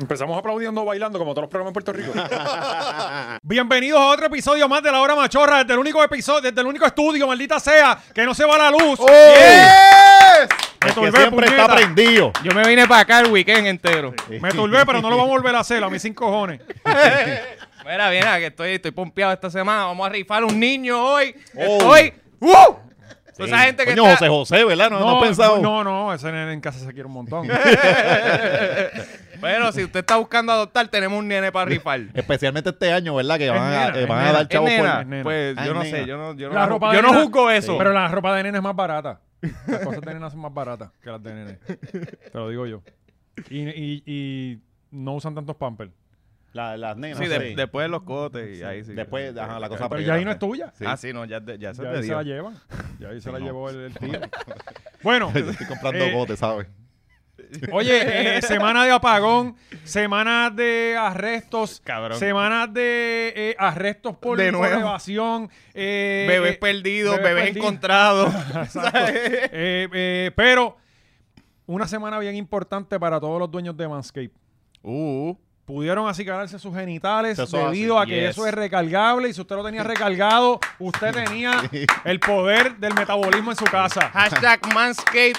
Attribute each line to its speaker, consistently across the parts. Speaker 1: Empezamos aplaudiendo, bailando, como todos los programas en Puerto Rico. Bienvenidos a otro episodio más de La Hora Machorra, desde el único episodio, desde el único estudio, maldita sea, que no se va la
Speaker 2: Oh.
Speaker 1: luz.
Speaker 2: ¡Yes!
Speaker 1: Me
Speaker 2: El que
Speaker 1: turbé,
Speaker 2: siempre está
Speaker 1: puñeta.
Speaker 2: prendido.
Speaker 3: Yo me vine para acá el weekend entero.
Speaker 1: Me turbé, pero no lo vamos a volver a hacer, a mis cinco cojones.
Speaker 3: Mira, mira, que estoy, estoy pompeado esta semana. Vamos a rifar un niño hoy.
Speaker 2: Oh.
Speaker 3: Estoy. ¡Uh!
Speaker 2: Sí.
Speaker 3: Esa gente que
Speaker 2: Coño,
Speaker 3: está-
Speaker 2: José José, ¿verdad? No, no, has pensado.
Speaker 1: No, no, ese nene en casa se quiere un montón.
Speaker 3: Bueno, si usted está buscando adoptar, tenemos un nene para rifar.
Speaker 2: Especialmente este año, ¿verdad? Que van, a,
Speaker 1: nena,
Speaker 2: que
Speaker 1: es
Speaker 2: van a
Speaker 1: nena,
Speaker 2: dar
Speaker 1: es
Speaker 2: chavos
Speaker 3: nena,
Speaker 1: es nena.
Speaker 3: Pues
Speaker 2: Ah,
Speaker 3: yo no
Speaker 2: nena.
Speaker 3: sé, yo no, yo no,
Speaker 1: La ropa de
Speaker 3: yo no
Speaker 1: nena-
Speaker 3: juzgo eso.
Speaker 1: Pero la ropa de nene es más barata. Las cosas de nena son más baratas que las de nene. Te lo digo yo. Y, y- y no usan tantos pampers.
Speaker 2: La- las nenas.
Speaker 3: sí,
Speaker 2: sí.
Speaker 3: de- después de los cotes y ahí sí.
Speaker 2: Después, ajá, la eh. cosa
Speaker 1: Pero ya
Speaker 2: primera.
Speaker 1: ahí no es tuya.
Speaker 2: Sí.
Speaker 3: Ah, sí, no, ya, te- ya se
Speaker 1: Ya
Speaker 3: te
Speaker 1: ahí se la
Speaker 3: dio.
Speaker 1: llevan. Ya ahí se
Speaker 2: Sí,
Speaker 1: la
Speaker 2: no.
Speaker 1: llevó el, el tío. Bueno,
Speaker 2: Yo estoy comprando
Speaker 1: Eh,
Speaker 2: botes, ¿sabes?
Speaker 1: oye, eh, semana de apagón, semana de arrestos,
Speaker 3: Cabrón.
Speaker 1: semanas de eh, arrestos por,
Speaker 3: De
Speaker 1: por
Speaker 3: nuevo.
Speaker 1: evasión. eh,
Speaker 3: Bebés
Speaker 1: eh,
Speaker 3: perdidos,
Speaker 1: bebés
Speaker 3: bebés
Speaker 1: perdidos.
Speaker 3: encontrados.
Speaker 1: Exacto. Eh, eh, pero una semana bien importante para todos los dueños de Manscape.
Speaker 3: Uh,
Speaker 1: Pudieron acicalarse sus genitales
Speaker 2: Eso
Speaker 1: debido
Speaker 2: hace,
Speaker 1: a que
Speaker 2: yes.
Speaker 1: eso es recargable y si usted lo tenía recargado, usted tenía el poder del metabolismo en su casa.
Speaker 3: hashtag Manscaped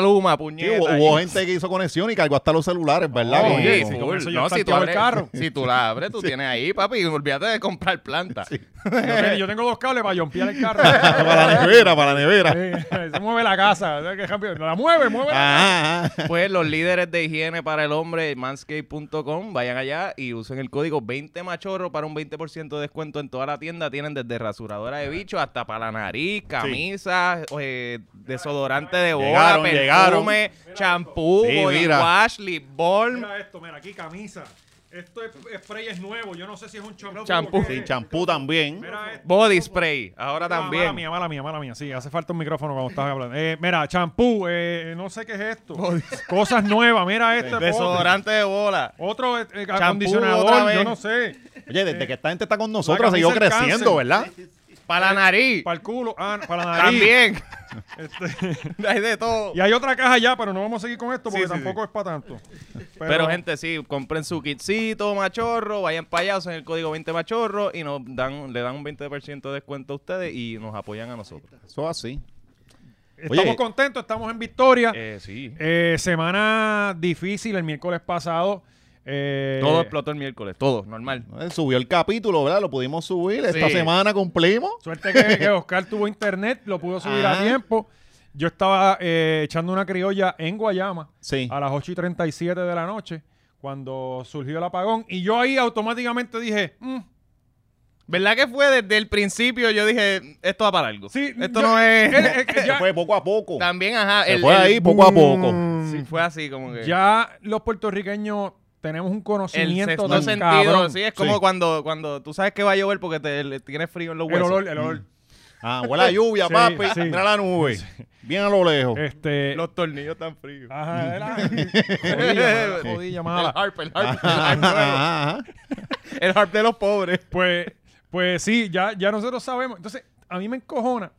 Speaker 3: Luma, puñeta.
Speaker 2: Sí, hubo, hubo gente que hizo conexión y cargó hasta los celulares, ¿verdad?
Speaker 1: Oh,
Speaker 2: Como-
Speaker 1: oye,
Speaker 2: como-
Speaker 1: sí. con eso yo
Speaker 3: no, si tú
Speaker 1: salteo el
Speaker 3: abres,
Speaker 1: carro.
Speaker 3: si tú la abres, tú tienes ahí, papi, olvídate de comprar planta.
Speaker 1: Yo tengo- Yo tengo dos cables para jompear el carro.
Speaker 2: para la nevera, para la nevera.
Speaker 1: Eh, se mueve la casa. o sea, que rápido, La mueve, mueve.
Speaker 3: Ah.
Speaker 1: la-
Speaker 2: Ajá, ajá.
Speaker 3: Pues los líderes de higiene para el hombre, manscape.com, vayan allá y usen el código 20machorro para un 20% de descuento en toda la tienda. Tienen desde rasuradora
Speaker 2: Ah.
Speaker 3: de bicho hasta para la nariz, camisas, eh, desodorante de bola,
Speaker 2: Llegaron,
Speaker 3: perfume, champú,
Speaker 2: Sí,
Speaker 3: body
Speaker 2: mira.
Speaker 3: wash, lip balm.
Speaker 1: Mira esto, mira aquí camisa. Esto es spray es nuevo. Yo no sé si es un champú.
Speaker 3: Champú.
Speaker 1: o qué.
Speaker 2: Sí, champú también.
Speaker 1: Mira esto.
Speaker 3: Body spray, ahora
Speaker 1: Ah, Mala
Speaker 3: también.
Speaker 1: mía, mala mía, mala mía. Sí, hace falta un micrófono cuando estás hablando. Eh, mira, champú, eh, no sé qué es esto. Cosas nuevas, mira este. pote.
Speaker 3: Oh, Desodorante de bola.
Speaker 1: Otro eh, eh,
Speaker 3: otra
Speaker 1: acondicionador, yo
Speaker 3: vez.
Speaker 1: no sé.
Speaker 2: Oye, desde que esta gente está con
Speaker 1: eh, la
Speaker 2: nosotros,
Speaker 1: camisa
Speaker 2: siguió
Speaker 1: del
Speaker 2: creciendo,
Speaker 1: cáncer.
Speaker 2: ¿verdad?
Speaker 3: Para la nariz.
Speaker 1: Para el culo, ah, no, para la nariz.
Speaker 3: También.
Speaker 1: Este,
Speaker 3: Hay de todo.
Speaker 1: y hay otra caja ya, pero no vamos a seguir con esto porque
Speaker 3: Sí, sí,
Speaker 1: tampoco es para tanto.
Speaker 3: Pero, gente, sí, compren su kitcito, machorro, vayan payasos en el código 20 machorro y nos dan, le dan un 20% de descuento a ustedes y nos apoyan a nosotros.
Speaker 2: Eso es así.
Speaker 1: estamos
Speaker 2: oye. eh,
Speaker 1: contentos, estamos en victoria.
Speaker 3: Eh, sí.
Speaker 1: Eh, semana difícil el miércoles pasado. Eh,
Speaker 3: todo explotó el miércoles, todo, normal.
Speaker 2: Eh, Subió el capítulo, ¿verdad? Lo pudimos subir. Esta
Speaker 3: Sí.
Speaker 2: semana cumplimos.
Speaker 1: Suerte que, que Oscar tuvo internet, lo pudo subir a
Speaker 2: Ajá.
Speaker 1: tiempo. Yo estaba eh, echando una criolla en Guayama
Speaker 2: Sí.
Speaker 1: a las 8 y 37 de la noche cuando surgió el apagón. Y yo ahí automáticamente dije, "Mm,
Speaker 3: ¿Verdad que fue desde el principio? Yo dije, esto va para algo.
Speaker 1: Sí,
Speaker 3: esto
Speaker 1: yo-
Speaker 3: no es.
Speaker 1: él- él- él-
Speaker 2: Se
Speaker 1: eh, ya,
Speaker 2: fue poco a poco.
Speaker 3: También, ajá.
Speaker 2: Se
Speaker 3: el-
Speaker 2: fue
Speaker 3: el-
Speaker 2: ahí poco a poco.
Speaker 3: Sí, fue así como que.
Speaker 1: Mm, ya los puertorriqueños tenemos un
Speaker 3: el
Speaker 1: conocimiento
Speaker 3: sexto
Speaker 1: tan
Speaker 3: sentido,
Speaker 1: cabrón.
Speaker 3: sí, es como
Speaker 2: Sí.
Speaker 3: cuando, cuando tú sabes que va a llover porque te, le- tienes frío en los
Speaker 1: el
Speaker 3: huesos.
Speaker 1: olor, el olor.
Speaker 2: Ah, huele a lluvia,
Speaker 1: Sí,
Speaker 2: papi.
Speaker 1: sí.
Speaker 2: Mira la nube. Bien a lo lejos.
Speaker 1: Este,
Speaker 3: Los tornillos están fríos.
Speaker 1: ajá, era- jodilla, mala, jodilla
Speaker 3: el
Speaker 1: mala.
Speaker 3: harp, el harp, el
Speaker 2: Ajá,
Speaker 3: harp nuevo.
Speaker 2: ajá, ajá.
Speaker 3: El harp de los pobres.
Speaker 1: Pues, pues sí, ya, ya nosotros sabemos. Entonces, a mí me encojona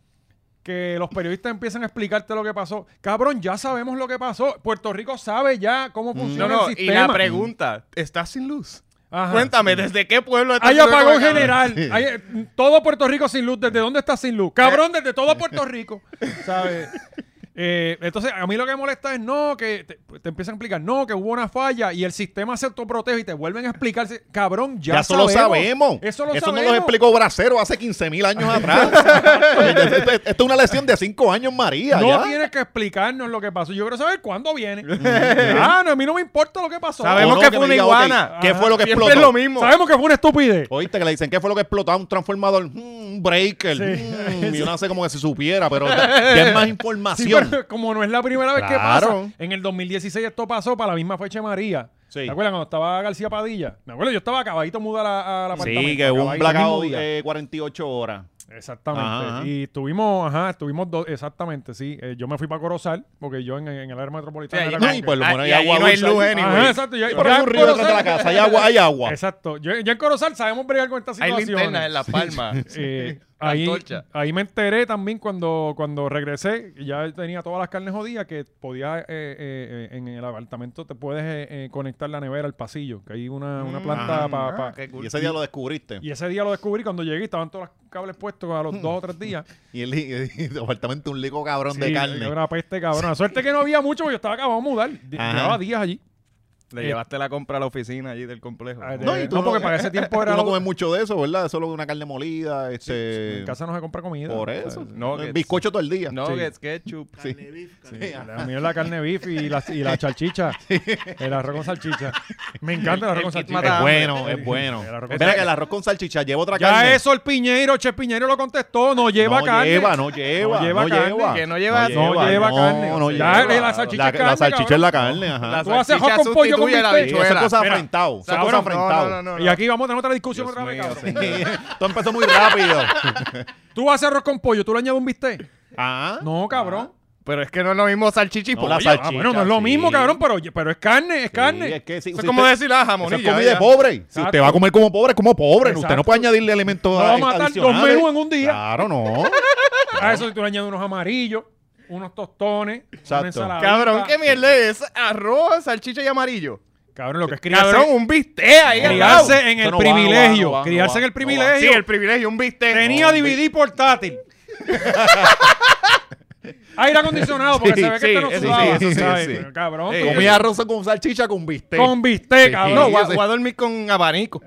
Speaker 1: que los periodistas empiezan a explicarte lo que pasó. Cabrón, ya sabemos lo que pasó. Puerto Rico sabe ya cómo funciona
Speaker 3: No, no,
Speaker 1: el
Speaker 3: y
Speaker 1: sistema.
Speaker 3: la pregunta, ¿estás sin luz?
Speaker 1: Ajá. Ah,
Speaker 3: Cuéntame, ¿desde qué pueblo estás
Speaker 1: Hay
Speaker 3: sin luz?
Speaker 1: apagón
Speaker 3: Cabrón.
Speaker 1: general. Hay, eh, todo Puerto Rico sin luz. ¿Desde dónde está sin luz? Cabrón, desde todo Puerto Rico. ¿Sabes? Eh, entonces, a mí lo que me molesta es no, que te, te empiezan a explicar, no, que hubo una falla y el sistema se autoprotege y te vuelven a explicar. Cabrón, ya,
Speaker 2: Ya, eso lo sabemos.
Speaker 1: Eso lo
Speaker 2: no
Speaker 1: sabemos.
Speaker 2: lo explicó Bracero hace 15 mil años atrás. Esto- Esto esto es una lección de 5 años, María.
Speaker 1: No
Speaker 2: ya.
Speaker 1: tienes que explicarnos lo que pasó. Yo quiero saber cuándo viene. ah, no, a mí no me importa lo que pasó.
Speaker 3: Sabemos
Speaker 2: O Oh, no,
Speaker 3: que fue
Speaker 2: me
Speaker 3: una
Speaker 2: diga,
Speaker 3: iguana.
Speaker 2: ok, ¿Qué fue lo que
Speaker 3: Siempre
Speaker 2: explotó?
Speaker 3: es lo mismo.
Speaker 1: Sabemos que fue una estupidez.
Speaker 2: Oíste que le dicen, ¿qué fue lo que explotaba? Un transformador, Mm, un breaker.
Speaker 1: Sí.
Speaker 2: mm, y yo no sé cómo que se supiera, pero ya ya es más
Speaker 1: Sí,
Speaker 2: información.
Speaker 1: pero como no es la primera vez que
Speaker 2: Claro.
Speaker 1: pasa, en el 2016 esto pasó para la misma fecha de María.
Speaker 2: Sí.
Speaker 1: ¿Te acuerdas cuando estaba García Padilla? Me acuerdo, yo estaba acabadito mudar a, a la
Speaker 2: Sí, que hubo un blackout
Speaker 1: de
Speaker 2: de 48 horas.
Speaker 1: Exactamente.
Speaker 2: Ajá, ajá.
Speaker 1: Y tuvimos, ajá, tuvimos dos, exactamente, sí. Eh, yo me fui para Corozal, porque yo en, en el área metropolitana.
Speaker 3: Sí,
Speaker 1: era
Speaker 3: ahí-
Speaker 1: como
Speaker 2: Ay,
Speaker 1: que-
Speaker 2: pues lo
Speaker 3: Ah,
Speaker 2: bueno, hay
Speaker 3: y ahí
Speaker 2: agua
Speaker 3: no hay
Speaker 2: dulce Ah,
Speaker 3: luz,
Speaker 2: ahí.
Speaker 3: anyway.
Speaker 1: Ajá, exacto. Yo,
Speaker 2: Sí,
Speaker 1: ya
Speaker 2: Pero hay
Speaker 1: en
Speaker 2: un río detrás de
Speaker 1: Corozal-
Speaker 2: la casa, hay agua, hay agua.
Speaker 1: Exacto. Yo, ya en Corozal sabemos bregar con esta
Speaker 3: Hay
Speaker 1: situación.
Speaker 3: linternas en La Palma.
Speaker 1: Eh, ahí,
Speaker 3: Antorcha.
Speaker 1: ahí me enteré también cuando, cuando regresé, y ya tenía todas las carnes jodidas, que podía eh, eh, eh, en el apartamento te puedes eh, eh, conectar la nevera al pasillo, que hay una, una planta
Speaker 3: Mm,
Speaker 1: para...
Speaker 3: ah, qué cool.
Speaker 2: Y ese día lo descubriste.
Speaker 1: Y ese día lo descubrí cuando llegué, estaban todos los cables puestos a los
Speaker 2: Mm.
Speaker 1: dos o tres días.
Speaker 2: Y el, y el apartamento un lico cabrón
Speaker 1: Sí,
Speaker 2: de carne.
Speaker 1: Era una peste cabrona. Suerte que no había mucho, porque yo estaba acabado de mudar. Di-
Speaker 2: Ajá.
Speaker 1: Llevaba días allí.
Speaker 3: Le
Speaker 1: Eh,
Speaker 3: llevaste la compra a la oficina allí del complejo.
Speaker 1: Ah, de-
Speaker 2: No, y tú
Speaker 1: no,
Speaker 2: no- eh,
Speaker 1: porque para ese tiempo
Speaker 2: Tú
Speaker 1: era...
Speaker 2: no
Speaker 1: lo-
Speaker 2: comes mucho de eso, ¿verdad? Solo una carne molida, este...
Speaker 1: En casa no se compra comida.
Speaker 2: por
Speaker 1: o sea,
Speaker 2: eso. Eh,
Speaker 3: no, que-
Speaker 2: Bizcocho todo el día.
Speaker 3: Nuggets, ketchup.
Speaker 4: Carne beef, carne beef.
Speaker 1: La mía es la carne beef y la, y la salchicha. El arroz con salchicha. Me encanta el arroz con
Speaker 3: El kit
Speaker 1: salchicha.
Speaker 3: mata-
Speaker 2: Es bueno,
Speaker 1: El-
Speaker 2: es bueno.
Speaker 1: el arroz con
Speaker 2: Espera
Speaker 1: salchicha.
Speaker 2: que el arroz con salchicha lleva otra carne.
Speaker 1: Ya eso el Piñeiro, Che Piñeiro lo contestó. No lleva
Speaker 2: no
Speaker 1: carne.
Speaker 2: Lleva, no lleva,
Speaker 1: No
Speaker 2: no
Speaker 1: lleva
Speaker 2: lleva.
Speaker 1: carne.
Speaker 3: Que no lleva-
Speaker 1: no lleva carne.
Speaker 2: No, no
Speaker 1: Ya, eh,
Speaker 2: lleva.
Speaker 1: la salchicha es
Speaker 2: la,
Speaker 1: carne,
Speaker 2: la salchicha
Speaker 1: cabrón.
Speaker 2: es la carne, ajá.
Speaker 3: La
Speaker 1: Tú haces
Speaker 3: salchicha
Speaker 1: hot con pollo con
Speaker 3: sustituye a la
Speaker 1: bistec.
Speaker 2: Sí, eso es
Speaker 3: habichuela.
Speaker 2: cosa
Speaker 1: Espera.
Speaker 2: afrentado. Eso es cosa
Speaker 3: Cabrón, no, no, no,
Speaker 2: afrentada.
Speaker 3: no, no.
Speaker 1: Y aquí vamos a tener otra discusión
Speaker 3: Dios
Speaker 1: otra vez,
Speaker 3: mío,
Speaker 1: cabrón.
Speaker 2: Todo empezó muy rápido.
Speaker 1: Tú haces arroz con pollo, tú le añades un bistec.
Speaker 2: Ah,
Speaker 1: No, cabrón.
Speaker 3: Pero es que no es lo mismo salchichi y
Speaker 2: No,
Speaker 3: pollo.
Speaker 2: la
Speaker 1: Oye, ah,
Speaker 2: salchicha,
Speaker 1: bueno, no es lo
Speaker 2: sí.
Speaker 1: mismo, cabrón, pero, pero es carne, es
Speaker 2: Sí,
Speaker 1: carne.
Speaker 2: es que si,
Speaker 3: Eso
Speaker 2: si
Speaker 3: es como
Speaker 2: usted-
Speaker 3: decir, ah,
Speaker 2: eso es
Speaker 3: jamonilla.
Speaker 2: comida de
Speaker 3: ya.
Speaker 2: pobre. Si
Speaker 1: Exacto.
Speaker 2: usted va a comer como pobre, como pobre.
Speaker 1: Exacto.
Speaker 2: Usted no puede añadirle alimentos
Speaker 1: No va a matar
Speaker 2: adicionales.
Speaker 1: dos menús en un día.
Speaker 2: Claro, no.
Speaker 1: A eso tú le añades unos amarillos, unos tostones, una
Speaker 2: Exacto.
Speaker 1: ensaladita.
Speaker 3: Cabrón, qué mierda es. Arroz, salchicha y amarillo.
Speaker 1: Cabrón, lo que es criarse,
Speaker 3: Cabrón, un bistec ahí al lado.
Speaker 1: criarse en
Speaker 2: Eso
Speaker 1: el
Speaker 2: no va, no va,
Speaker 1: privilegio.
Speaker 2: no va,
Speaker 1: Criarse
Speaker 2: no
Speaker 1: en
Speaker 2: va,
Speaker 1: el
Speaker 2: no va.
Speaker 3: Sí,
Speaker 1: privilegio.
Speaker 3: el privilegio, un bistec.
Speaker 1: Tenía DVD portátil. Aire acondicionado, porque
Speaker 3: Sí,
Speaker 1: se ve que
Speaker 3: sí,
Speaker 1: este no
Speaker 3: eso
Speaker 1: sudaba,
Speaker 2: sí, eso sí,
Speaker 1: ¿sabes?
Speaker 2: sí.
Speaker 1: Pero, Cabrón,
Speaker 3: Sí.
Speaker 1: con-
Speaker 2: Comía arroz con salchicha con bistec.
Speaker 1: con bistec,
Speaker 2: Sí.
Speaker 1: cabrón.
Speaker 3: No, voy a-
Speaker 2: ese-
Speaker 3: voy a dormir con abanico.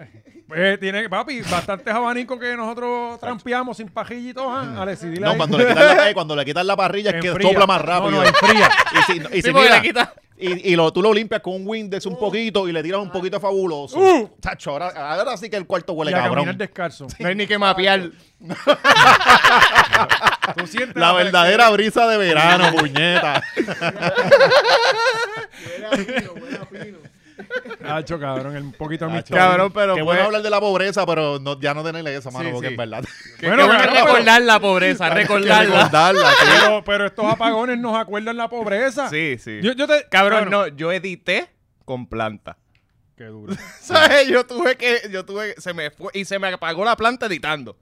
Speaker 1: Pues tiene, papi, bastantes abanicos que nosotros trampeamos sin pajilla y todo. ah, Alex, y dile
Speaker 2: No,
Speaker 1: ahí.
Speaker 2: cuando le quitan la, eh, cuando le quitan la parrilla es que
Speaker 1: Enfría.
Speaker 2: sopla más
Speaker 1: No,
Speaker 2: rápido.
Speaker 1: no, enfría.
Speaker 2: Y si, y si
Speaker 3: Sí, porque
Speaker 2: mira,
Speaker 3: le quita- Uh.
Speaker 2: y, y lo, tú lo limpias con un Windex un poquito y le tiras un poquito fabuloso.
Speaker 1: Uh.
Speaker 2: Chacho, ahora, ahora sí que el cuarto huele
Speaker 1: y a caminar
Speaker 2: cabrón.
Speaker 1: descalzo.
Speaker 3: No hay ni que mapear.
Speaker 1: Tú sientes
Speaker 2: La verdadera brisa de verano, puñeta.
Speaker 4: Huele a pino, huele a pino.
Speaker 1: Hacho, cabrón, el- un poquito de mi
Speaker 2: Chacho,
Speaker 3: Cabrón, pero
Speaker 2: Qué
Speaker 3: pues-
Speaker 2: bueno hablar de la pobreza, pero no- ya no tenerle esa mano,
Speaker 3: Sí,
Speaker 2: porque
Speaker 3: sí.
Speaker 2: es verdad.
Speaker 3: Que-
Speaker 1: Bueno,
Speaker 3: que bueno
Speaker 1: cabrón,
Speaker 3: recordar la pobreza, recordarla.
Speaker 2: Recordarla, sí.
Speaker 1: Pero, pero estos apagones nos acuerdan la pobreza.
Speaker 3: Sí, sí.
Speaker 1: Yo, yo te,
Speaker 3: Cabrón,
Speaker 1: bueno,
Speaker 3: no, yo edité con planta.
Speaker 1: Qué duro.
Speaker 3: ¿Sabes? Yo tuve que, yo tuve, se me fue, y se me apagó la planta editando.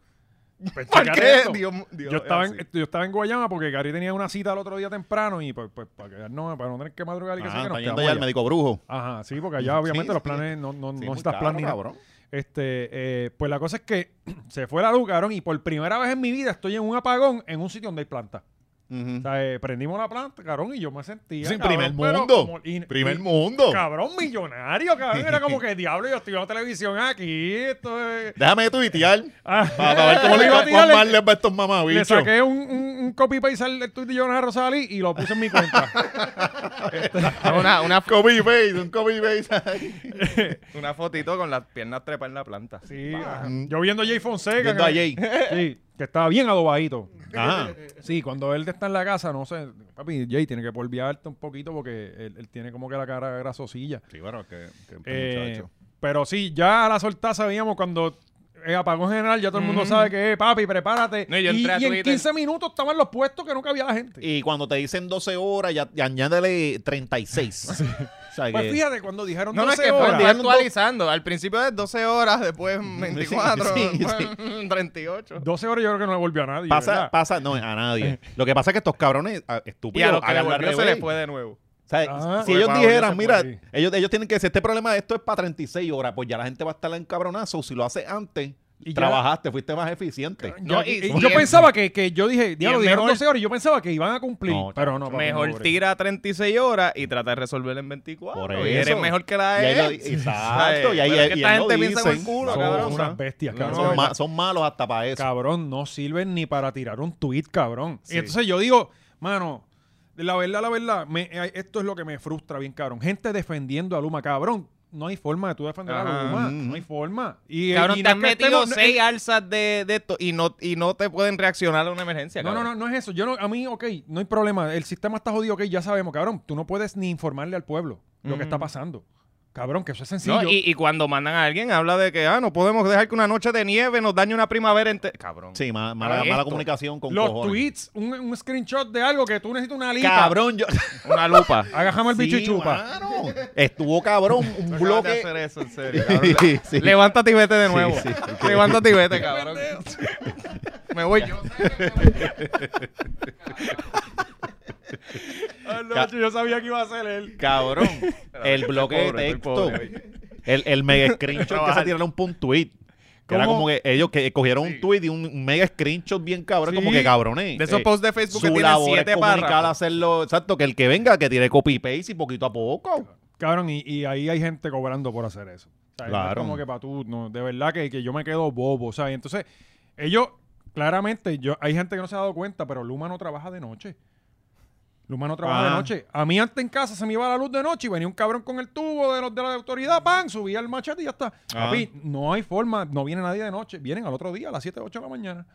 Speaker 1: Pues,
Speaker 3: ¿Por
Speaker 1: chécate
Speaker 3: qué?
Speaker 1: esto.
Speaker 3: Dios- Dios,
Speaker 1: yo, estaba
Speaker 3: es
Speaker 1: en,
Speaker 3: así.
Speaker 1: yo estaba en Guayama porque Gary tenía una cita el otro día temprano y pues, pues para quedarnos, para no tener que madrugar y que
Speaker 2: Ah,
Speaker 1: sé que nos
Speaker 2: está yendo
Speaker 1: quedamos
Speaker 2: ya al
Speaker 1: allá.
Speaker 2: médico brujo.
Speaker 1: Ajá, sí, porque allá obviamente
Speaker 2: Sí,
Speaker 1: los
Speaker 2: sí.
Speaker 1: planes no, no,
Speaker 2: Sí,
Speaker 1: no
Speaker 2: muy
Speaker 1: estás
Speaker 2: caro,
Speaker 1: planeando.
Speaker 2: cabrón.
Speaker 1: Este, eh, pues la cosa es que se fue la luz, cabrón, y por primera vez en mi vida estoy en un apagón en un sitio donde hay planta.
Speaker 2: Ujú.
Speaker 1: O sea, eh, prendimos la planta, cabrón, y yo me sentía.
Speaker 2: Sí,
Speaker 1: cabrón,
Speaker 2: primer
Speaker 1: pero
Speaker 2: mundo.
Speaker 1: como- y-
Speaker 2: Primer
Speaker 1: y-
Speaker 2: mundo.
Speaker 1: Cabrón, millonario, cabrón. Era como que diablo, yo estoy viendo televisión aquí. Esto es.
Speaker 2: Déjame tuitear.
Speaker 1: Ah.
Speaker 2: Para, ver cómo
Speaker 1: Le
Speaker 2: le
Speaker 1: iba a
Speaker 2: va
Speaker 1: tirar
Speaker 2: a
Speaker 1: el-
Speaker 2: mal les va a estos
Speaker 1: Le
Speaker 2: mamabichos.
Speaker 1: saqué un, un, un copy paste al tweet de Jonah Rosali y lo puse en mi cuenta.
Speaker 3: Una, una,
Speaker 2: Copy base, un copy base.
Speaker 3: una fotito con las piernas trepadas en la planta.
Speaker 1: Sí, ajá. yo viendo a Jay Fonseca.
Speaker 2: Viendo a
Speaker 1: que-
Speaker 2: Jay.
Speaker 1: Sí, que estaba bien adobadito.
Speaker 2: Ajá.
Speaker 1: Sí, cuando él está en la casa, no sé, papi, Jay tiene que polviarte un poquito porque él, él tiene como que la cara grasosilla.
Speaker 2: Sí, bueno, que, que
Speaker 3: pues,
Speaker 1: Eh,
Speaker 2: muchacho.
Speaker 1: pero sí, ya a la soltada sabíamos cuando eh, apagó en general, ya todo el mundo sabe que, eh, papi, prepárate.
Speaker 3: Mm. No, y yo
Speaker 1: y
Speaker 3: entré a
Speaker 1: y en
Speaker 3: Twitter.
Speaker 1: 15 minutos estaban los puestos que nunca había la gente.
Speaker 2: Y cuando te dicen 12 horas, ya, ya añádele 36. O sea,
Speaker 1: pues
Speaker 2: que-
Speaker 1: fíjate, cuando dijeron
Speaker 3: No, no, es
Speaker 1: 12
Speaker 3: que fue,
Speaker 1: horas,
Speaker 3: fue actualizando. Al principio de 12 horas, después 24,
Speaker 2: sí, sí.
Speaker 3: 38.
Speaker 1: 12 horas yo creo que no le volvió a nadie.
Speaker 2: pasa,
Speaker 1: ¿verdad?
Speaker 2: pasa, no, a nadie. Lo que pasa es que estos cabrones ah,
Speaker 3: Y a
Speaker 2: estúpidos
Speaker 3: los que le
Speaker 2: hagan la
Speaker 3: volvió se
Speaker 2: revés.
Speaker 3: les fue de nuevo.
Speaker 2: O sea,
Speaker 1: Ah.
Speaker 2: si
Speaker 1: Pues,
Speaker 2: ellos
Speaker 1: Pablo, ya
Speaker 2: dijeran,
Speaker 1: se
Speaker 2: mira,
Speaker 1: fue, sí.
Speaker 2: ellos, ellos tienen que decir, este problema de esto es para 36 horas, pues ya la gente va a estar en cabronazo. Si lo hace antes,
Speaker 1: Y ya-
Speaker 2: trabajaste, fuiste más eficiente.
Speaker 1: Ya,
Speaker 3: No, y-
Speaker 1: y-
Speaker 3: y
Speaker 1: yo
Speaker 3: el-
Speaker 1: pensaba que, que yo dije, diablo,
Speaker 3: el
Speaker 1: dijeron
Speaker 3: mejor-
Speaker 1: 12 horas y yo pensaba que iban a cumplir,
Speaker 2: No,
Speaker 1: pero no. papi,
Speaker 3: Mejor
Speaker 1: no, pobre.
Speaker 3: tira 36 horas y trata de resolver en 24.
Speaker 2: Por
Speaker 3: Y
Speaker 2: eso.
Speaker 3: eres mejor que la
Speaker 2: Y ahí lo-
Speaker 3: de él.
Speaker 2: exacto, y ahí-
Speaker 3: Eh. Pero es que
Speaker 2: y
Speaker 3: esta
Speaker 2: él lo
Speaker 3: gente piensa con el
Speaker 2: dice.
Speaker 3: culo,
Speaker 1: Son
Speaker 3: cabrón.
Speaker 1: unas bestias, cabrón.
Speaker 2: son,
Speaker 1: de
Speaker 2: ma-
Speaker 1: verdad.
Speaker 2: son malos hasta para eso.
Speaker 1: Cabrón, no sirven ni para tirar un tweet, cabrón. Y entonces yo digo, mano, la verdad, la verdad, me- eh, esto es lo que me frustra bien, cabrón. Gente defendiendo a Luma, cabrón. No hay forma de tú defender a
Speaker 3: Ajá.
Speaker 1: Luma. No hay forma. Y, eh,
Speaker 3: Cabrón,
Speaker 1: y
Speaker 3: te
Speaker 1: no
Speaker 3: han
Speaker 1: es que
Speaker 3: metido
Speaker 1: estemos- no- eh,
Speaker 3: seis alzas de, de esto y no, y no te pueden reaccionar a una emergencia.
Speaker 1: No, no, no, no es eso. Yo no, a mí, ok, no hay problema. El sistema está jodido, ok, ya sabemos, cabrón. Tú no puedes ni informarle al pueblo lo que está pasando. Cabrón, que eso es sencillo.
Speaker 3: y, y cuando mandan a alguien, habla de que ah, no podemos dejar que una noche de nieve nos dañe una primavera entera. Cabrón.
Speaker 2: Sí, ma- mala,
Speaker 3: Esto.
Speaker 2: mala comunicación con
Speaker 1: los
Speaker 2: cojones.
Speaker 1: tweets, un, un screenshot de algo que tú necesitas una lipa.
Speaker 2: Cabrón, yo...
Speaker 3: Una lupa.
Speaker 1: Agajame el bicho y
Speaker 2: Sí,
Speaker 1: chupa.
Speaker 2: mano. Estuvo cabrón, un
Speaker 3: Acabas de
Speaker 2: bloque...
Speaker 3: hacer eso, en serio, cabrón.
Speaker 2: Sí.
Speaker 3: Levántate y vete de nuevo.
Speaker 2: sí,
Speaker 3: Levántate y vete, cabrón. Me voy yo.
Speaker 1: Ah, no, yo sabía que iba a ser él.
Speaker 3: Cabrón.
Speaker 2: El bloque de
Speaker 3: Estoy
Speaker 2: texto.
Speaker 3: pobre, estoy pobre.
Speaker 2: El, el mega screenshot que se tiraron por un tweet. Que era
Speaker 1: ¿Cómo?
Speaker 2: como que ellos que cogieron
Speaker 3: Sí.
Speaker 2: un tweet y un mega screenshot bien cabrón,
Speaker 1: Sí.
Speaker 2: como que cabrones.
Speaker 3: De esos
Speaker 2: Eh,
Speaker 3: posts de Facebook que
Speaker 2: su
Speaker 3: tienen
Speaker 2: labor es
Speaker 3: siete
Speaker 2: comunicar,
Speaker 3: párrafos.
Speaker 2: hacerlo. Exacto, que el que venga, que tire copy-paste y poquito a poco.
Speaker 1: Cabrón, y, y ahí hay gente cobrando por hacer eso. O sea, no es
Speaker 2: Claro.
Speaker 1: como que para tú, no, de verdad que, que yo me quedo bobo, o sea, y Entonces, ellos, claramente, yo, hay gente que no se ha dado cuenta, pero Luma no trabaja de noche. Luma no trabaja de
Speaker 2: Ah.
Speaker 1: noche. A mí antes en casa se me iba la luz de noche y venía un cabrón con el tubo de los de la autoridad, pan, subía el machete y ya está.
Speaker 2: Ah.
Speaker 1: Papi, no hay forma, no viene nadie de noche, vienen al otro día a las 7, 8 de la mañana.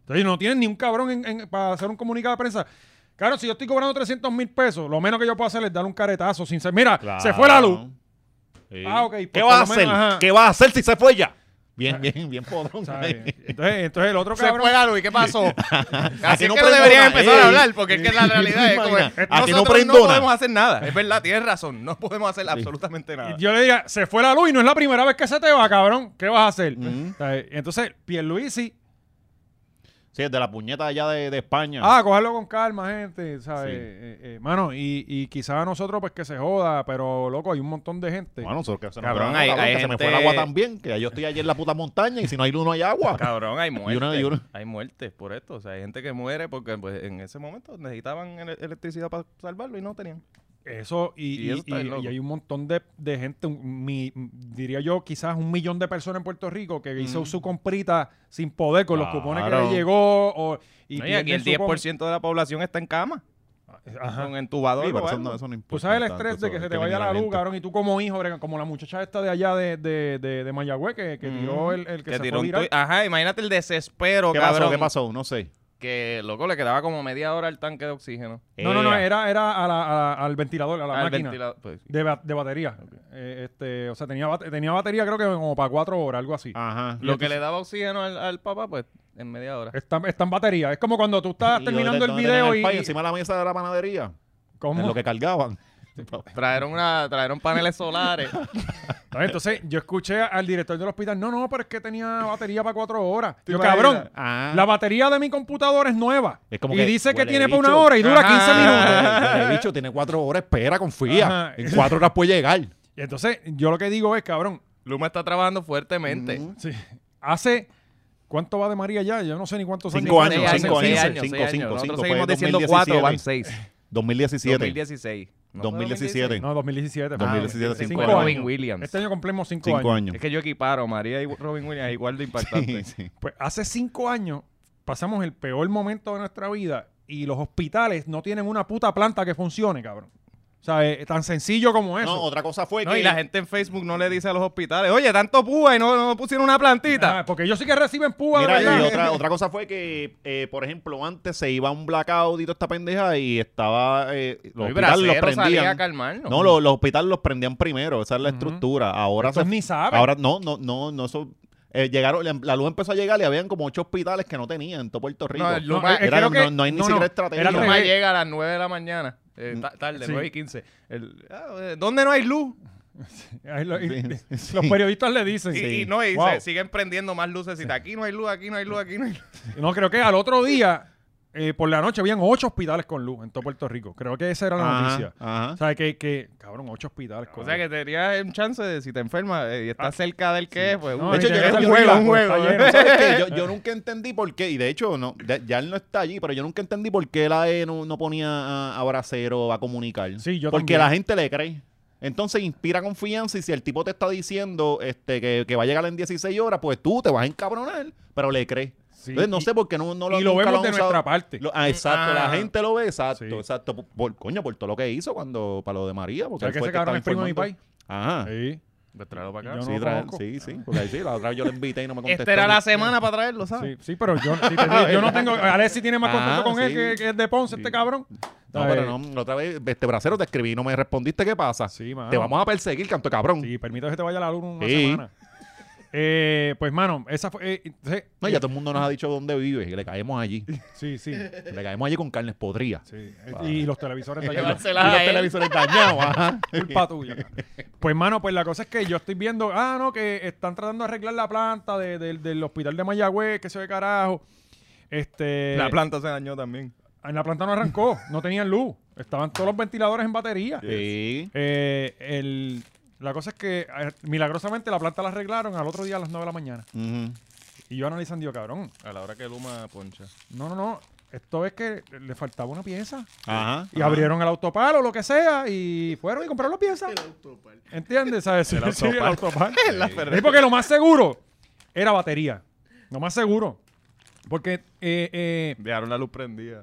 Speaker 1: Entonces no tienen ni un cabrón en- en- para hacer un comunicado de prensa. Claro, si yo estoy cobrando 300 mil pesos, lo menos que yo puedo hacer es darle un caretazo sin ser. Mira, se fue la luz.
Speaker 2: Sí.
Speaker 1: Ah, ok, pues
Speaker 2: ¿Qué
Speaker 1: por
Speaker 2: vas a
Speaker 1: lo
Speaker 2: hacer?
Speaker 1: menos, ajá.
Speaker 2: ¿Qué vas a hacer si se fue ya? Bien, bien, bien podrón.
Speaker 1: ¿sabes? eh, Entonces, entonces el otro
Speaker 3: Se
Speaker 1: cabrón.
Speaker 3: fue la luz, ¿y qué pasó? Así
Speaker 2: Aquí
Speaker 3: es
Speaker 2: no
Speaker 3: que no
Speaker 2: prendo
Speaker 3: deberían
Speaker 2: nada,
Speaker 3: empezar a
Speaker 2: ey.
Speaker 3: hablar, porque es que la realidad es como...
Speaker 2: Imagina, aquí no
Speaker 3: Nosotros no
Speaker 2: prendo nada.
Speaker 3: podemos hacer nada. Es verdad, tienes razón. No podemos hacer absolutamente nada.
Speaker 1: Y yo le diría, se fue la luz y no es la primera vez que se te va, cabrón. ¿Qué vas a hacer?
Speaker 2: Ujú.
Speaker 1: ¿Sabes? Entonces, Pierluisi,
Speaker 2: Sí, desde la puñeta allá de, de España.
Speaker 1: ah, cogerlo con calma, gente, ¿sabes?
Speaker 2: Sí.
Speaker 1: Eh, eh, mano, y, y quizás a nosotros pues que se joda, pero loco, hay un montón de gente.
Speaker 2: Bueno, nosotros que se nos
Speaker 3: este, Cabrón,
Speaker 2: fue la-
Speaker 3: hay-
Speaker 2: cabrón,
Speaker 3: hay
Speaker 2: que se me
Speaker 3: gente-
Speaker 2: fue el agua también, que yo estoy allí en la puta montaña y si no hay luz no hay agua.
Speaker 3: Cabrón, hay muertes.
Speaker 2: una- y una-
Speaker 3: Hay muertes por esto. O sea, hay gente que muere porque pues, en ese momento necesitaban ele- electricidad para salvarlo y no tenían.
Speaker 1: Eso, y,
Speaker 3: Y eso
Speaker 1: y-
Speaker 3: está
Speaker 1: y-
Speaker 3: loco.
Speaker 1: y hay un montón de, de gente, un- mi- diría yo, quizás un millón de personas en Puerto Rico que hizo su comprita sin poder con los cupones que
Speaker 2: Claro.
Speaker 1: le llegó. o- y,
Speaker 3: No, Y aquí
Speaker 1: pierden
Speaker 3: el
Speaker 1: su com-
Speaker 3: 10% de la población está en cama,
Speaker 1: Ajá.
Speaker 3: con entubador.
Speaker 2: Sí,
Speaker 3: o
Speaker 2: pero eso
Speaker 3: algo.
Speaker 2: no- eso no
Speaker 1: Tú
Speaker 2: importa
Speaker 1: sabes el
Speaker 2: tanto,
Speaker 1: estrés de
Speaker 2: eso
Speaker 1: que se
Speaker 2: hay
Speaker 1: te vaya la
Speaker 2: eliminar
Speaker 1: luz,
Speaker 2: gente.
Speaker 1: cabrón, y tú como hijo, brega, como la muchacha esta de allá de, de, de, de Mayagüez que, que
Speaker 3: Ujú.
Speaker 1: tiró el, el que, se
Speaker 3: tiró
Speaker 1: fue
Speaker 3: un
Speaker 1: viral.
Speaker 3: tuit. Ajá, imagínate el desespero,
Speaker 2: ¿Qué
Speaker 3: cabrón.
Speaker 2: pasó? ¿Qué pasó? No sé.
Speaker 3: Que loco le quedaba como media hora al tanque de oxígeno.
Speaker 1: No, no, no,
Speaker 2: Ea.
Speaker 1: era, era a la- a la- al ventilador, a la
Speaker 3: Al
Speaker 1: máquina
Speaker 3: ventilador, pues, sí.
Speaker 1: de, ba- de batería. Eh, este, o sea, tenía, bate- tenía batería creo que como para cuatro horas, algo así.
Speaker 2: Ajá.
Speaker 3: Lo que le daba oxígeno al, al papá, pues en media hora.
Speaker 1: Está, está en batería. Es como cuando tú estás
Speaker 2: Y yo
Speaker 1: terminando
Speaker 2: desde
Speaker 1: el
Speaker 2: donde tenía
Speaker 1: video y...
Speaker 2: pay encima de la mesa de la panadería,
Speaker 1: ¿Cómo?
Speaker 2: en lo que cargaban.
Speaker 3: Trajeron, una, trajeron paneles solares.
Speaker 1: Entonces, yo escuché al director del hospital, no, no, pero es que tenía batería para cuatro horas.
Speaker 2: ¿Te
Speaker 1: Yo,
Speaker 2: imaginas?
Speaker 1: cabrón,
Speaker 2: Ah.
Speaker 1: la batería de mi computadora es nueva.
Speaker 2: Es como
Speaker 1: y
Speaker 2: que
Speaker 1: dice que
Speaker 2: huele
Speaker 1: tiene para una
Speaker 2: bicho.
Speaker 1: hora y dura
Speaker 3: Ajá.
Speaker 1: 15 minutos.
Speaker 2: El bicho tiene cuatro horas, espera, confía.
Speaker 1: Ajá.
Speaker 2: En cuatro horas puede llegar.
Speaker 1: Y entonces, yo lo que digo es, cabrón,
Speaker 3: Luma está trabajando fuertemente.
Speaker 1: sí, hace. ¿Cuánto va de María ya? Yo no sé ni cuántos
Speaker 2: Cinco
Speaker 1: años.
Speaker 2: años,
Speaker 1: tiene.
Speaker 2: cinco
Speaker 1: Hace
Speaker 2: años,
Speaker 3: seis
Speaker 1: quince.
Speaker 2: años. cinco, cinco,
Speaker 3: Nosotros
Speaker 2: cinco,
Speaker 3: seguimos
Speaker 2: fue
Speaker 3: diciendo cuatro,
Speaker 2: 2017.
Speaker 3: van seis.
Speaker 2: 2017.
Speaker 3: 2016. ¿No fue
Speaker 1: 2017.
Speaker 2: 2017. Ah,
Speaker 1: perdón.
Speaker 2: 2017,
Speaker 1: Cinco
Speaker 2: cinco
Speaker 1: años.
Speaker 3: Robin Williams.
Speaker 1: Este año cumplimos cinco,
Speaker 2: Cinco
Speaker 1: años.
Speaker 2: años.
Speaker 3: Es que yo equiparo María y Robin Williams igual de impactante.
Speaker 2: Sí, sí.
Speaker 1: Pues hace cinco años pasamos el peor momento de nuestra vida y los hospitales no tienen una puta planta que funcione, cabrón. O sea, es tan sencillo como eso.
Speaker 2: No, otra cosa fue
Speaker 3: No,
Speaker 2: que
Speaker 3: y la gente en Facebook no le dice a los hospitales, oye, tanto púa y no, no pusieron una plantita.
Speaker 1: Ah, porque ellos sí que reciben púa de
Speaker 2: Mira, y
Speaker 1: verdad.
Speaker 2: otra, otra cosa fue que, eh, por ejemplo, antes se iba a un blackout y toda esta pendeja y estaba. Eh, los
Speaker 3: Oye,
Speaker 2: hospitales los
Speaker 3: Bracero salía
Speaker 2: prendían.
Speaker 3: a calmarnos.
Speaker 2: No, los, los hospitales los prendían primero. Esa es la
Speaker 1: Ujú.
Speaker 2: estructura. Ahora
Speaker 1: Estos
Speaker 2: se-
Speaker 1: ni saben.
Speaker 2: Ahora no, no, no, no. Eso, eh, llegaron, la- la luz empezó a llegar y habían como ocho hospitales que no tenían en todo Puerto Rico.
Speaker 3: el
Speaker 1: Ah, No,
Speaker 3: Luma-
Speaker 1: es que
Speaker 2: Era-
Speaker 1: creo que-
Speaker 2: no- no hay ni siquiera estrategia.
Speaker 1: era al
Speaker 3: Luma
Speaker 1: revés.
Speaker 3: llega a las 9 de la mañana, eh, ta- tarde,
Speaker 1: Sí.
Speaker 3: 9 y 15. El, ah, eh, ¿Dónde no hay luz?
Speaker 1: Ahí lo- y-
Speaker 2: Sí,
Speaker 1: y-
Speaker 2: sí.
Speaker 1: Los periodistas le dicen.
Speaker 3: Y, y no, y se-
Speaker 1: Wow.
Speaker 3: siguen prendiendo más luces. Aquí no hay luz, aquí no hay luz, aquí no hay luz.
Speaker 1: No, creo que al otro día, eh, por la noche, habían ocho hospitales con luz en todo Puerto Rico. Creo que esa era la
Speaker 2: Ajá,
Speaker 1: noticia.
Speaker 2: ajá.
Speaker 1: O sea, que, que cabrón, ocho hospitales con
Speaker 3: O sea
Speaker 1: luz.
Speaker 3: que tenías un chance de, si te enfermas eh, y estás
Speaker 1: Ah.
Speaker 3: cerca del que es, pues...
Speaker 1: No,
Speaker 3: uh,
Speaker 2: de hecho,
Speaker 1: y
Speaker 2: yo
Speaker 1: que
Speaker 2: creo
Speaker 1: está
Speaker 2: que un
Speaker 1: lleno,
Speaker 2: juego,
Speaker 1: pues,
Speaker 3: un
Speaker 1: está
Speaker 3: juego, ¿eh?
Speaker 1: lleno.
Speaker 2: ¿Sabes qué? Yo, yo nunca entendí por qué, y de hecho, no, ya, ya él no está allí, pero yo nunca entendí por qué la E no, no ponía a, a Bracero a comunicar.
Speaker 1: Sí, yo
Speaker 2: Porque
Speaker 1: también.
Speaker 2: la gente le cree. Entonces inspira confianza y si el tipo te está diciendo este, que, que va a llegar en 16 horas, pues tú te vas a encabronar, pero le crees.
Speaker 1: Sí,
Speaker 2: Entonces no
Speaker 1: y-
Speaker 2: sé por qué no, no lo
Speaker 1: y lo
Speaker 2: nunca
Speaker 1: vemos
Speaker 2: han
Speaker 1: de
Speaker 2: usado.
Speaker 1: nuestra parte.
Speaker 2: Lo- ah, exacto,
Speaker 3: Ah.
Speaker 2: la gente lo ve, exacto,
Speaker 1: Sí.
Speaker 2: exacto. Por, por- coño, por todo lo que hizo cuando para lo de María. Porque
Speaker 1: O sea,
Speaker 2: él
Speaker 1: que
Speaker 2: fue
Speaker 1: ese
Speaker 2: el que
Speaker 1: cabrón
Speaker 2: estaba
Speaker 1: es primo de mi
Speaker 2: informando. Ajá.
Speaker 1: Sí.
Speaker 3: Pues tráelo para acá.
Speaker 1: Yo no
Speaker 2: Sí,
Speaker 1: lo
Speaker 2: tra-
Speaker 1: conozco.
Speaker 2: sí, sí, porque ahí sí, la otra vez yo le invité y no me contestó.
Speaker 3: Esta era la semana para traerlo, ¿sabes?
Speaker 1: Sí, sí, pero yo, sí, te digo, yo no tengo. Alexi tiene más contacto
Speaker 2: Ah,
Speaker 1: con él
Speaker 2: sí.
Speaker 1: que, que es de Ponce, este cabrón.
Speaker 2: No, pero no, la otra vez, este bracero te escribí, no me respondiste, ¿qué pasa?
Speaker 1: Sí, mano.
Speaker 2: Te vamos a perseguir, canto de cabrón.
Speaker 1: Sí, permito que se te vaya la luz una
Speaker 2: Sí.
Speaker 1: semana. Eh, pues, mano, esa fue. eh, entonces-
Speaker 2: No, ya todo el mundo nos ha dicho dónde vive, que le caemos allí.
Speaker 1: Sí, sí.
Speaker 2: Que le caemos allí con carnes podridas.
Speaker 1: sí. eh, Y los televisores dañados.
Speaker 3: Llevársela
Speaker 2: y
Speaker 3: a
Speaker 2: los
Speaker 3: él.
Speaker 2: televisores dañados, ajá.
Speaker 1: Culpa tuya. Pues, mano, pues la cosa es que yo estoy viendo, ah, no, que están tratando de arreglar la planta de- del- del hospital de Mayagüez, que se ve carajo. Este,
Speaker 3: La planta se dañó también.
Speaker 1: en la planta no arrancó, no tenían luz. Estaban todos los ventiladores en batería.
Speaker 2: Sí.
Speaker 1: Eh, el- la cosa es que eh, milagrosamente la planta la arreglaron al otro día a las 9 de la mañana.
Speaker 2: Ujú.
Speaker 1: Y yo analizando, digo, cabrón,
Speaker 3: A la hora que Luma poncha.
Speaker 1: no, no, no. Esto es que le faltaba una pieza.
Speaker 2: Ajá.
Speaker 1: Y abrieron el autopar o lo que sea y fueron y compraron la pieza.
Speaker 4: El autopark.
Speaker 1: ¿Entiendes? ¿Sabes? Sí, sí, el autopar.
Speaker 2: La
Speaker 1: Es porque lo más seguro era batería. Lo más seguro. Porque, eh, eh,
Speaker 3: Dejaron la luz prendida.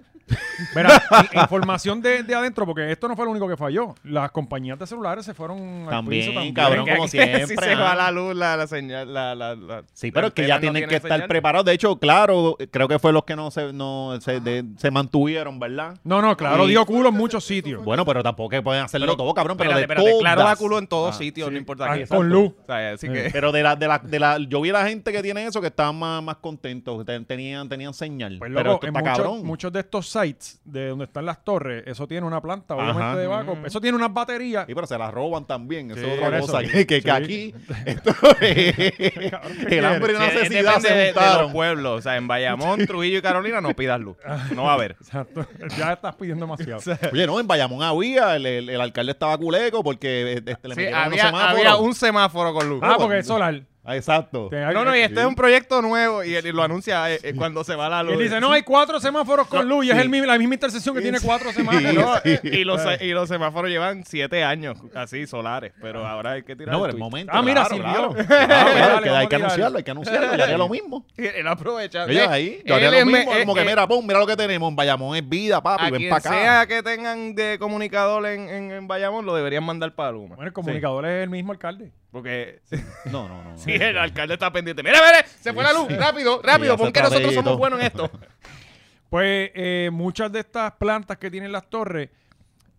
Speaker 1: verá, i- información de, de adentro, porque esto no fue lo único que falló. Las compañías de celulares se fueron al piso
Speaker 2: También, cabrón, como siempre. ah.
Speaker 3: si se va
Speaker 2: ajá.
Speaker 3: la luz, la, la señal, la, la, la-
Speaker 2: Sí,
Speaker 3: la
Speaker 2: pero es que ya
Speaker 3: antena
Speaker 2: tienen
Speaker 3: no tiene
Speaker 2: que estar
Speaker 3: señal.
Speaker 2: preparados. De hecho, claro, creo que fue los que no se, no, se, de- se mantuvieron, ¿verdad?
Speaker 1: No, no, claro,
Speaker 2: Sí.
Speaker 1: dio culo en muchos sitios.
Speaker 2: Bueno, pero tampoco que pueden hacerlo
Speaker 3: Pero-
Speaker 2: todo, cabrón. Pero
Speaker 3: espérate,
Speaker 2: de
Speaker 3: espérate, Claro, da
Speaker 2: todas.
Speaker 3: culo en todos
Speaker 2: Ah,
Speaker 3: sitios, no importa
Speaker 1: Ah,
Speaker 3: qué.
Speaker 1: con
Speaker 3: exacto.
Speaker 1: luz.
Speaker 3: O sea, así que...
Speaker 2: Pero de la, de la, de la, yo vi la gente que tiene eso que estaban más, más contentos, que ten- tenían, tenían señal.
Speaker 1: Pues
Speaker 2: pero
Speaker 1: loco,
Speaker 2: esto
Speaker 1: en
Speaker 2: está
Speaker 1: muchos-
Speaker 2: cabrón.
Speaker 1: muchos de estos sites de donde están las torres, eso tiene una planta,
Speaker 2: Ajá.
Speaker 1: obviamente, de backup. Eso tiene unas baterías.
Speaker 2: Sí, pero se las roban también. Eso
Speaker 1: Sí,
Speaker 2: es otra
Speaker 1: por
Speaker 2: cosa.
Speaker 1: eso.
Speaker 2: Que, que- que
Speaker 1: Sí.
Speaker 2: aquí esto es- el hambre y la
Speaker 3: Sí, es-
Speaker 2: necesidad
Speaker 3: depende de-
Speaker 2: se
Speaker 3: de los
Speaker 2: juntaron.
Speaker 3: pueblos. O sea, en Bayamón, Trujillo y Carolina no pidas luz. No va a haber.
Speaker 1: Exacto. Ya estás pidiendo demasiado.
Speaker 2: Oye, no, en Bayamón había, el, el- el alcalde estaba culeco porque este, le
Speaker 3: Sí,
Speaker 2: metieron unos
Speaker 3: había,
Speaker 2: semáforos.
Speaker 3: había un semáforo con luz.
Speaker 1: ah, porque es solar.
Speaker 2: Ah, Exacto.
Speaker 1: Te-
Speaker 3: No, no, y este es un proyecto nuevo y, él- y lo anuncia eh, eh, cuando se va la
Speaker 1: Y
Speaker 3: luz.
Speaker 1: él dice, no, eh, hay cuatro semáforos con luz y es el mi- la misma intersección que tiene cuatro semáforos.
Speaker 3: No, y, los, se- y los semáforos llevan siete años así, solares, pero ahora hay que tirar.
Speaker 2: No, pero
Speaker 3: el
Speaker 2: el
Speaker 3: tweet.
Speaker 2: momento.
Speaker 1: Ah, mira,
Speaker 2: claro,
Speaker 1: sirvió.
Speaker 2: claro. Claro, claro,
Speaker 1: Dale,
Speaker 2: que
Speaker 1: vamos
Speaker 2: hay
Speaker 1: a
Speaker 2: que
Speaker 1: tirar.
Speaker 2: anunciarlo, hay que anunciarlo. Yo haría lo mismo.
Speaker 3: Y Él aprovecha.
Speaker 2: Ellos
Speaker 3: de-
Speaker 2: ahí, yo
Speaker 3: él
Speaker 2: haría
Speaker 3: es
Speaker 2: lo mismo.
Speaker 3: me-
Speaker 2: Como que,
Speaker 3: eh,
Speaker 2: mira, pum, mira lo que tenemos. Bayamón es vida, papi,
Speaker 3: a
Speaker 2: ven
Speaker 3: quien
Speaker 2: para acá.
Speaker 3: sea que tengan de comunicador en, en, en Bayamón, lo deberían mandar para Luma.
Speaker 1: Bueno, el comunicador es el mismo alcalde.
Speaker 3: Porque
Speaker 2: No, no, no.
Speaker 3: si el alcalde está pendiente. Mira, mira, se fue la luz. Rápido, rápido,
Speaker 2: ya se
Speaker 3: porque nosotros
Speaker 2: rapidito.
Speaker 3: somos buenos en esto.
Speaker 1: Pues eh, muchas de estas plantas que tienen las torres,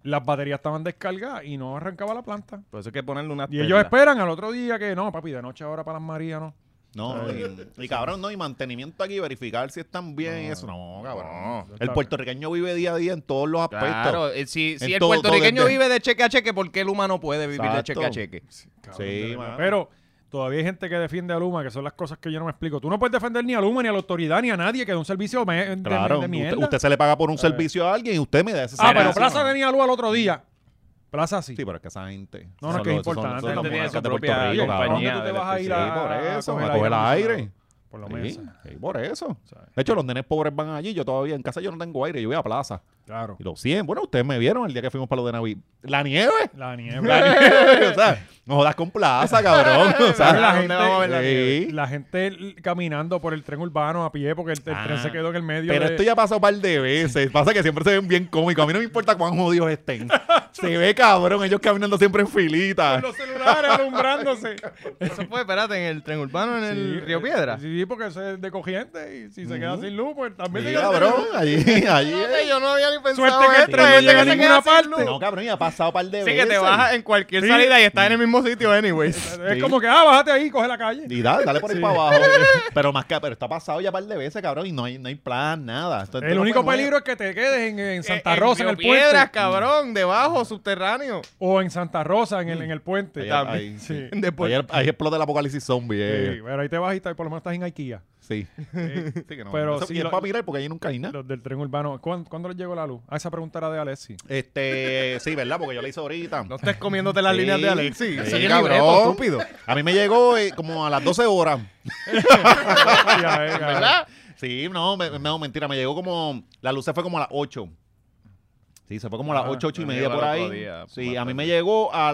Speaker 1: las baterías estaban descargadas y no arrancaba la planta.
Speaker 3: Por Pues eso hay que ponerle una
Speaker 1: Y ellos esperan al otro día que no, papi, de noche ahora para las Marías, no.
Speaker 2: No, y, y cabrón, no, y mantenimiento aquí, verificar si están bien y eso. No,
Speaker 3: Ah,
Speaker 2: cabrón.
Speaker 1: No.
Speaker 2: El puertorriqueño vive día a día en todos los aspectos.
Speaker 3: Claro, eh, si, si
Speaker 2: En
Speaker 3: el
Speaker 2: todo,
Speaker 3: puertorriqueño
Speaker 2: todo, desde-
Speaker 3: vive de cheque a cheque, ¿por qué el humano puede vivir de
Speaker 2: Exacto.
Speaker 3: cheque a cheque?
Speaker 1: Cabrón,
Speaker 2: Sí,
Speaker 1: de verdad.
Speaker 2: mano.
Speaker 1: Pero todavía hay gente que defiende a Luma, que son las cosas que yo no me explico. Tú no puedes defender ni a Luma, ni a la autoridad, ni a nadie que da un servicio me- de,
Speaker 2: Claro,
Speaker 1: de mierda.
Speaker 2: usted, usted se le paga por un servicio a alguien y usted me da ese
Speaker 1: ah,
Speaker 2: servicio.
Speaker 1: pero Plaza
Speaker 2: ¿no?
Speaker 1: tenía luz al otro día. Plaza sí.
Speaker 2: Sí, pero es que esa gente.
Speaker 1: No, no,
Speaker 2: son
Speaker 1: es que es
Speaker 2: los- esos son-
Speaker 1: importante,
Speaker 2: son los
Speaker 1: la gente
Speaker 2: monarcas de
Speaker 3: tiene su
Speaker 2: Puerto
Speaker 3: propia
Speaker 2: Rico,
Speaker 1: ¿Para
Speaker 2: cabrón.
Speaker 1: dónde
Speaker 3: compañía
Speaker 1: tú te
Speaker 3: de
Speaker 1: vas a ir
Speaker 2: Sí,
Speaker 1: a,
Speaker 2: por eso,
Speaker 1: coger
Speaker 2: a coger aire.
Speaker 1: Por lo menos.
Speaker 2: Sí, sí, por eso. De hecho, los nenes pobres van allí. Yo todavía en casa yo no tengo aire. Yo voy a plaza.
Speaker 1: Claro.
Speaker 2: Y los 100. Bueno, ustedes me vieron el día que fuimos para lo de Naví. ¡La nieve!
Speaker 1: La
Speaker 2: ¡La
Speaker 1: niebla.
Speaker 2: nieve! o sea, no jodas con plaza, cabrón. O sea,
Speaker 1: La gente-
Speaker 3: vamos a ver la
Speaker 2: sí.
Speaker 3: nieve?
Speaker 1: La gente l- caminando por el tren urbano a pie porque el, el
Speaker 2: Ah,
Speaker 1: tren se quedó en el medio.
Speaker 2: Pero
Speaker 1: de-
Speaker 2: esto ya pasó un par de veces. Pasa que siempre se ven bien cómicos. A mí no me importa cuán jodidos estén. Se ve cabrón, ellos caminando siempre en filita.
Speaker 1: Los celulares alumbrándose.
Speaker 3: Eso fue, espérate, en el tren urbano, en el
Speaker 1: Sí,
Speaker 3: Río Piedra.
Speaker 1: Sí, porque eso es de cogiente y si se queda sin luz, pues también
Speaker 2: Sí,
Speaker 1: se queda sin
Speaker 2: cabrón,
Speaker 1: luz.
Speaker 2: allí, allí.
Speaker 3: Fíjate, Yo Ah, no había ni pensado
Speaker 1: Suerte que el
Speaker 3: esto,
Speaker 1: tren no
Speaker 3: gente
Speaker 1: llega a
Speaker 3: que se
Speaker 1: ninguna
Speaker 3: queda sin
Speaker 1: parte.
Speaker 3: luz.
Speaker 2: No, cabrón, ya ha pasado un par de
Speaker 3: Sí,
Speaker 2: veces.
Speaker 3: que te bajas en cualquier
Speaker 1: Sí.
Speaker 3: salida y estás en el mismo sitio, anyway.
Speaker 1: Es
Speaker 2: Sí.
Speaker 1: como que, ah, bájate ahí, coge la calle.
Speaker 2: Y dale, dale por ahí para abajo. Pero más que, pero está pasado ya un par de veces, cabrón, y no hay, no hay plan, nada. Esto- esto
Speaker 1: el
Speaker 2: no
Speaker 1: único
Speaker 2: fue nuevo.
Speaker 1: peligro es que te quedes en, en Santa Rosa, en, el
Speaker 3: Eh, Río
Speaker 1: puente.
Speaker 3: Piedras, cabrón, debajo, subterráneo.
Speaker 1: O en Santa Rosa, en el, en el puente.
Speaker 2: Ahí- ahí,
Speaker 1: sí. este, Sí,
Speaker 3: Después,
Speaker 2: Ayer, ayer explota el apocalipsis zombie. eh.
Speaker 1: pero ahí te vas y te- por lo menos estás en Ikea.
Speaker 2: Sí.
Speaker 1: Eh,
Speaker 2: Sí que no.
Speaker 1: Pero
Speaker 2: Eso-
Speaker 1: sí,
Speaker 2: y ¿eh? es
Speaker 1: lo-
Speaker 2: para mirar porque ahí nunca hay nada.
Speaker 1: los del tren urbano. ¿Cuándo, cuándo les llegó la luz? Ah, esa pregunta era de Alessi.
Speaker 2: Este, sí, ¿verdad? Porque yo la hice ahorita.
Speaker 3: no estés comiéndote las
Speaker 2: Sí,
Speaker 3: líneas de Alexis.
Speaker 2: sí,
Speaker 3: Sigue el
Speaker 2: cabrón.
Speaker 3: libreto, estúpido.
Speaker 2: A mí me llegó eh, como a las 12 horas.
Speaker 1: Ya, eh,
Speaker 2: ¿Verdad? Sí, no, me, me- no, mentira, me llegó como. La luz se fue como a las 8. Sí, se fue como a las
Speaker 1: Ah,
Speaker 2: 8, 8 y
Speaker 3: me
Speaker 2: media
Speaker 3: llegó
Speaker 2: por
Speaker 3: al otro
Speaker 2: ahí.
Speaker 3: día,
Speaker 2: sí,
Speaker 3: más
Speaker 2: a mí me
Speaker 3: tarde.
Speaker 2: llegó a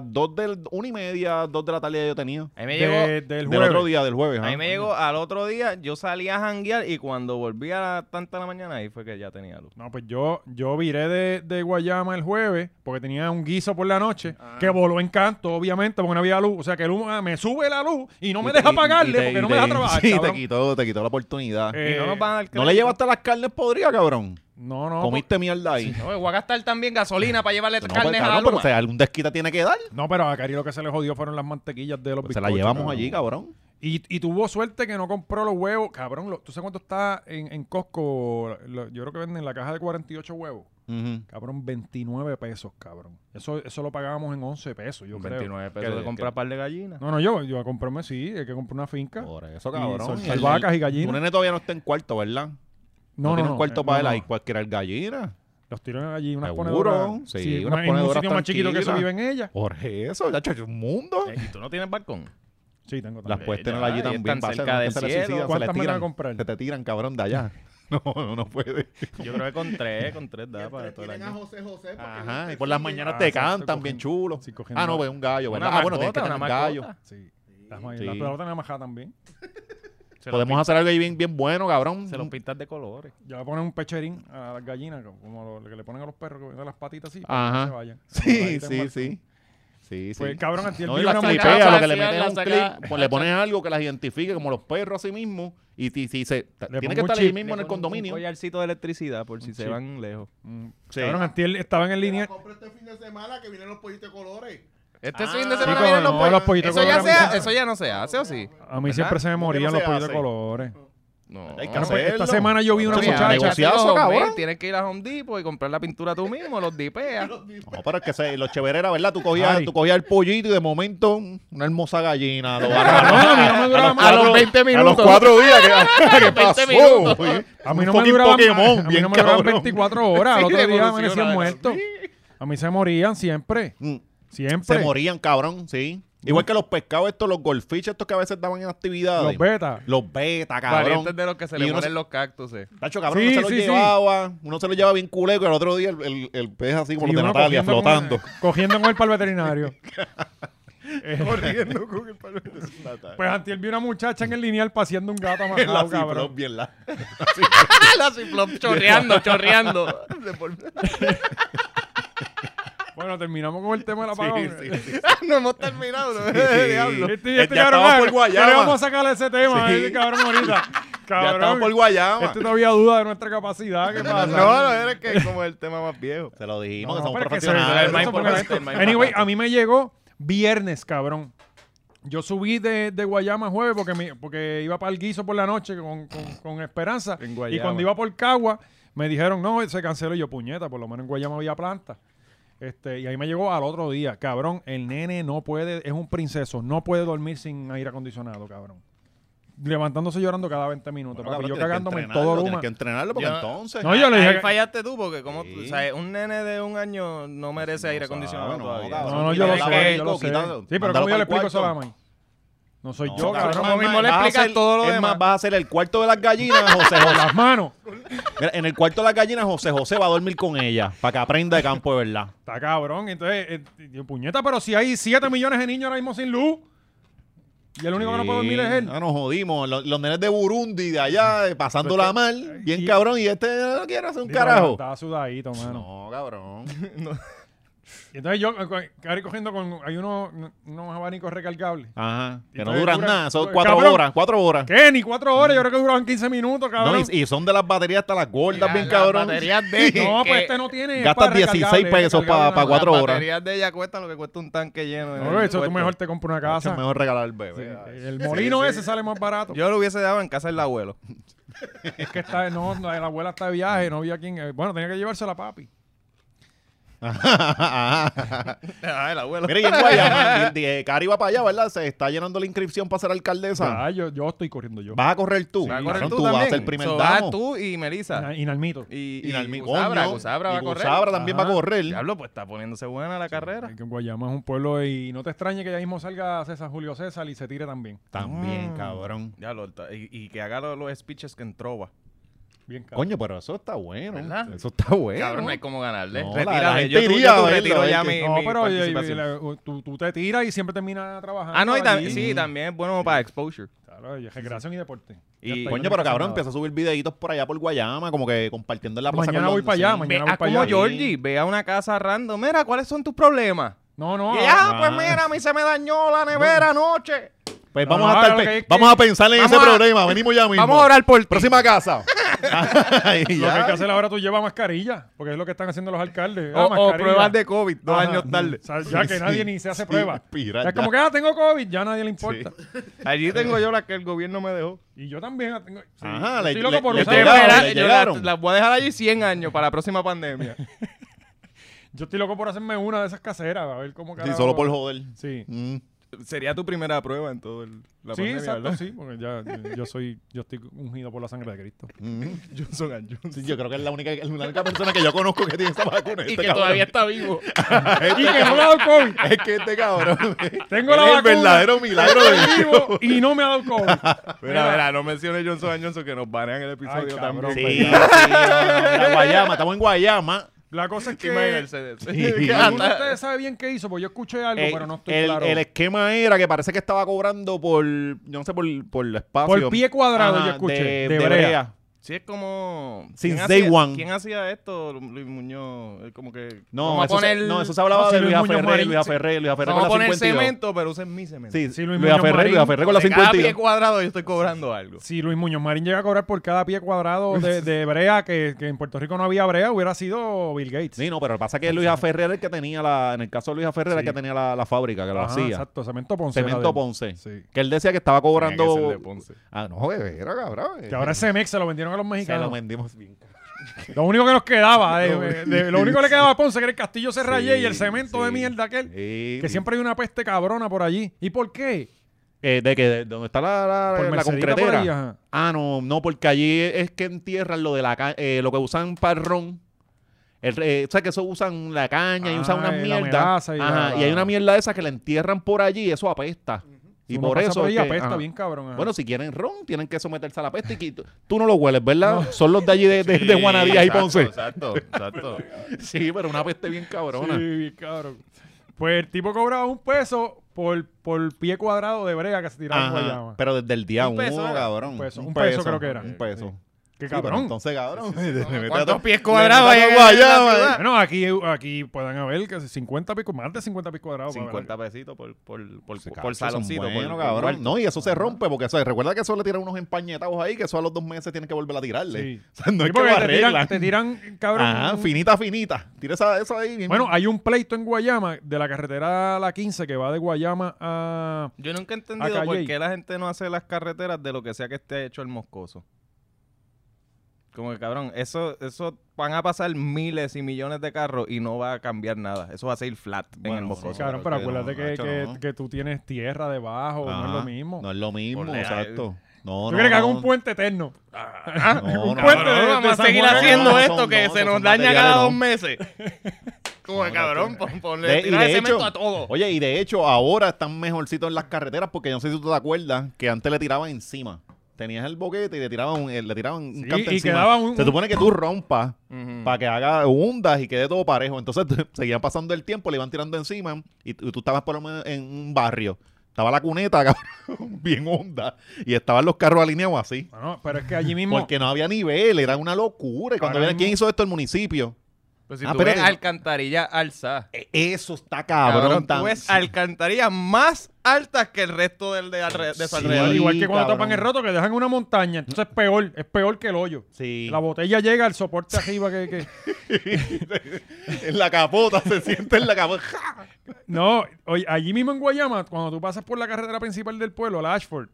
Speaker 2: las 2 del. 1 y media, 2 de la tarde ya yo tenía.
Speaker 3: A mí me
Speaker 1: de-
Speaker 3: llegó,
Speaker 1: del
Speaker 2: Del
Speaker 1: jueves.
Speaker 2: otro día, del jueves. ah.
Speaker 3: a
Speaker 2: ajá.
Speaker 3: mí me llegó al otro día, yo salí a janguear y cuando volví a las tantas de la mañana, ahí fue que ya tenía luz.
Speaker 1: No, pues yo, yo viré de, de Guayama el jueves porque tenía un guiso por la noche
Speaker 2: Ah.
Speaker 1: que voló en canto, obviamente, porque no había luz. O sea, que el humo- ah, me sube la luz y no me
Speaker 2: Y-
Speaker 1: deja
Speaker 2: y-
Speaker 1: pagarle
Speaker 2: y te-
Speaker 1: porque
Speaker 2: y
Speaker 1: no
Speaker 2: te-
Speaker 1: me deja trabajar.
Speaker 2: Sí, te
Speaker 1: cabrón.
Speaker 2: quitó, te quitó la oportunidad.
Speaker 1: Eh,
Speaker 3: Y no nos van a dar
Speaker 2: ¿No le
Speaker 3: crédito.
Speaker 2: llevaste las carnes podridas, cabrón?
Speaker 1: No, pues, no. pues,
Speaker 2: Comiste mierda ahí.
Speaker 3: No, voy a gastar también gasolina para llevarle
Speaker 2: No,
Speaker 3: carnes
Speaker 2: pues,
Speaker 3: a la
Speaker 2: cabrón, pero
Speaker 3: luma.
Speaker 2: o sea, algún desquita tiene que dar.
Speaker 1: por- No, pero a Cari lo que se le jodió fueron las mantequillas de los
Speaker 2: Pues se la
Speaker 1: bizcochos,
Speaker 2: llevamos
Speaker 1: cabrón.
Speaker 2: allí, cabrón.
Speaker 1: Y, y tuvo suerte que no compró los huevos. Cabrón, lo- ¿tú sabes cuánto está en, en Costco? Lo- yo creo que venden la caja de 48 huevos.
Speaker 2: Ujú.
Speaker 1: Cabrón, 29 pesos, cabrón. Eso, eso lo pagábamos en 11 pesos, yo creo.
Speaker 3: 29 pesos
Speaker 2: Que-
Speaker 3: de comprar
Speaker 2: que-
Speaker 3: par de gallinas.
Speaker 1: No, no, yo, yo a comprarme sí, hay que comprar una finca.
Speaker 2: Por eso,
Speaker 1: Y
Speaker 2: cabrón.
Speaker 1: soltar vacas y gallinas.
Speaker 2: Tu nene todavía no está en cuarto, ¿verdad? No, tiene un cuarto
Speaker 1: eh,
Speaker 2: para
Speaker 1: no,
Speaker 2: él
Speaker 1: no.
Speaker 2: ahí, cualquiera es gallina.
Speaker 1: Los tiran allí, unas
Speaker 2: Seguro,
Speaker 1: ponedoras.
Speaker 2: sí,
Speaker 1: en-
Speaker 2: unas
Speaker 1: En un
Speaker 2: ponedoras
Speaker 1: sitio más chiquito que eso
Speaker 2: tranquilas.
Speaker 1: viven ellas.
Speaker 2: Por eso, ya es un mundo.
Speaker 3: Eh, ¿Y tú no tienes balcón?
Speaker 1: Sí, tengo
Speaker 2: Las
Speaker 1: también.
Speaker 2: puedes
Speaker 3: ya,
Speaker 2: tener allí
Speaker 3: ya
Speaker 2: también.
Speaker 3: están
Speaker 2: pasa,
Speaker 3: cerca
Speaker 2: no,
Speaker 3: del
Speaker 2: que se les
Speaker 3: cielo.
Speaker 2: suicidan, se les
Speaker 1: ¿Cuántas me van a
Speaker 2: tiran.
Speaker 1: comprar?
Speaker 2: Se te tiran, cabrón, de allá. No, no, no puede.
Speaker 3: Yo creo que con tres, con tres da para todo el
Speaker 4: Tienen a
Speaker 3: año.
Speaker 4: José José. porque
Speaker 2: Ajá,
Speaker 4: los
Speaker 2: y por las
Speaker 4: persiguen.
Speaker 2: mañanas
Speaker 1: Ah,
Speaker 2: te
Speaker 1: sí,
Speaker 2: cantan
Speaker 1: estoy
Speaker 2: bien
Speaker 1: cogiendo-
Speaker 2: chulo.
Speaker 1: estoy cogiendo-
Speaker 2: Ah, no, pues un gallo, ¿verdad?
Speaker 3: Una
Speaker 2: ah, bueno, tienes que
Speaker 3: mascota,
Speaker 2: tener un
Speaker 3: una
Speaker 2: gallo.
Speaker 3: mascota.
Speaker 1: Sí. Las ma-
Speaker 2: Sí.
Speaker 1: las pelotas en la majada también.
Speaker 3: Se los
Speaker 2: Podemos hacer algo ahí bien, bien bueno, cabrón.
Speaker 3: pin- Se los pintas de colores.
Speaker 1: Ya le ponen un pecherín a las gallinas, co- como lo, lo que le ponen a los perros, que ponen las patitas así, para que no
Speaker 2: Ajá.
Speaker 1: se vayan. Como
Speaker 2: Ah. Sí,
Speaker 1: ahorita en
Speaker 2: sí,
Speaker 1: Barcelona.
Speaker 2: sí. Sí, sí.
Speaker 1: Pues cabrón, antier
Speaker 2: No,
Speaker 1: vi
Speaker 2: y las
Speaker 1: una
Speaker 3: clipea,
Speaker 1: muchacha-
Speaker 2: clipeas, lo que le
Speaker 3: la
Speaker 2: meten es un
Speaker 3: saca-
Speaker 2: clip, pues le pones algo que las identifique como los perros a sí mismos y ti- si se
Speaker 1: Le
Speaker 2: tiene
Speaker 1: pongo
Speaker 2: que
Speaker 1: un
Speaker 2: estar ahí
Speaker 1: chip.
Speaker 2: mismo en el condominio.
Speaker 3: Un collarcito de electricidad por si se
Speaker 1: chip.
Speaker 3: van lejos.
Speaker 1: Mm,
Speaker 2: Sí.
Speaker 1: Cabrón, antier estaban en
Speaker 4: Te la
Speaker 1: línea.
Speaker 4: compro este fin de semana que vienen los pollitos de colores.
Speaker 3: Este
Speaker 2: Ah,
Speaker 3: fin de
Speaker 2: sí,
Speaker 3: semana
Speaker 1: cómo
Speaker 3: vienen los
Speaker 1: no,
Speaker 3: pollos.
Speaker 1: los pollitos
Speaker 3: eso, ya
Speaker 1: colores a mí
Speaker 3: sea,
Speaker 1: se-
Speaker 3: eso ya no se hace, ¿o sí?
Speaker 1: A mí siempre se me morían
Speaker 2: no
Speaker 1: los
Speaker 2: se
Speaker 1: pollos de
Speaker 2: hace?
Speaker 1: colores.
Speaker 3: No.
Speaker 2: Hay que
Speaker 1: Bueno,
Speaker 2: hacer-
Speaker 1: pues,
Speaker 2: Hacerlo.
Speaker 1: esta semana yo vi una
Speaker 2: Eso es
Speaker 1: muchacha.
Speaker 2: negocio. negociazo,
Speaker 3: Los homemade,
Speaker 2: cabrón.
Speaker 3: Tienes que ir a Home Depot y comprar la pintura tú mismo, los dipeas.
Speaker 4: Los mismos.
Speaker 2: No, pero es que se, los chéveres era, ¿verdad? Tú cogías,
Speaker 1: Ay.
Speaker 2: tú cogías el pollito y de momento un- una hermosa gallina. Lo
Speaker 1: Cabrón, a mí no me duraba más.
Speaker 3: a los 20
Speaker 2: A los
Speaker 3: minutos.
Speaker 2: cuatro días. ¿Qué, qué pasó?
Speaker 3: minutos.
Speaker 2: Oye,
Speaker 1: A mí
Speaker 2: un
Speaker 1: no me
Speaker 2: fucking
Speaker 1: duraban,
Speaker 2: Pokémon,
Speaker 1: a mí
Speaker 2: bien
Speaker 1: no me duraban
Speaker 2: cabrón.
Speaker 1: 24 horas.
Speaker 3: Sí,
Speaker 1: Al otro día
Speaker 3: evoluciona,
Speaker 1: amanecían
Speaker 3: ¿verdad?
Speaker 1: muertos. A mí se morían siempre.
Speaker 2: Mm,
Speaker 1: Siempre.
Speaker 2: Se morían, cabrón, sí. Igual que los pescados estos, los goldfish estos que a veces daban en actividades.
Speaker 1: Los betas.
Speaker 2: Los beta, cabrón.
Speaker 3: Valientes de los que se
Speaker 2: Y
Speaker 3: le
Speaker 2: uno
Speaker 3: ponen
Speaker 2: se-
Speaker 3: los cactus. eh.
Speaker 2: Tacho, cabrón,
Speaker 1: Sí,
Speaker 2: uno se los
Speaker 1: sí, sí.
Speaker 2: llevaba, uno se los llevaba bien culeco y al otro día el, el, el pez así como
Speaker 1: Y
Speaker 2: los de
Speaker 1: uno
Speaker 2: Natalia
Speaker 1: cogiendo con-
Speaker 2: flotando.
Speaker 1: Cogiendo con el para el veterinario.
Speaker 2: Corriendo con el palo de Natalia.
Speaker 1: Pues antier vi una muchacha en el lineal paseando un gato
Speaker 2: La
Speaker 1: amajado,
Speaker 2: cifrón
Speaker 1: cabrón.
Speaker 2: bien la.
Speaker 3: ¡Ah, la Ziploc chorreando, chorreando!
Speaker 1: Bueno, terminamos con el tema del apagón.
Speaker 2: Sí, sí, sí.
Speaker 3: no hemos terminado, no diablo.
Speaker 1: Este,
Speaker 2: Ya
Speaker 1: este cabrón,
Speaker 2: estamos
Speaker 1: ah,
Speaker 2: por
Speaker 1: ya
Speaker 2: Guayama.
Speaker 1: le vamos a sacar ese tema,
Speaker 2: Sí.
Speaker 1: eh, cabrón, ahorita.
Speaker 2: Ya estamos por
Speaker 1: Cabrón,
Speaker 2: Guayama.
Speaker 1: este todavía duda de nuestra capacidad, ¿qué pasa?
Speaker 3: No, no, es que es como el tema más viejo.
Speaker 2: Se lo dijimos,
Speaker 1: No,
Speaker 2: que somos
Speaker 1: pero es que se-
Speaker 2: profesionales.
Speaker 1: eso fue
Speaker 3: importante,
Speaker 1: correcto.
Speaker 3: el más
Speaker 1: Anyway,
Speaker 3: importante.
Speaker 1: a mí me llegó viernes, cabrón. Yo subí de, de Guayama jueves porque, me- porque iba para el guiso por la noche con, con- con Esperanza.
Speaker 3: En
Speaker 1: y
Speaker 3: Guayama.
Speaker 1: cuando iba por Cagua, me dijeron, no, se canceló. Y yo, puñeta, por lo menos en Guayama había planta. Este, y ahí me llegó al otro día, cabrón. El nene no puede, es un princeso, no puede dormir sin aire acondicionado, cabrón. Levantándose llorando cada 20 minutos.
Speaker 2: Bueno,
Speaker 1: papi,
Speaker 2: cabrón,
Speaker 1: yo
Speaker 2: tienes que
Speaker 1: cagándome en
Speaker 2: entrenarlo,
Speaker 1: todo
Speaker 2: Tienes
Speaker 1: Luma.
Speaker 2: que entrenarlo porque
Speaker 3: Yo-
Speaker 2: entonces.
Speaker 1: No, yo le
Speaker 3: Ahí
Speaker 1: dije. que-
Speaker 3: fallaste tú porque como tú
Speaker 2: Sí.
Speaker 3: sabes, un nene de un año no merece aire acondicionado
Speaker 2: sabe, no,
Speaker 3: todavía.
Speaker 2: cabrón.
Speaker 1: No, no, yo lo
Speaker 3: Tienes
Speaker 1: sé,
Speaker 3: que-
Speaker 1: yo lo sé.
Speaker 2: quitado,
Speaker 1: Sí, pero
Speaker 2: mandalo
Speaker 1: ¿cómo yo
Speaker 2: pa'l
Speaker 1: le explico eso a la
Speaker 2: cuarto.
Speaker 1: mami? No soy
Speaker 2: No,
Speaker 1: yo,
Speaker 2: cabrón,
Speaker 1: cabrón.
Speaker 3: Como
Speaker 2: es
Speaker 3: mismo
Speaker 2: más,
Speaker 3: le
Speaker 2: vas a
Speaker 3: explicas
Speaker 2: hacer-
Speaker 3: todo lo
Speaker 2: es
Speaker 3: demás.
Speaker 2: más, vas a hacer el cuarto de las gallinas, José
Speaker 1: Con
Speaker 2: José.
Speaker 1: las manos.
Speaker 2: Mira, en el cuarto de las gallinas, José José va a dormir con ella para que aprenda de campo de verdad.
Speaker 1: Está cabrón. Entonces, eh, yo, puñeta, pero si hay 7 millones de niños ahora mismo sin luz y el único que no puede dormir es
Speaker 2: Sí,
Speaker 1: él.
Speaker 2: No nos jodimos. Los, los nenes de Burundi, de allá, eh, pasándola mal, bien
Speaker 1: y-
Speaker 2: cabrón, y este no quiere hacer un
Speaker 1: Sí,
Speaker 2: carajo.
Speaker 1: Estaba sudadito, mano.
Speaker 2: No, cabrón.
Speaker 1: Y Entonces yo, eh, ahora cogiendo con... Hay unos, unos abanicos recargables.
Speaker 2: Ajá. Que no
Speaker 1: Entonces
Speaker 2: duran
Speaker 1: duran-
Speaker 2: nada, son
Speaker 1: eh,
Speaker 2: cuatro
Speaker 1: cabrón.
Speaker 2: horas, cuatro horas.
Speaker 1: ¿Qué? Ni 4 horas. Yo creo que duraban 15 minutos,
Speaker 2: No,
Speaker 1: cabrón.
Speaker 2: y, y son de las baterías hasta las gordas,
Speaker 3: Ya,
Speaker 2: bien
Speaker 3: las
Speaker 2: cabrón.
Speaker 3: baterías de-
Speaker 1: No,
Speaker 3: que-
Speaker 1: pues este no tiene... es
Speaker 2: gastas
Speaker 1: para recargable,
Speaker 2: 16
Speaker 1: es
Speaker 2: pesos
Speaker 1: recargable
Speaker 2: pa-
Speaker 1: nada
Speaker 2: pa'
Speaker 1: más.
Speaker 2: cuatro
Speaker 3: Las
Speaker 2: horas.
Speaker 3: baterías de ella cuestan lo que cuesta un tanque lleno. en
Speaker 1: No,
Speaker 3: el
Speaker 1: eso tú
Speaker 3: puerto.
Speaker 1: mejor te compras una
Speaker 2: Mucho
Speaker 1: casa.
Speaker 2: mejor regalar el
Speaker 1: Sí,
Speaker 2: bebé.
Speaker 1: El molino ese sale más barato.
Speaker 3: Yo lo hubiese dado en casa del abuelo.
Speaker 1: Es que está, no, no, la abuela está de viaje, no había quien. eh, Bueno, tenía que llevársela a papi.
Speaker 3: ah, el abuelo.
Speaker 2: Mira, y en Guayama, di- di- Cari va para allá, ¿verdad? Se está llenando la inscripción para ser alcaldesa.
Speaker 1: Ah, yo, yo estoy corriendo yo.
Speaker 2: Vas a correr tú.
Speaker 3: Va a correr
Speaker 2: Cabrón,
Speaker 3: tú,
Speaker 2: vas a
Speaker 3: también.
Speaker 2: ser el primer
Speaker 3: So, vas
Speaker 2: damo.
Speaker 3: tú y Melissa.
Speaker 1: Y Nalmito.
Speaker 3: Y,
Speaker 2: Y,
Speaker 3: y,
Speaker 2: Nalmi-
Speaker 3: Gusabra,
Speaker 2: coño,
Speaker 3: Gusabra
Speaker 2: y
Speaker 3: va a correr.
Speaker 2: Gusabra también va a
Speaker 1: Ajá.
Speaker 2: correr.
Speaker 3: Diablo, pues está poniéndose buena la carrera.
Speaker 1: Es que Guayama es un pueblo y no te extrañe que ahí mismo salga César Julio César y se tire también.
Speaker 2: También,
Speaker 3: Mm.
Speaker 2: cabrón.
Speaker 3: Diablo, ta- y, y que haga lo- los, speeches que en trova.
Speaker 1: Bien caro.
Speaker 2: Coño, pero eso está bueno.
Speaker 3: ¿Verdad?
Speaker 2: Eso está bueno.
Speaker 3: Cabrón, no hay cómo ganarle.
Speaker 2: No, la-
Speaker 3: Retírate.
Speaker 2: la gente
Speaker 3: yo tu- yo
Speaker 2: iría
Speaker 3: tu
Speaker 2: a verlo,
Speaker 3: retiro
Speaker 2: a
Speaker 3: ya
Speaker 2: ver
Speaker 3: mi,
Speaker 2: qué-
Speaker 1: no,
Speaker 3: mi
Speaker 1: pero oye,
Speaker 3: participación.
Speaker 1: la- tú, tú te tiras y siempre terminas trabajando.
Speaker 3: Ah, no, y
Speaker 1: allí.
Speaker 3: también, sí, también es bueno para exposure.
Speaker 1: Claro, y recreación y deporte.
Speaker 3: Y-
Speaker 1: Ya está, yo no
Speaker 2: Coño, pero
Speaker 1: quiero
Speaker 2: cabrón,
Speaker 1: hacer
Speaker 2: empieza a subir videitos por allá por Guayama, como que compartiendo en la plaza.
Speaker 1: Mañana
Speaker 2: con
Speaker 1: voy
Speaker 2: los-
Speaker 1: para allá,
Speaker 2: sí.
Speaker 1: mañana
Speaker 3: Ve
Speaker 1: voy
Speaker 3: a
Speaker 1: para
Speaker 3: como
Speaker 1: allá.
Speaker 3: Georgie, ve a una casa random. Mira, ¿cuáles son tus problemas?
Speaker 1: nada. No, no.
Speaker 3: Y ella,
Speaker 1: ahora-
Speaker 3: "Ah, pues mira, a mí se me dañó la nevera anoche.
Speaker 2: Pues
Speaker 1: No,
Speaker 2: vamos,
Speaker 1: no,
Speaker 2: a estar
Speaker 1: lo
Speaker 2: pe-
Speaker 1: que es que-
Speaker 2: vamos a pensar en
Speaker 3: Vamos
Speaker 2: ese
Speaker 3: a-
Speaker 2: problema. Venimos ya mismo.
Speaker 3: Vamos a orar por ti.
Speaker 2: Próxima casa.
Speaker 1: Lo
Speaker 2: Y
Speaker 1: que hay
Speaker 2: ya.
Speaker 1: que hacer ahora tú llevas mascarilla, porque es lo que están haciendo los alcaldes.
Speaker 3: O,
Speaker 1: Ah,
Speaker 3: o
Speaker 1: mascarilla.
Speaker 3: pruebas de COVID, dos
Speaker 1: Ajá.
Speaker 3: años tarde.
Speaker 1: O sea, ya que
Speaker 2: Sí,
Speaker 1: nadie ni se hace
Speaker 2: sí,
Speaker 1: prueba.
Speaker 2: pira,
Speaker 1: es
Speaker 2: ya.
Speaker 1: como que, ah, tengo COVID, ya a nadie le importa.
Speaker 3: Allí tengo yo la que el gobierno me dejó.
Speaker 1: Y yo también la tengo. sí.
Speaker 2: Ajá,
Speaker 1: Yo
Speaker 2: le-
Speaker 1: estoy loco
Speaker 2: le-
Speaker 1: por
Speaker 2: le
Speaker 1: usar-
Speaker 2: llegaron,
Speaker 3: Espera,
Speaker 2: le
Speaker 3: yo la-
Speaker 2: llegaron.
Speaker 3: Las voy a dejar allí 100 años para la próxima pandemia.
Speaker 1: Yo estoy loco por hacerme una de esas caseras, a ver cómo
Speaker 2: Sí,
Speaker 1: carajo-
Speaker 2: solo por joder.
Speaker 1: Sí.
Speaker 2: Mm.
Speaker 3: Sería tu primera prueba en todo el, la
Speaker 1: sí,
Speaker 3: pandemia,
Speaker 1: exacto,
Speaker 3: ¿verdad?
Speaker 1: sí, porque ya yo soy, yo estoy ungido por la sangre de Cristo.
Speaker 2: Mm.
Speaker 3: Johnson and Johnson.
Speaker 2: Sí, yo creo que es la única, es la única persona que yo conozco que tiene esa vacuna.
Speaker 3: Y
Speaker 2: este
Speaker 3: que
Speaker 2: cabrón.
Speaker 3: todavía está vivo.
Speaker 1: y que no me ha dado COVID.
Speaker 2: Es que este cabrón.
Speaker 1: Tengo la
Speaker 2: él es
Speaker 1: vacuna.
Speaker 2: el verdadero milagro de
Speaker 1: Estoy vivo y no me ha dado COVID.
Speaker 3: Mira, mira, no menciones Johnson and Johnson que nos banean el episodio
Speaker 1: Ay,
Speaker 3: también.
Speaker 1: cabrón,
Speaker 2: Sí,
Speaker 1: pues,
Speaker 2: sí, no, no, la Guayama, estamos en Guayama.
Speaker 1: La cosa es que
Speaker 3: Imagínense.
Speaker 2: Sí.
Speaker 1: ninguno de ustedes sabe bien qué hizo, porque yo escuché algo,
Speaker 2: Eh,
Speaker 1: pero no estoy
Speaker 2: el,
Speaker 1: claro.
Speaker 2: el esquema era que parece que estaba cobrando por, yo no sé, por, por el espacio.
Speaker 1: Por pie cuadrado,
Speaker 2: Ajá,
Speaker 1: yo escuché.
Speaker 2: De,
Speaker 1: De,
Speaker 2: de
Speaker 1: brea.
Speaker 2: brea.
Speaker 3: Sí, es como.
Speaker 2: Since
Speaker 3: ¿quién
Speaker 2: day
Speaker 3: hacía-
Speaker 2: one.
Speaker 3: ¿Quién hacía esto, Lu- Luis Muñoz? Es como que.
Speaker 2: No,
Speaker 3: vamos a
Speaker 2: eso se,
Speaker 3: poner-
Speaker 2: no, eso se hablaba
Speaker 1: no, si
Speaker 2: de
Speaker 1: Luis
Speaker 2: Luis
Speaker 1: Muñoz
Speaker 2: Ferrer,
Speaker 1: Marín,
Speaker 2: Luis
Speaker 1: sí.
Speaker 2: Ferrer, Luis Ferrer
Speaker 3: Vamos
Speaker 2: con la
Speaker 3: a poner
Speaker 2: 52.
Speaker 3: cemento, pero usen mi cemento.
Speaker 2: Sí,
Speaker 1: Sí, Luis
Speaker 2: Luis
Speaker 1: Muñoz
Speaker 2: Ferrer, Luis
Speaker 1: Marín.
Speaker 2: Ferrer con la
Speaker 3: De cada pie
Speaker 2: 52.
Speaker 3: cuadrado yo estoy cobrando algo.
Speaker 1: Si Luis Muñoz Marín llega a cobrar por cada pie cuadrado de, de brea, que, que en Puerto Rico no había brea, hubiera sido Bill Gates.
Speaker 2: Sí, no, pero pasa que Luis Ferrer era el que tenía la, en el caso de Luis Ferrer era el que tenía la, la fábrica que lo
Speaker 1: Ajá,
Speaker 2: hacía.
Speaker 1: Exacto, Cemento Ponce. era de
Speaker 2: Cemento
Speaker 1: él.
Speaker 2: Ponce.
Speaker 1: Sí.
Speaker 2: Que él decía que estaba
Speaker 3: Tenía que ser
Speaker 2: cobrando.
Speaker 3: de Ponce.
Speaker 2: Ah, no, joder, era cabrón.
Speaker 1: Que ahora ese mix se lo vendieron a los
Speaker 2: se lo
Speaker 1: mexicanos.
Speaker 2: vendimos bien. caro.
Speaker 1: Lo único que nos quedaba, de- de- lo único que le quedaba a Ponce que era el castillo se rayé y el
Speaker 2: Sí,
Speaker 1: cemento de
Speaker 2: sí,
Speaker 1: mierda aquel.
Speaker 2: sí,
Speaker 1: Que
Speaker 2: sí.
Speaker 1: siempre hay una peste cabrona por allí. ¿Y por qué?
Speaker 2: Eh, de que de donde está la, la-
Speaker 1: Por
Speaker 2: la
Speaker 1: Mercedita por
Speaker 2: concretera.
Speaker 1: ahí, ajá.
Speaker 2: ah, no, no, porque allí es que entierran lo de la ca- eh, lo que usan para el ron. El, eh, o sea, que eso usan la caña y
Speaker 1: Ah,
Speaker 2: usan una
Speaker 1: y la
Speaker 2: mierda.
Speaker 1: melaza y
Speaker 2: Ajá,
Speaker 1: la-
Speaker 2: y hay una mierda esa que la entierran por allí y eso apesta. Y
Speaker 1: Uno
Speaker 2: por
Speaker 1: pasa
Speaker 2: eso.
Speaker 1: por
Speaker 2: es
Speaker 1: ahí
Speaker 2: que-
Speaker 1: apesta
Speaker 2: ajá.
Speaker 1: bien cabrón. ajá.
Speaker 2: Bueno, si quieren ron, tienen que someterse a la peste. Y que- tú no lo hueles, ¿verdad? Son los de allí de, de, de Juanadías y
Speaker 3: Exacto,
Speaker 2: Ponce.
Speaker 3: Exacto, exacto.
Speaker 2: Sí, pero una peste bien cabrona.
Speaker 1: Sí, cabrón. Pues el tipo cobraba un peso por, por pie cuadrado de brea que se tiraba en
Speaker 2: Ajá,
Speaker 1: Guayama.
Speaker 2: pero desde el día
Speaker 3: Un
Speaker 2: uno,
Speaker 3: peso, ¿no?
Speaker 2: cabrón.
Speaker 1: Un peso, un peso creo que era.
Speaker 2: Un peso.
Speaker 1: ¡Qué
Speaker 2: Sí, pero
Speaker 1: cabrón!
Speaker 2: entonces, cabrón.
Speaker 3: ¿Cuántos pies cuadrados hay
Speaker 2: Le
Speaker 3: en
Speaker 2: meto
Speaker 3: la
Speaker 2: guayaba,
Speaker 3: ciudad?
Speaker 1: Bueno, aquí, aquí pueden haber que 50 pico, más de 50 pies cuadrados. para ver.
Speaker 3: 50 pesitos por, por, por,
Speaker 2: Por,
Speaker 3: por saloncito. por- por
Speaker 2: cabrón.
Speaker 3: cuarto.
Speaker 2: No, y eso se rompe porque ¿sabes? recuerda que eso le tiran unos empañetados ahí que eso a los dos meses tienen que volver a tirarle.
Speaker 1: Sí.
Speaker 2: O sea, no
Speaker 1: Sí,
Speaker 2: es que
Speaker 1: porque
Speaker 2: lo
Speaker 1: te tiran,
Speaker 2: arreglan. Ah,
Speaker 1: te tiran, cabrón.
Speaker 2: Ajá,
Speaker 1: un-
Speaker 2: finita, finita. Tira esa, esa ahí bien.
Speaker 1: Bueno, hay un pleito en Guayama de la carretera la 15 que va de Guayama a.
Speaker 3: Yo nunca he entendido
Speaker 1: A
Speaker 3: por
Speaker 1: Calle.
Speaker 3: qué la gente no hace las carreteras de lo que sea que esté hecho el moscoso. Como que cabrón, eso, eso van a pasar miles y millones de carros y no va a cambiar nada. Eso va a ser flat en el
Speaker 2: Bueno,
Speaker 3: moscoso.
Speaker 2: sí,
Speaker 1: Cabrón, pero
Speaker 2: pero que no,
Speaker 1: acuérdate que,
Speaker 2: macho,
Speaker 1: que-
Speaker 2: no.
Speaker 1: que tú tienes tierra debajo, no es lo
Speaker 2: Ajá,
Speaker 1: mismo.
Speaker 2: No es lo mismo,
Speaker 3: Ponle ahí.
Speaker 2: exacto. No,
Speaker 1: Yo
Speaker 2: no,
Speaker 1: creo que haga
Speaker 2: no.
Speaker 1: un puente eterno. Ah,
Speaker 2: No, no,
Speaker 1: un
Speaker 2: no,
Speaker 1: puente
Speaker 2: no,
Speaker 1: de-
Speaker 3: Cabrón,
Speaker 1: de
Speaker 3: vamos a
Speaker 1: San
Speaker 3: seguir
Speaker 1: Juan.
Speaker 3: haciendo
Speaker 2: No,
Speaker 3: esto
Speaker 2: son-
Speaker 3: que
Speaker 2: no,
Speaker 3: se
Speaker 2: son
Speaker 3: nos daña
Speaker 2: materiales,
Speaker 3: cada
Speaker 2: no.
Speaker 3: dos meses. Como que,
Speaker 2: No, no,
Speaker 3: cabrón,
Speaker 2: no.
Speaker 3: pon-
Speaker 2: De-
Speaker 3: ponle
Speaker 2: y
Speaker 3: tirar
Speaker 2: de
Speaker 3: cemento
Speaker 2: hecho-
Speaker 3: a todo.
Speaker 2: Oye, y de hecho, ahora están mejorcitos en las carreteras porque yo no sé si tú te acuerdas que antes le tiraban encima. Tenías el boquete y le tiraban un, eh, le tiraban un
Speaker 1: Sí,
Speaker 2: canto
Speaker 1: y
Speaker 2: encima.
Speaker 1: quedaba un-
Speaker 2: Se
Speaker 1: un-
Speaker 2: supone que tú rompas
Speaker 3: Ujú.
Speaker 2: para que haga hundas y quede todo parejo. Entonces seguían pasando el tiempo, le iban tirando encima y, tú- tú estabas por lo menos en un barrio. Estaba la cuneta, cabrón, bien honda. Y estaban los carros alineados así.
Speaker 1: Bueno, pero es que allí mismo.
Speaker 2: Porque no había nivel, era una locura. Y cuando
Speaker 1: Ahora
Speaker 2: viene, ¿quién hizo esto? El municipio.
Speaker 3: Pues si
Speaker 2: Ah,
Speaker 3: tú ves
Speaker 2: espérate.
Speaker 3: alcantarilla alza.
Speaker 2: E- Eso está cabrón.
Speaker 3: Cabrón,
Speaker 2: tan-
Speaker 3: tú ves alcantarillas más altas que el resto del de, alre- de su
Speaker 2: Sí.
Speaker 1: Igual-
Speaker 3: alrededor.
Speaker 1: igual que cuando
Speaker 2: cabrón.
Speaker 1: tapan el roto, que dejan una montaña. Entonces es peor, es peor que el hoyo.
Speaker 2: Sí.
Speaker 1: La botella llega al soporte arriba que, que-
Speaker 2: en la capota, se siente en la capota.
Speaker 1: Ah,
Speaker 2: ¡Ja!
Speaker 1: No, oye, allí mismo en Guayama, cuando tú pasas por la carretera principal del pueblo, la Ashford,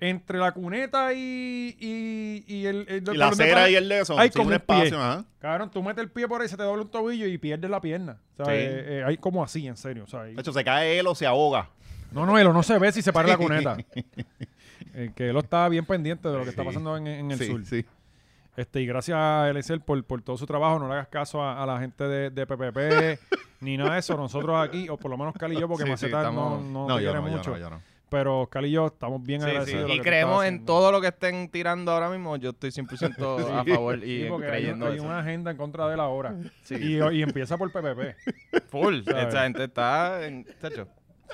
Speaker 1: entre la cuneta y, y, y el, el-
Speaker 2: Y la
Speaker 1: por donde
Speaker 2: acera
Speaker 1: para-
Speaker 2: y el de eso.
Speaker 1: Hay
Speaker 2: sí,
Speaker 1: como
Speaker 2: un
Speaker 1: un pie.
Speaker 2: espacio, ajá.
Speaker 1: Cabrón, tú metes el pie por ahí, se te dobla un tobillo y pierdes la pierna. ¿sabes?
Speaker 2: Sí.
Speaker 1: Eh, hay como así, en serio. o sea, ahí-
Speaker 2: De hecho, se cae él o se ahoga.
Speaker 1: No, no, Elo no se ve si se para la cuneta. Eh, que Elo está bien pendiente de lo que está
Speaker 2: Sí.
Speaker 1: pasando en, en el
Speaker 2: sí,
Speaker 1: sur.
Speaker 2: sí.
Speaker 1: Este, y gracias a Eliezer por, por todo su trabajo. No le hagas caso a, a la gente de, de PPP ni nada de eso. Nosotros aquí, o por lo menos Cali y yo, porque
Speaker 2: Sí, sí,
Speaker 1: Maceta
Speaker 3: estamos-
Speaker 1: no, no
Speaker 2: No,
Speaker 1: te
Speaker 2: yo
Speaker 1: quiere
Speaker 2: no, yo
Speaker 1: mucho.
Speaker 2: no, yo no.
Speaker 1: Pero Oscar y yo estamos bien
Speaker 3: Sí, sí.
Speaker 1: agradecidos. de lo
Speaker 3: Y
Speaker 1: que tú
Speaker 3: creemos
Speaker 1: estás
Speaker 3: en
Speaker 1: haciendo.
Speaker 3: todo lo que estén tirando ahora mismo. Yo estoy 100% a favor y
Speaker 1: Sí, porque hay,
Speaker 3: creyendo
Speaker 1: hay
Speaker 3: eso.
Speaker 1: una agenda en contra de la hora.
Speaker 3: Sí.
Speaker 1: Y, y empieza por PPP.
Speaker 3: Full.
Speaker 1: ¿sabes?
Speaker 3: Esta gente está en... tacho.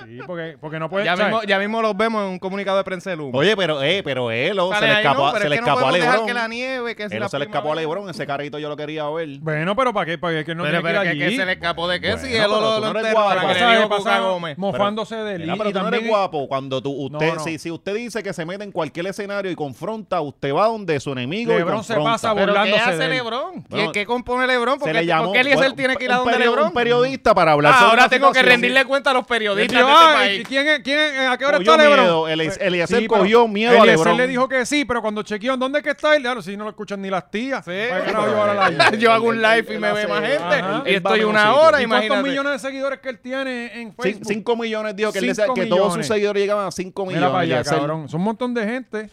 Speaker 1: Sí, porque, porque no puede
Speaker 3: ya,
Speaker 1: ¿sabes?
Speaker 3: mismo, ya mismo los vemos en un comunicado de prensa de Luma.
Speaker 2: Oye, pero, eh, pero él o se
Speaker 3: Salen
Speaker 2: le
Speaker 3: ahí,
Speaker 2: escapó,
Speaker 3: no,
Speaker 2: a-
Speaker 3: pero
Speaker 2: se
Speaker 3: es
Speaker 2: le
Speaker 3: que no
Speaker 2: escapó a
Speaker 3: podemos dejar
Speaker 2: Lebrón.
Speaker 3: que la nieve, que si
Speaker 2: Él
Speaker 3: la
Speaker 2: o se le escapó a
Speaker 3: primavera-
Speaker 2: Lebrón, ese carrito yo lo quería ver.
Speaker 1: Bueno, pero ¿para qué? ¿Para qué no
Speaker 3: Pero,
Speaker 1: tiene
Speaker 3: pero
Speaker 1: que
Speaker 3: que,
Speaker 1: ir
Speaker 3: que
Speaker 1: allí?
Speaker 3: se le escapó de qué, si
Speaker 2: Bueno,
Speaker 3: él
Speaker 2: pero
Speaker 3: lo,
Speaker 2: tú no
Speaker 3: lo
Speaker 2: eres
Speaker 3: enteró, la
Speaker 2: guapo.
Speaker 3: que le
Speaker 1: Pasa-
Speaker 3: dio
Speaker 1: pasa
Speaker 3: Cuca Gómez.
Speaker 1: Mofándose de él.
Speaker 2: Mira, pero
Speaker 1: y
Speaker 2: tú no
Speaker 1: también-
Speaker 2: eres guapo. Cuando tú, usted,
Speaker 1: No, no.
Speaker 2: Si, si usted dice que se mete en cualquier escenario y confronta, usted va donde su enemigo y
Speaker 1: Lebrón se
Speaker 2: confronta.
Speaker 1: pasa
Speaker 3: ¿Pero qué
Speaker 1: burlándose de
Speaker 3: hace
Speaker 1: él.
Speaker 3: Lebrón? ¿Qué,
Speaker 2: Bueno,
Speaker 3: qué compone Lebrón?
Speaker 2: se
Speaker 3: ¿Por
Speaker 2: le
Speaker 3: qué,
Speaker 2: llamó
Speaker 3: por qué Eliezer
Speaker 2: bueno,
Speaker 3: tiene que ir
Speaker 2: un
Speaker 3: a donde
Speaker 2: perio-
Speaker 3: Lebrón?
Speaker 2: Un periodista para hablar
Speaker 3: Ah,
Speaker 2: sobre
Speaker 3: ahora
Speaker 2: la
Speaker 3: tengo que
Speaker 2: situación.
Speaker 3: rendirle cuenta a los periodistas
Speaker 1: yo,
Speaker 5: de este
Speaker 1: "Ah,
Speaker 5: país".
Speaker 1: ¿quién, es- quién es- ¿a qué hora
Speaker 2: Cogió
Speaker 1: está Lebron?
Speaker 2: Pues miedo, Eli- Eliezer
Speaker 1: Eh, pero
Speaker 2: cogió miedo a
Speaker 1: Eliezer
Speaker 2: LeBron.
Speaker 1: le dijo que sí, pero cuando chequeó, ¿dónde es que está? Y claro, si no lo escuchan ni las tías. ¿Para qué carajo yo ahora la ayudo?
Speaker 5: Yo hago un live y
Speaker 2: Él
Speaker 5: me ve
Speaker 2: hace-
Speaker 5: más
Speaker 1: Ajá.
Speaker 5: gente. Y
Speaker 2: Él va a
Speaker 5: estoy
Speaker 2: menos
Speaker 5: una
Speaker 2: sitio.
Speaker 5: hora,
Speaker 1: ¿Y cuántos
Speaker 5: imagínate.
Speaker 1: millones de seguidores que él tiene en
Speaker 2: Cin-
Speaker 1: Facebook?
Speaker 2: Cinco millones dijo que, él decía
Speaker 1: Ah, Cinco
Speaker 2: que todos sus
Speaker 1: millones.
Speaker 2: seguidores llegaban a cinco millones.
Speaker 1: Mira para allá,
Speaker 2: Eliezer-
Speaker 1: cabrón. Son un montón de gente.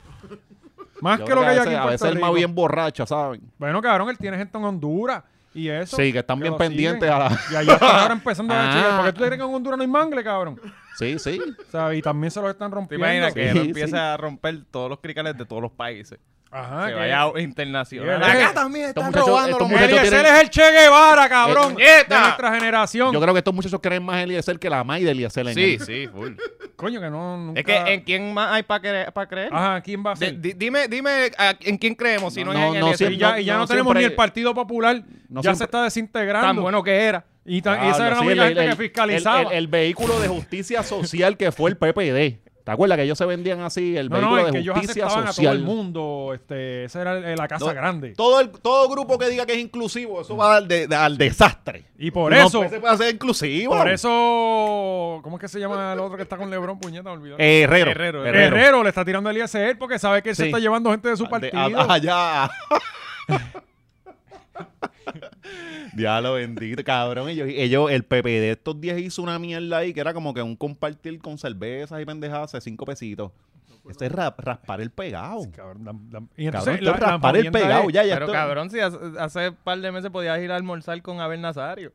Speaker 1: Más
Speaker 2: yo
Speaker 1: que lo
Speaker 2: creo
Speaker 1: que hay
Speaker 2: a
Speaker 1: aquí
Speaker 2: veces-
Speaker 1: en
Speaker 2: A
Speaker 1: Puerto
Speaker 2: veces el más
Speaker 1: Rico.
Speaker 2: bien borracha, ¿saben?
Speaker 1: Bueno, cabrón, él tiene gente en Honduras y eso.
Speaker 2: Sí, que están bien
Speaker 1: lo
Speaker 2: pendientes
Speaker 1: siguen.
Speaker 2: a la-
Speaker 1: Y ahí están ahora empezando a
Speaker 2: Ah.
Speaker 1: chicar. ¿Por qué tú crees que en Honduras no hay mangle, cabrón?
Speaker 2: Sí, sí.
Speaker 1: ¿Sabes? Y también se los están
Speaker 3: ¿Te
Speaker 1: rompiendo.
Speaker 3: imaginas que
Speaker 2: Sí,
Speaker 3: él
Speaker 2: sí.
Speaker 3: empiece a romper todos los cricales de todos los países?
Speaker 1: Ajá,
Speaker 3: que
Speaker 1: que-
Speaker 3: vaya internacional.
Speaker 1: Sí,
Speaker 3: Acá
Speaker 1: sí.
Speaker 3: también
Speaker 2: Estos
Speaker 3: están
Speaker 2: muchachos-
Speaker 3: robando
Speaker 2: estos
Speaker 3: los
Speaker 2: muchachos-
Speaker 3: medios.
Speaker 1: Eliezer
Speaker 2: tienen- Eh,
Speaker 1: es el Che Guevara, cabrón. de
Speaker 3: ¡Puñeta!
Speaker 1: nuestra generación.
Speaker 2: Yo creo que estos muchachos creen más a Eliezer que la May de Eliezer en
Speaker 3: Sí,
Speaker 2: él.
Speaker 3: sí, full.
Speaker 1: Coño, que no. Nunca...
Speaker 3: Es que ¿en quién más hay para creer? pa' creer?
Speaker 1: Ajá, ¿quién va a
Speaker 3: De-
Speaker 1: ser?
Speaker 3: di- dime, dime a- en quién creemos, si no,
Speaker 2: No,
Speaker 3: es en
Speaker 2: no,
Speaker 3: Eliezer.
Speaker 1: y ya,
Speaker 2: Pues no,
Speaker 1: y ya no,
Speaker 2: no
Speaker 1: tenemos
Speaker 2: siempre-
Speaker 1: ni el Partido Popular.
Speaker 2: no
Speaker 1: ya
Speaker 2: siempre-
Speaker 1: se está desintegrando.
Speaker 3: Tan bueno que era.
Speaker 1: Y, tan- y
Speaker 2: Claro,
Speaker 1: esa era la
Speaker 2: sí,
Speaker 1: única
Speaker 2: el-
Speaker 1: gente
Speaker 2: el-
Speaker 1: que fiscalizaba.
Speaker 2: El, el- el vehículo de justicia social que fue el PPD. ¿Te acuerdas que ellos se vendían así? El
Speaker 1: no,
Speaker 2: vehículo
Speaker 1: no, es que
Speaker 2: de
Speaker 1: ellos
Speaker 2: justicia
Speaker 1: aceptaban a todo el
Speaker 2: social.
Speaker 1: mundo. Este, esa era el- la casa
Speaker 2: No,
Speaker 1: grande.
Speaker 2: Todo, el, todo grupo que diga que es inclusivo, eso va al, de- de- al desastre.
Speaker 1: Y por
Speaker 2: No,
Speaker 1: eso,
Speaker 2: pues, se puede hacer inclusivo.
Speaker 1: por eso, ¿cómo es que se llama el otro que está con Lebron, puñeta? me olvidó.
Speaker 2: Eh, Herrero.
Speaker 3: Herrero,
Speaker 1: Herrero. le está tirando a Eliezer porque sabe que él se
Speaker 2: Sí. Ah,
Speaker 1: está llevando gente de su
Speaker 2: De- ah,
Speaker 1: partido.
Speaker 2: a- allá. Diablo bendito, cabrón. Ellos, ellos, el PP de estos 10 hizo una mierda ahí que era como que un compartir con cervezas y pendejadas de 5 pesitos. Ese es ra- raspar el pegado.
Speaker 1: Cabrón, dan- dan- y
Speaker 2: Cabrón,
Speaker 1: entonces
Speaker 2: esto es
Speaker 1: la- la
Speaker 2: raspar el
Speaker 1: jodienda
Speaker 2: pegado.
Speaker 1: es-
Speaker 2: Ya, ya
Speaker 3: Pero
Speaker 2: esto-
Speaker 3: cabrón, si hace, hace par de meses podías ir a almorzar con Abel Nazario.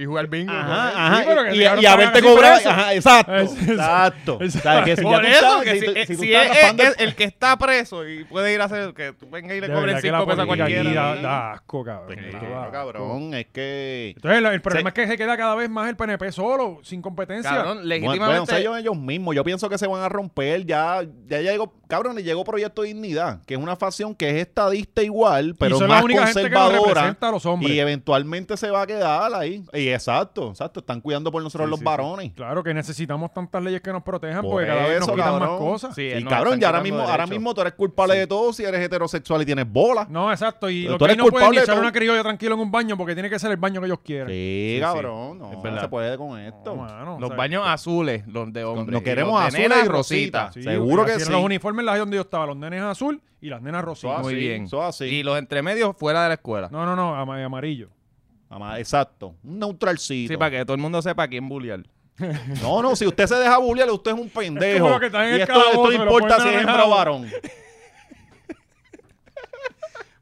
Speaker 3: Y jugar bingo.
Speaker 2: Ajá,
Speaker 1: ¿eh? Sí,
Speaker 2: Ah,
Speaker 3: con él.
Speaker 1: pero
Speaker 2: ajá.
Speaker 1: que
Speaker 2: y-
Speaker 1: si
Speaker 2: y,
Speaker 1: ahora
Speaker 2: y haberte
Speaker 1: pagan así
Speaker 2: cobrado.
Speaker 1: por eso.
Speaker 2: Ajá, exacto.
Speaker 1: Es- es-
Speaker 2: exacto. O sea, que si ya
Speaker 3: Por
Speaker 2: tú
Speaker 3: eso,
Speaker 2: estás-
Speaker 3: que
Speaker 2: si
Speaker 3: si,
Speaker 2: tú-
Speaker 3: eh,
Speaker 2: si tú
Speaker 3: si
Speaker 2: estás
Speaker 3: es,
Speaker 2: raspando
Speaker 3: es
Speaker 2: el-
Speaker 3: el que está preso y puede ir a hacer que tú vengas y le
Speaker 1: de
Speaker 3: cobres
Speaker 1: verdad que la
Speaker 3: cinco pesos a
Speaker 1: política aquí
Speaker 3: cualquiera.
Speaker 1: da, da asco, cabrón.
Speaker 2: Sí,
Speaker 1: Esto da
Speaker 2: no,
Speaker 1: asco.
Speaker 2: Cabrón, es que.
Speaker 1: Entonces, la- el problema es
Speaker 2: Sí.
Speaker 1: que se queda cada vez más el PNP solo, sin competencia.
Speaker 3: Cabrón,
Speaker 2: Bueno,
Speaker 3: legítimamente.
Speaker 2: bueno, son ellos, ellos mismos. Yo pienso que se van a romper. Ya, ya llegó, cabrón, le llegó Proyecto Dignidad, que es una facción que es estadista igual, pero
Speaker 1: y son
Speaker 2: más
Speaker 1: la única gente que nos
Speaker 2: conservadora.
Speaker 1: representa a los hombres.
Speaker 2: Y eventualmente se va a quedar ahí. Y exacto, exacto. Están cuidando por nosotros
Speaker 3: Sí,
Speaker 2: los
Speaker 3: sí, sí.
Speaker 2: varones.
Speaker 1: Claro que necesitamos tantas leyes que nos protejan
Speaker 2: Por
Speaker 1: porque cada vez nos
Speaker 2: eso,
Speaker 1: quitan más
Speaker 2: cabrón.
Speaker 1: cosas.
Speaker 3: Sí,
Speaker 2: y
Speaker 3: nos
Speaker 2: cabrón,
Speaker 3: están
Speaker 2: ya ahora
Speaker 3: quitando
Speaker 2: mismo, ahora
Speaker 3: derechos.
Speaker 2: mismo tú eres culpable de todo si eres heterosexual y tienes bola.
Speaker 1: No, exacto. Y
Speaker 2: Pero
Speaker 1: lo
Speaker 2: tú
Speaker 1: que
Speaker 2: eres
Speaker 1: no pueden
Speaker 2: culpable
Speaker 1: ni
Speaker 2: de
Speaker 1: echar
Speaker 2: todo.
Speaker 1: una criolla tranquila en un baño porque tiene que ser el baño que ellos quieran.
Speaker 2: Sí,
Speaker 3: sí.
Speaker 2: cabrón. No,
Speaker 3: Es
Speaker 2: no
Speaker 3: verdad.
Speaker 2: se puede con
Speaker 1: No,
Speaker 2: esto.
Speaker 1: mano,
Speaker 3: Los
Speaker 1: ¿sabes?
Speaker 3: baños azules, los de hombres.
Speaker 2: Nos queremos azules y rositas.
Speaker 1: Sí,
Speaker 2: Seguro
Speaker 1: porque
Speaker 2: que
Speaker 1: así
Speaker 2: sí.
Speaker 1: eran Los uniformes las donde yo estaba, los nenes azul y las nenas
Speaker 2: Eso
Speaker 1: rositas.
Speaker 3: Suave. Muy
Speaker 2: así,
Speaker 3: bien.
Speaker 2: Eso así.
Speaker 3: Y los entremedios fuera de la escuela.
Speaker 1: No, no, no, ama- amarillo.
Speaker 2: Amá, Exacto. Un neutralcito.
Speaker 3: Sí, para que todo el mundo sepa a quién bullear.
Speaker 2: No, no, si usted se deja bullear, usted es un pendejo.
Speaker 1: como lo que está en
Speaker 2: y
Speaker 1: el
Speaker 2: esto, esto
Speaker 1: calabozo,
Speaker 2: no
Speaker 1: lo
Speaker 2: importa
Speaker 1: pueden
Speaker 2: si es
Speaker 1: dejar.
Speaker 2: hembra o varón.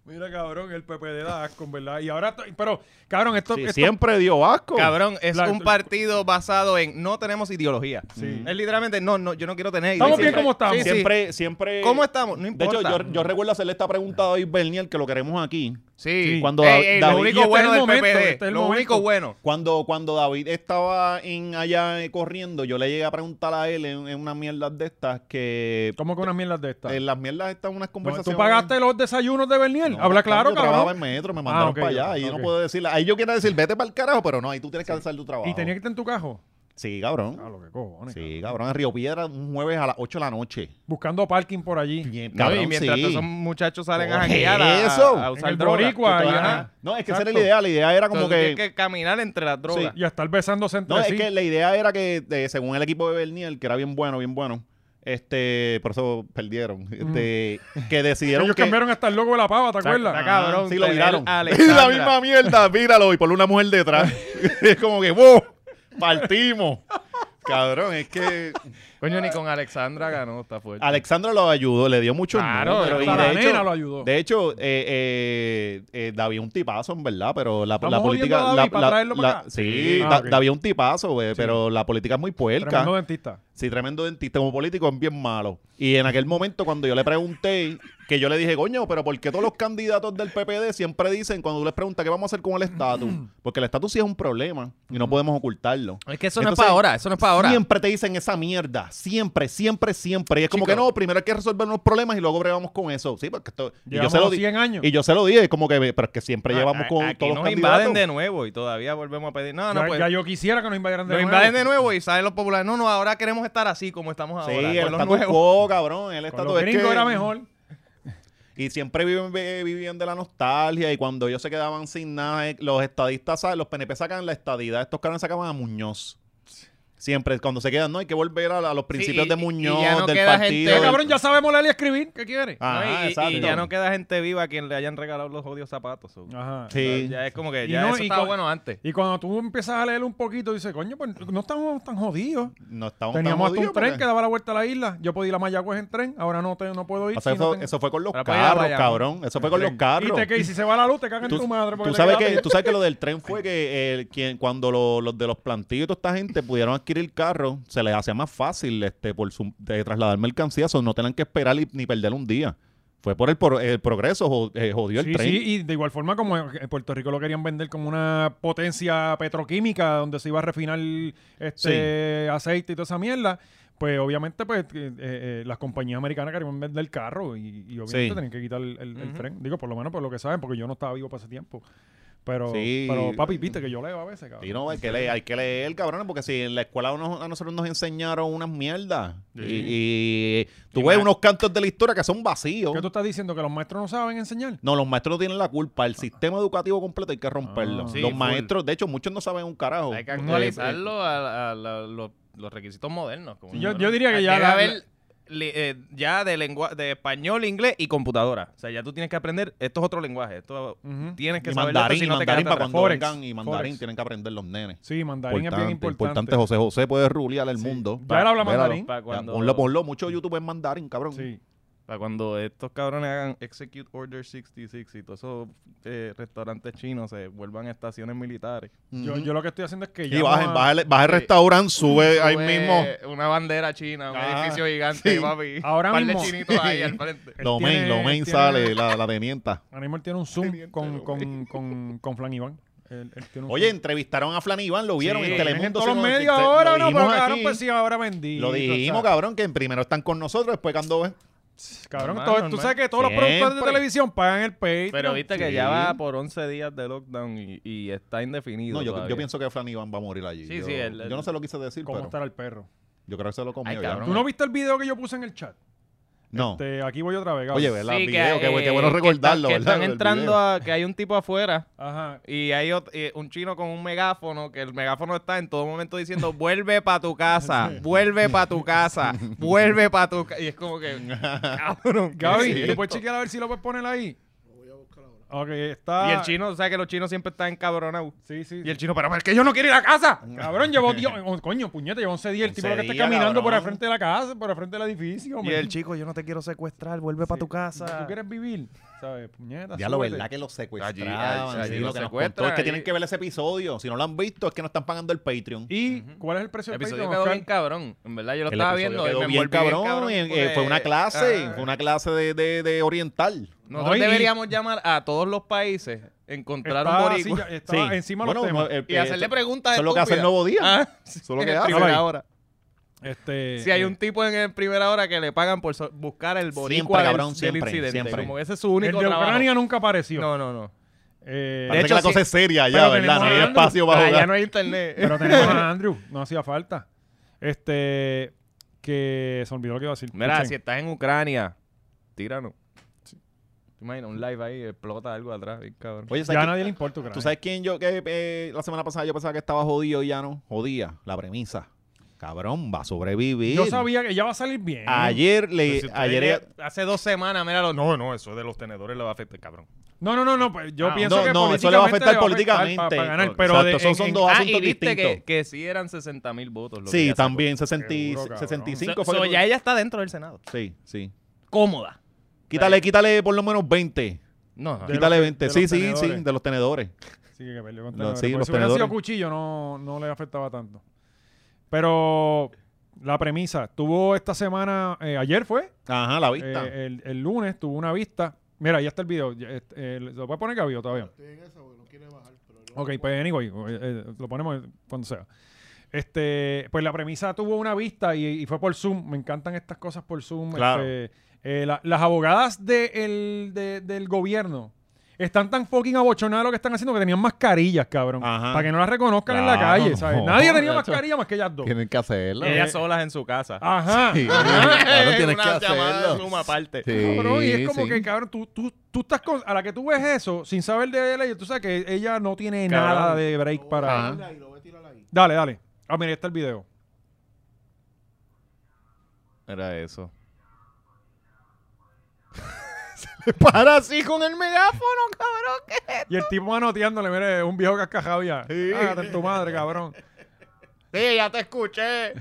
Speaker 1: Mira, cabrón, el PPD da asco, ¿verdad? Y ahora, t- pero, cabrón, esto...
Speaker 2: Sí,
Speaker 1: esto-
Speaker 2: siempre dio asco.
Speaker 3: Cabrón, es
Speaker 1: La-
Speaker 3: un partido basado en no tenemos ideología. Mm.
Speaker 1: Sí.
Speaker 3: Es literalmente, no, no, yo no quiero tener
Speaker 1: Estamos
Speaker 3: ideología.
Speaker 1: bien como estamos.
Speaker 3: Sí, sí.
Speaker 2: Eh, Siempre, siempre.
Speaker 3: ¿Cómo estamos? No
Speaker 2: De
Speaker 3: importa.
Speaker 2: hecho, yo, yo recuerdo hacerle esta pregunta a David Bernier, que lo queremos aquí.
Speaker 3: Sí.
Speaker 2: Cuando
Speaker 3: Ey,
Speaker 2: Da-
Speaker 3: ey,
Speaker 2: David-
Speaker 3: lo
Speaker 1: y este
Speaker 3: único
Speaker 1: es
Speaker 3: bueno
Speaker 1: el
Speaker 3: del
Speaker 1: momento,
Speaker 3: PPD.
Speaker 1: este es el
Speaker 3: lo
Speaker 1: momento.
Speaker 3: único bueno.
Speaker 2: Cuando, cuando David estaba en allá eh, corriendo, yo le llegué a preguntar a él en, en una mierda de estas que.
Speaker 1: ¿Cómo que unas mierdas de estas?
Speaker 2: En Eh, las mierdas estas unas
Speaker 1: No, ¿Tú
Speaker 2: conversaciones.
Speaker 1: pagaste los desayunos de Bernier?
Speaker 2: No,
Speaker 1: Habla claro,
Speaker 2: yo trabajaba
Speaker 1: cabrón.
Speaker 2: en metro, me mandaron
Speaker 1: Ah, ok,
Speaker 2: para allá.
Speaker 1: ok,
Speaker 2: y yo
Speaker 1: ok.
Speaker 2: no puedo decirle. Ahí yo quiero decir, vete para el carajo, pero no, ahí tú tienes que hacer tu trabajo.
Speaker 1: ¿Y tenía que estar en tu cajo?
Speaker 2: Sí, cabrón.
Speaker 1: Claro, qué cojones.
Speaker 2: Sí, cabrón, en Río Piedra un jueves a las 8 de la noche.
Speaker 1: Buscando parking por allí.
Speaker 3: No, y mientras todos esos muchachos salen a
Speaker 2: Por
Speaker 3: janguear a,
Speaker 2: eso.
Speaker 3: a usar
Speaker 1: el
Speaker 3: droga.
Speaker 1: boricua,
Speaker 3: Tú te
Speaker 1: ahí,
Speaker 3: vas a-
Speaker 1: ajá.
Speaker 2: No, es que esa
Speaker 1: Exacto.
Speaker 2: era la idea. La idea era como
Speaker 3: Entonces,
Speaker 2: que...
Speaker 3: tienes que caminar entre las drogas.
Speaker 1: Y a estar besándose entre
Speaker 2: No, es
Speaker 1: sí.
Speaker 2: que la idea era que, eh, según el equipo de Bernier, que era bien bueno, bien bueno, este, por eso perdieron, este, que decidieron
Speaker 1: Ellos
Speaker 2: que...
Speaker 1: cambiaron hasta el logo de la pava, ¿te acuerdas?
Speaker 3: Está
Speaker 2: Ah,
Speaker 3: cabrón.
Speaker 2: sí, lo
Speaker 3: tener
Speaker 2: viraron.
Speaker 3: a
Speaker 2: Y la
Speaker 3: Alexandra.
Speaker 2: misma mierda, míralo, y por una mujer detrás. es como que, ¡wow! Partimos. Cabrón, es que...
Speaker 3: Coño, ni con Alexandra ganó, está fuerte.
Speaker 2: Alexandra lo ayudó, le dio mucho
Speaker 3: Claro,
Speaker 2: número,
Speaker 1: Hasta
Speaker 2: y
Speaker 3: pero
Speaker 1: la
Speaker 2: de hecho-
Speaker 1: nena lo ayudó.
Speaker 2: De hecho, eh, eh, eh, David es un tipazo, en verdad, pero la,
Speaker 1: Estamos
Speaker 2: la política.
Speaker 1: jodiendo a
Speaker 2: la-
Speaker 1: David para
Speaker 2: la-
Speaker 1: traerlo para
Speaker 2: la-
Speaker 1: acá.
Speaker 2: Sí,
Speaker 1: Ah,
Speaker 2: Da-
Speaker 1: ok.
Speaker 2: David es un tipazo, güey, pero la política es muy puerca.
Speaker 1: Tremendo dentista.
Speaker 2: Sí, tremendo dentista. Como político es bien malo. Y en aquel momento, cuando yo le pregunté, que yo le dije, coño, pero ¿por qué todos los candidatos del PPD siempre dicen, cuando tú les preguntas qué vamos a hacer con el estatus? Porque el estatus sí es un problema y no podemos ocultarlo.
Speaker 3: Es que eso no
Speaker 2: Entonces,
Speaker 3: es para ahora, eso no es para ahora.
Speaker 2: Siempre te dicen esa mierda. Siempre, siempre, siempre. Y es como que
Speaker 3: Chico.
Speaker 2: no, primero hay que resolver unos problemas y luego bregamos con eso. Sí, porque esto. y yo
Speaker 1: Llevamos
Speaker 2: se lo di-
Speaker 1: 100 años.
Speaker 2: Y yo se lo dije, es como que, pero es que siempre llevamos
Speaker 3: A-
Speaker 2: con
Speaker 3: Ah, aquí
Speaker 2: todos los
Speaker 3: nos
Speaker 2: candidatos.
Speaker 3: invaden de nuevo y todavía volvemos a pedir. No, no,
Speaker 1: ya,
Speaker 3: pues.
Speaker 1: ya yo quisiera que nos invadieran de
Speaker 3: nos
Speaker 1: nuevo.
Speaker 3: invaden de nuevo y salen los populares. No, no, ahora queremos estar así como estamos
Speaker 2: Sí,
Speaker 3: ahora.
Speaker 2: el
Speaker 3: con los
Speaker 2: status
Speaker 3: nuevos.
Speaker 2: quo, cabrón. El
Speaker 1: Con
Speaker 2: estatus
Speaker 1: los
Speaker 2: es
Speaker 1: gringos
Speaker 2: que-
Speaker 1: era mejor.
Speaker 2: Y siempre viven, ve- vivían de la nostalgia. Y cuando ellos se quedaban sin nada, eh, los estadistas, sa- los PNP sacan la estadidad. Estos caras sacaban a Muñoz. Siempre, cuando se quedan, no hay que volver a, la- a los principios
Speaker 3: y-
Speaker 2: de
Speaker 3: y- y
Speaker 2: Muñoz,
Speaker 3: ya no
Speaker 2: del
Speaker 3: queda gente-
Speaker 2: partido.
Speaker 1: Eh,
Speaker 2: del-
Speaker 1: cabrón, ya sabemos leer y escribir. ¿Qué quiere?
Speaker 2: Ajá,
Speaker 3: No, y- y,
Speaker 2: exacto.
Speaker 3: y ya no queda gente viva a quien le hayan regalado los odios zapatos. so.
Speaker 1: Ajá.
Speaker 2: Sí.
Speaker 3: Ya es como que
Speaker 1: Y
Speaker 3: ya
Speaker 1: no,
Speaker 3: eso
Speaker 1: y
Speaker 3: estaba
Speaker 1: con-
Speaker 3: bueno antes.
Speaker 1: Y cuando tú empiezas a leer un poquito, dices, coño, pues no estamos tan jodidos.
Speaker 2: No estamos tan
Speaker 1: Teníamos hasta un
Speaker 2: jodidos
Speaker 1: tren
Speaker 2: porque-
Speaker 1: que daba la vuelta a la isla. Yo podía ir a Mayagüez en tren. Ahora no, te, no puedo ir.
Speaker 2: O sea,
Speaker 1: si no
Speaker 2: eso,
Speaker 1: tengo-
Speaker 2: eso fue con los
Speaker 3: Para allá,
Speaker 2: carros,
Speaker 3: para allá.
Speaker 2: cabrón. Eso fue con los
Speaker 1: Y,
Speaker 2: carros.
Speaker 1: te, que- y si se va la luz, te cagan en
Speaker 2: Tú,
Speaker 1: tu madre. porque
Speaker 2: tú
Speaker 1: te
Speaker 2: sabes
Speaker 1: quedaste-
Speaker 2: que, tú sabes que lo del tren fue que eh, quien, cuando lo- los de los plantillos y toda esta gente pudieron adquirir carro, se les hacía más fácil este, por su- de trasladar mercancías, o no tenían que esperar y- ni perder un día. Fue por el, pro- el progreso, jo- eh, jodió el
Speaker 1: Sí,
Speaker 2: tren.
Speaker 1: sí, y de igual forma como en Puerto Rico lo querían vender como una potencia petroquímica donde se iba a refinar este aceite y toda esa mierda, pues obviamente pues eh, eh, las compañías americanas querían vender carro y, y obviamente
Speaker 2: Sí.
Speaker 1: tenían que quitar el, el- el
Speaker 3: Ujú.
Speaker 1: tren. Digo, por lo menos por lo que saben, porque yo no estaba vivo para ese tiempo. Pero,
Speaker 2: Sí.
Speaker 1: pero papi, viste que yo leo a veces, cabrón.
Speaker 2: Y no, hay que leer, hay que leer, cabrón, porque si en la escuela nos- a nosotros nos enseñaron unas mierdas y, y tú
Speaker 3: Y
Speaker 2: ves
Speaker 3: más-
Speaker 2: unos cantos de la historia que son vacíos.
Speaker 1: ¿Qué tú estás diciendo? ¿Que los maestros no saben enseñar?
Speaker 2: No, los maestros no tienen la culpa. El sistema educativo completo hay que romperlo.
Speaker 1: Ah.
Speaker 3: Sí,
Speaker 2: los
Speaker 3: full.
Speaker 2: maestros, de hecho, muchos no saben un carajo.
Speaker 3: Hay que
Speaker 1: No,
Speaker 3: actualizarlo a, a la- los, los requisitos modernos. como
Speaker 1: eh, Sí, yo-
Speaker 3: no-
Speaker 1: yo diría que
Speaker 3: Hay
Speaker 1: ya la-
Speaker 3: haber li- eh, ya de lengua, de español, inglés y computadora. O sea, ya tú tienes que aprender estos otros lenguajes. Esto
Speaker 1: Ujú.
Speaker 3: tienes que pues,
Speaker 2: y
Speaker 3: saber
Speaker 2: mandarín, y mandarín para cuando
Speaker 1: Forex,
Speaker 2: vengan, y mandarín
Speaker 1: Forex.
Speaker 2: tienen que aprender los nenes.
Speaker 1: Sí, mandarín es bien importante.
Speaker 2: importante. José José puede rulear el
Speaker 1: Sí.
Speaker 2: mundo.
Speaker 1: Ya él habla
Speaker 2: Véralo.
Speaker 1: mandarín.
Speaker 3: Para
Speaker 2: Ya,
Speaker 3: cuando,
Speaker 2: Ponlo, ponlo, mucho YouTube en mandarín, cabrón.
Speaker 1: Sí.
Speaker 3: pa' cuando estos cabrones hagan Execute Order 66 y todos esos eh, restaurantes chinos se vuelvan estaciones militares.
Speaker 2: Ujú.
Speaker 1: Yo, yo lo que estoy haciendo es que
Speaker 2: y
Speaker 1: llamo
Speaker 2: bajen,
Speaker 1: a-
Speaker 2: baja el, baja el restaurante, sube ahí
Speaker 3: Sube
Speaker 2: mismo.
Speaker 3: Una bandera china, un
Speaker 2: Ah,
Speaker 3: edificio gigante,
Speaker 2: sí.
Speaker 3: papi.
Speaker 1: Ahora
Speaker 3: par
Speaker 1: mismo.
Speaker 3: de chinitos ahí al frente.
Speaker 1: Él
Speaker 2: Lo main,
Speaker 1: tiene-
Speaker 2: lo main
Speaker 1: tiene-
Speaker 2: sale, la, la tenienta.
Speaker 1: Aníbal tiene un Zoom
Speaker 4: Teniente
Speaker 1: con,
Speaker 4: López.
Speaker 1: con, con, con Flan Iván. Él- él tiene un
Speaker 2: Oye,
Speaker 1: Zoom.
Speaker 2: entrevistaron a Flan Iván, lo vieron
Speaker 3: Sí,
Speaker 2: en
Speaker 1: Lo tienen
Speaker 2: Telemundo.
Speaker 1: en todos
Speaker 2: si
Speaker 1: los
Speaker 2: no-
Speaker 1: medios
Speaker 2: te-
Speaker 1: ahora,
Speaker 2: lo
Speaker 1: no, pero
Speaker 2: dijimos
Speaker 1: cabrón,
Speaker 2: aquí.
Speaker 1: pues sí, ahora vendí.
Speaker 2: Lo dijimos, cabrón, que primero están con nosotros, después cuando ven.
Speaker 1: Cabrón,
Speaker 3: Normal,
Speaker 1: todo- tú
Speaker 3: normal.
Speaker 1: sabes que todos los productores de
Speaker 2: Siempre.
Speaker 1: televisión pagan el Patreon.
Speaker 3: Pero viste que
Speaker 2: Sí.
Speaker 3: ya va por 11 días de lockdown y, y está indefinido.
Speaker 2: No, yo,
Speaker 3: todavía.
Speaker 2: yo pienso que Flan Iván va a morir allí.
Speaker 3: Sí,
Speaker 2: yo,
Speaker 3: sí, el- el-
Speaker 2: yo no sé lo que quise decir,
Speaker 1: ¿Cómo
Speaker 2: pero
Speaker 1: estará el perro?
Speaker 2: yo creo que se lo comió
Speaker 3: Ay,
Speaker 2: ya.
Speaker 3: cabrón.
Speaker 1: ¿Tú no viste el video que yo puse en el chat?
Speaker 2: No.
Speaker 1: Este, aquí voy otra vez. cabrón.
Speaker 2: Oye, ¿verdad?
Speaker 3: Sí,
Speaker 2: video, qué, bu- qué
Speaker 3: eh,
Speaker 2: bueno
Speaker 3: que
Speaker 2: recordarlo,
Speaker 3: están- que
Speaker 2: ¿verdad?
Speaker 3: están
Speaker 2: El
Speaker 3: entrando
Speaker 2: video.
Speaker 3: a que hay un tipo afuera
Speaker 1: Ajá.
Speaker 3: y hay ot- eh, un chino con un megáfono que el megáfono está en todo momento diciendo vuelve pa tu casa, vuelve pa tu casa, vuelve pa tu casa y es como que cabrón.
Speaker 1: Gaby,
Speaker 2: Sí.
Speaker 1: ¿tú puedes chequear a ver si lo puedes poner ahí?
Speaker 4: Lo voy a buscar ahora.
Speaker 1: Ok, está...
Speaker 3: Y
Speaker 2: Ah.
Speaker 3: el chino, ¿sabes que los chinos siempre están encabronados?
Speaker 1: Sí, sí.
Speaker 3: Y el chino, pero es que yo no quiero ir a casa.
Speaker 1: Cabrón, llevó... diez- oh, Coño, puñete, llevó 11 días. El tipo
Speaker 2: 11
Speaker 1: que está
Speaker 2: días,
Speaker 1: caminando por el
Speaker 2: cabrón.
Speaker 1: frente de la casa, por el frente del edificio.
Speaker 3: Y
Speaker 1: man.
Speaker 3: el chico, yo no te quiero secuestrar, vuelve pa
Speaker 1: Sí.
Speaker 3: tu
Speaker 1: Si
Speaker 3: casa.
Speaker 1: tú quieres vivir, ¿sabes? Puñeta,
Speaker 2: Ya lo
Speaker 1: súbete.
Speaker 2: verdad que lo
Speaker 3: Allí-
Speaker 2: secuestraban.
Speaker 3: allí-
Speaker 2: sí,
Speaker 3: allí
Speaker 2: lo
Speaker 3: lo
Speaker 2: que nos
Speaker 3: secuestran,
Speaker 2: contó. Es que
Speaker 3: allí.
Speaker 2: tienen que ver ese episodio. Si no lo han visto, es que no están pagando el Patreon.
Speaker 1: ¿Y cuál es el precio
Speaker 3: El
Speaker 1: del
Speaker 3: episodio
Speaker 1: Patreon,
Speaker 3: quedó
Speaker 1: Oscar?
Speaker 3: bien cabrón. En verdad, yo lo
Speaker 2: El
Speaker 3: estaba
Speaker 2: episodio
Speaker 3: viendo.
Speaker 2: quedó
Speaker 3: y me
Speaker 2: bien
Speaker 3: envolví bien
Speaker 2: cabrón. eh, eh, fue una
Speaker 3: porque-
Speaker 2: clase,
Speaker 3: Ajá.
Speaker 2: fue una clase de, de- de oriental.
Speaker 3: Nosotros
Speaker 1: No, y-
Speaker 3: deberíamos llamar a todos los países, encontrar un
Speaker 1: Estaba
Speaker 3: boricua
Speaker 1: así, ya- estaba encima de
Speaker 2: bueno,
Speaker 1: los temas.
Speaker 2: no, eh,
Speaker 3: y
Speaker 2: eh,
Speaker 3: hacerle
Speaker 2: eso-
Speaker 3: preguntas
Speaker 2: Eso es lo que hace el
Speaker 3: estúpidas.
Speaker 2: nuevo día.
Speaker 3: Ah,
Speaker 2: Eso es lo que
Speaker 3: en
Speaker 2: hace.
Speaker 3: primera
Speaker 1: Ahora,
Speaker 3: hora.
Speaker 1: Este,
Speaker 3: Si hay
Speaker 1: eh,
Speaker 3: un tipo en, en primera hora que le pagan por so- buscar el boricua
Speaker 2: Siempre,
Speaker 3: del-
Speaker 2: cabrón,
Speaker 3: del,
Speaker 2: siempre,
Speaker 3: incidente.
Speaker 2: siempre.
Speaker 3: Como ese es su único
Speaker 1: el de
Speaker 3: trabajo.
Speaker 1: Ucrania nunca apareció.
Speaker 3: No, no, no.
Speaker 1: Eh,
Speaker 2: Parece
Speaker 3: hecho,
Speaker 2: que la
Speaker 3: sí.
Speaker 2: cosa es seria ya,
Speaker 1: Pero
Speaker 2: ¿verdad?
Speaker 1: tenemos
Speaker 2: No hay
Speaker 1: a Andrew.
Speaker 2: espacio para
Speaker 3: Ah, ya
Speaker 2: jugar.
Speaker 3: no hay internet.
Speaker 1: pero tenemos a Andrew, no hacía falta. Este, que se olvidó lo que iba a decir.
Speaker 3: Mira, si
Speaker 1: Escuchen.
Speaker 3: estás en Ucrania, tíranos. ¿Te imaginas? Un live ahí, explota algo atrás, bien cabrón.
Speaker 2: Oye,
Speaker 1: ya a
Speaker 2: ¿sabes
Speaker 1: nadie le importa Ucrania.
Speaker 2: ¿Tú sabes quién yo que eh, la semana pasada yo pensaba que estaba jodido y ya no? Jodía, la premisa. Cabrón, va a sobrevivir.
Speaker 1: Yo sabía que ya va a salir bien.
Speaker 2: Ayer le
Speaker 3: Pero si usted
Speaker 2: ayer
Speaker 3: diría- hace dos semanas, míralo. No, no, eso de los tenedores le va a afectar, cabrón.
Speaker 1: No, no, no, no. pues Yo
Speaker 3: Ah,
Speaker 1: pienso
Speaker 2: no,
Speaker 1: que
Speaker 2: no, eso le va a afectar
Speaker 1: pa- pa-
Speaker 2: políticamente.
Speaker 1: Para, ganar, pero
Speaker 2: Exacto,
Speaker 1: de-
Speaker 2: son-
Speaker 1: en-
Speaker 2: son
Speaker 1: en-
Speaker 2: dos
Speaker 3: Ah,
Speaker 2: asuntos
Speaker 3: y viste que,
Speaker 2: distintos.
Speaker 3: que sí eran 60 mil votos. lo que
Speaker 2: Sí,
Speaker 3: ella
Speaker 2: también 60 y-
Speaker 1: Seguro, cabrón.
Speaker 2: 65
Speaker 3: sacó. So-
Speaker 2: fue
Speaker 3: so
Speaker 2: que-
Speaker 3: ya ella está dentro del Senado.
Speaker 2: Sí, sí.
Speaker 3: Cómoda.
Speaker 2: Quítale, quítale por lo menos 20.
Speaker 3: No, no.
Speaker 1: De
Speaker 2: Quítale
Speaker 1: los-
Speaker 2: 20.
Speaker 1: de
Speaker 2: Sí,
Speaker 1: los
Speaker 2: sí, sí,
Speaker 1: tenedores.
Speaker 2: de los tenedores.
Speaker 1: Sí, que perdió con
Speaker 2: No,
Speaker 1: tenedores.
Speaker 2: sí,
Speaker 1: Porque
Speaker 2: los
Speaker 1: si hubiera sido
Speaker 2: tenedores.
Speaker 1: cuchillo, no, no le afectaba tanto. Pero la premisa, tuvo esta semana, eh, ayer fue,
Speaker 2: Ajá, la vista.
Speaker 1: eh, el, el lunes tuvo una vista. Mora, ya está el video. Ya, este, eh, ¿Lo puedes poner, Gaby, o todavía?
Speaker 4: Estoy en esa porque no quiere bajar. Pero yo-
Speaker 1: Ok, pues anyway, eh, eh, lo ponemos cuando sea. Este, pues la premisa tuvo una vista y, y fue por Zoom. Me encantan estas cosas por Zoom.
Speaker 2: Claro.
Speaker 1: Este, eh, la- las abogadas de el- de- del gobierno están tan fucking abochonadas de lo que están haciendo que tenían mascarillas, cabrón.
Speaker 2: Ajá.
Speaker 1: Para que no las reconozcan en la
Speaker 2: Claro,
Speaker 1: calle, ¿sabes?
Speaker 2: no,
Speaker 1: Nadie tenía
Speaker 2: macho.
Speaker 1: mascarilla más que ellas dos.
Speaker 2: Tienen que hacerla.
Speaker 3: Ellas solas en su casa.
Speaker 1: Ajá.
Speaker 2: Claro,
Speaker 3: Ah, Una llamada de Zoom aparte.
Speaker 1: Cabrón, y es como que, cabrón, tú, tú, tú estás con- a la que tú ves eso, sin saber de ley, tú sabes que ella no tiene
Speaker 3: Cabrón.
Speaker 1: nada de
Speaker 4: Lo
Speaker 1: break
Speaker 4: voy a
Speaker 1: para...
Speaker 4: tirar ahí, lo voy a tirar ahí.
Speaker 1: Dale, dale. Ah, mira, ahí está el video.
Speaker 3: Era eso.
Speaker 2: Para así con el megáfono, cabrón.
Speaker 1: Y el tipo manoteándole, mire, un viejo cascajado ya.
Speaker 2: Sí.
Speaker 1: Hágate en tu madre, cabrón.
Speaker 2: Sí, ya te escuché.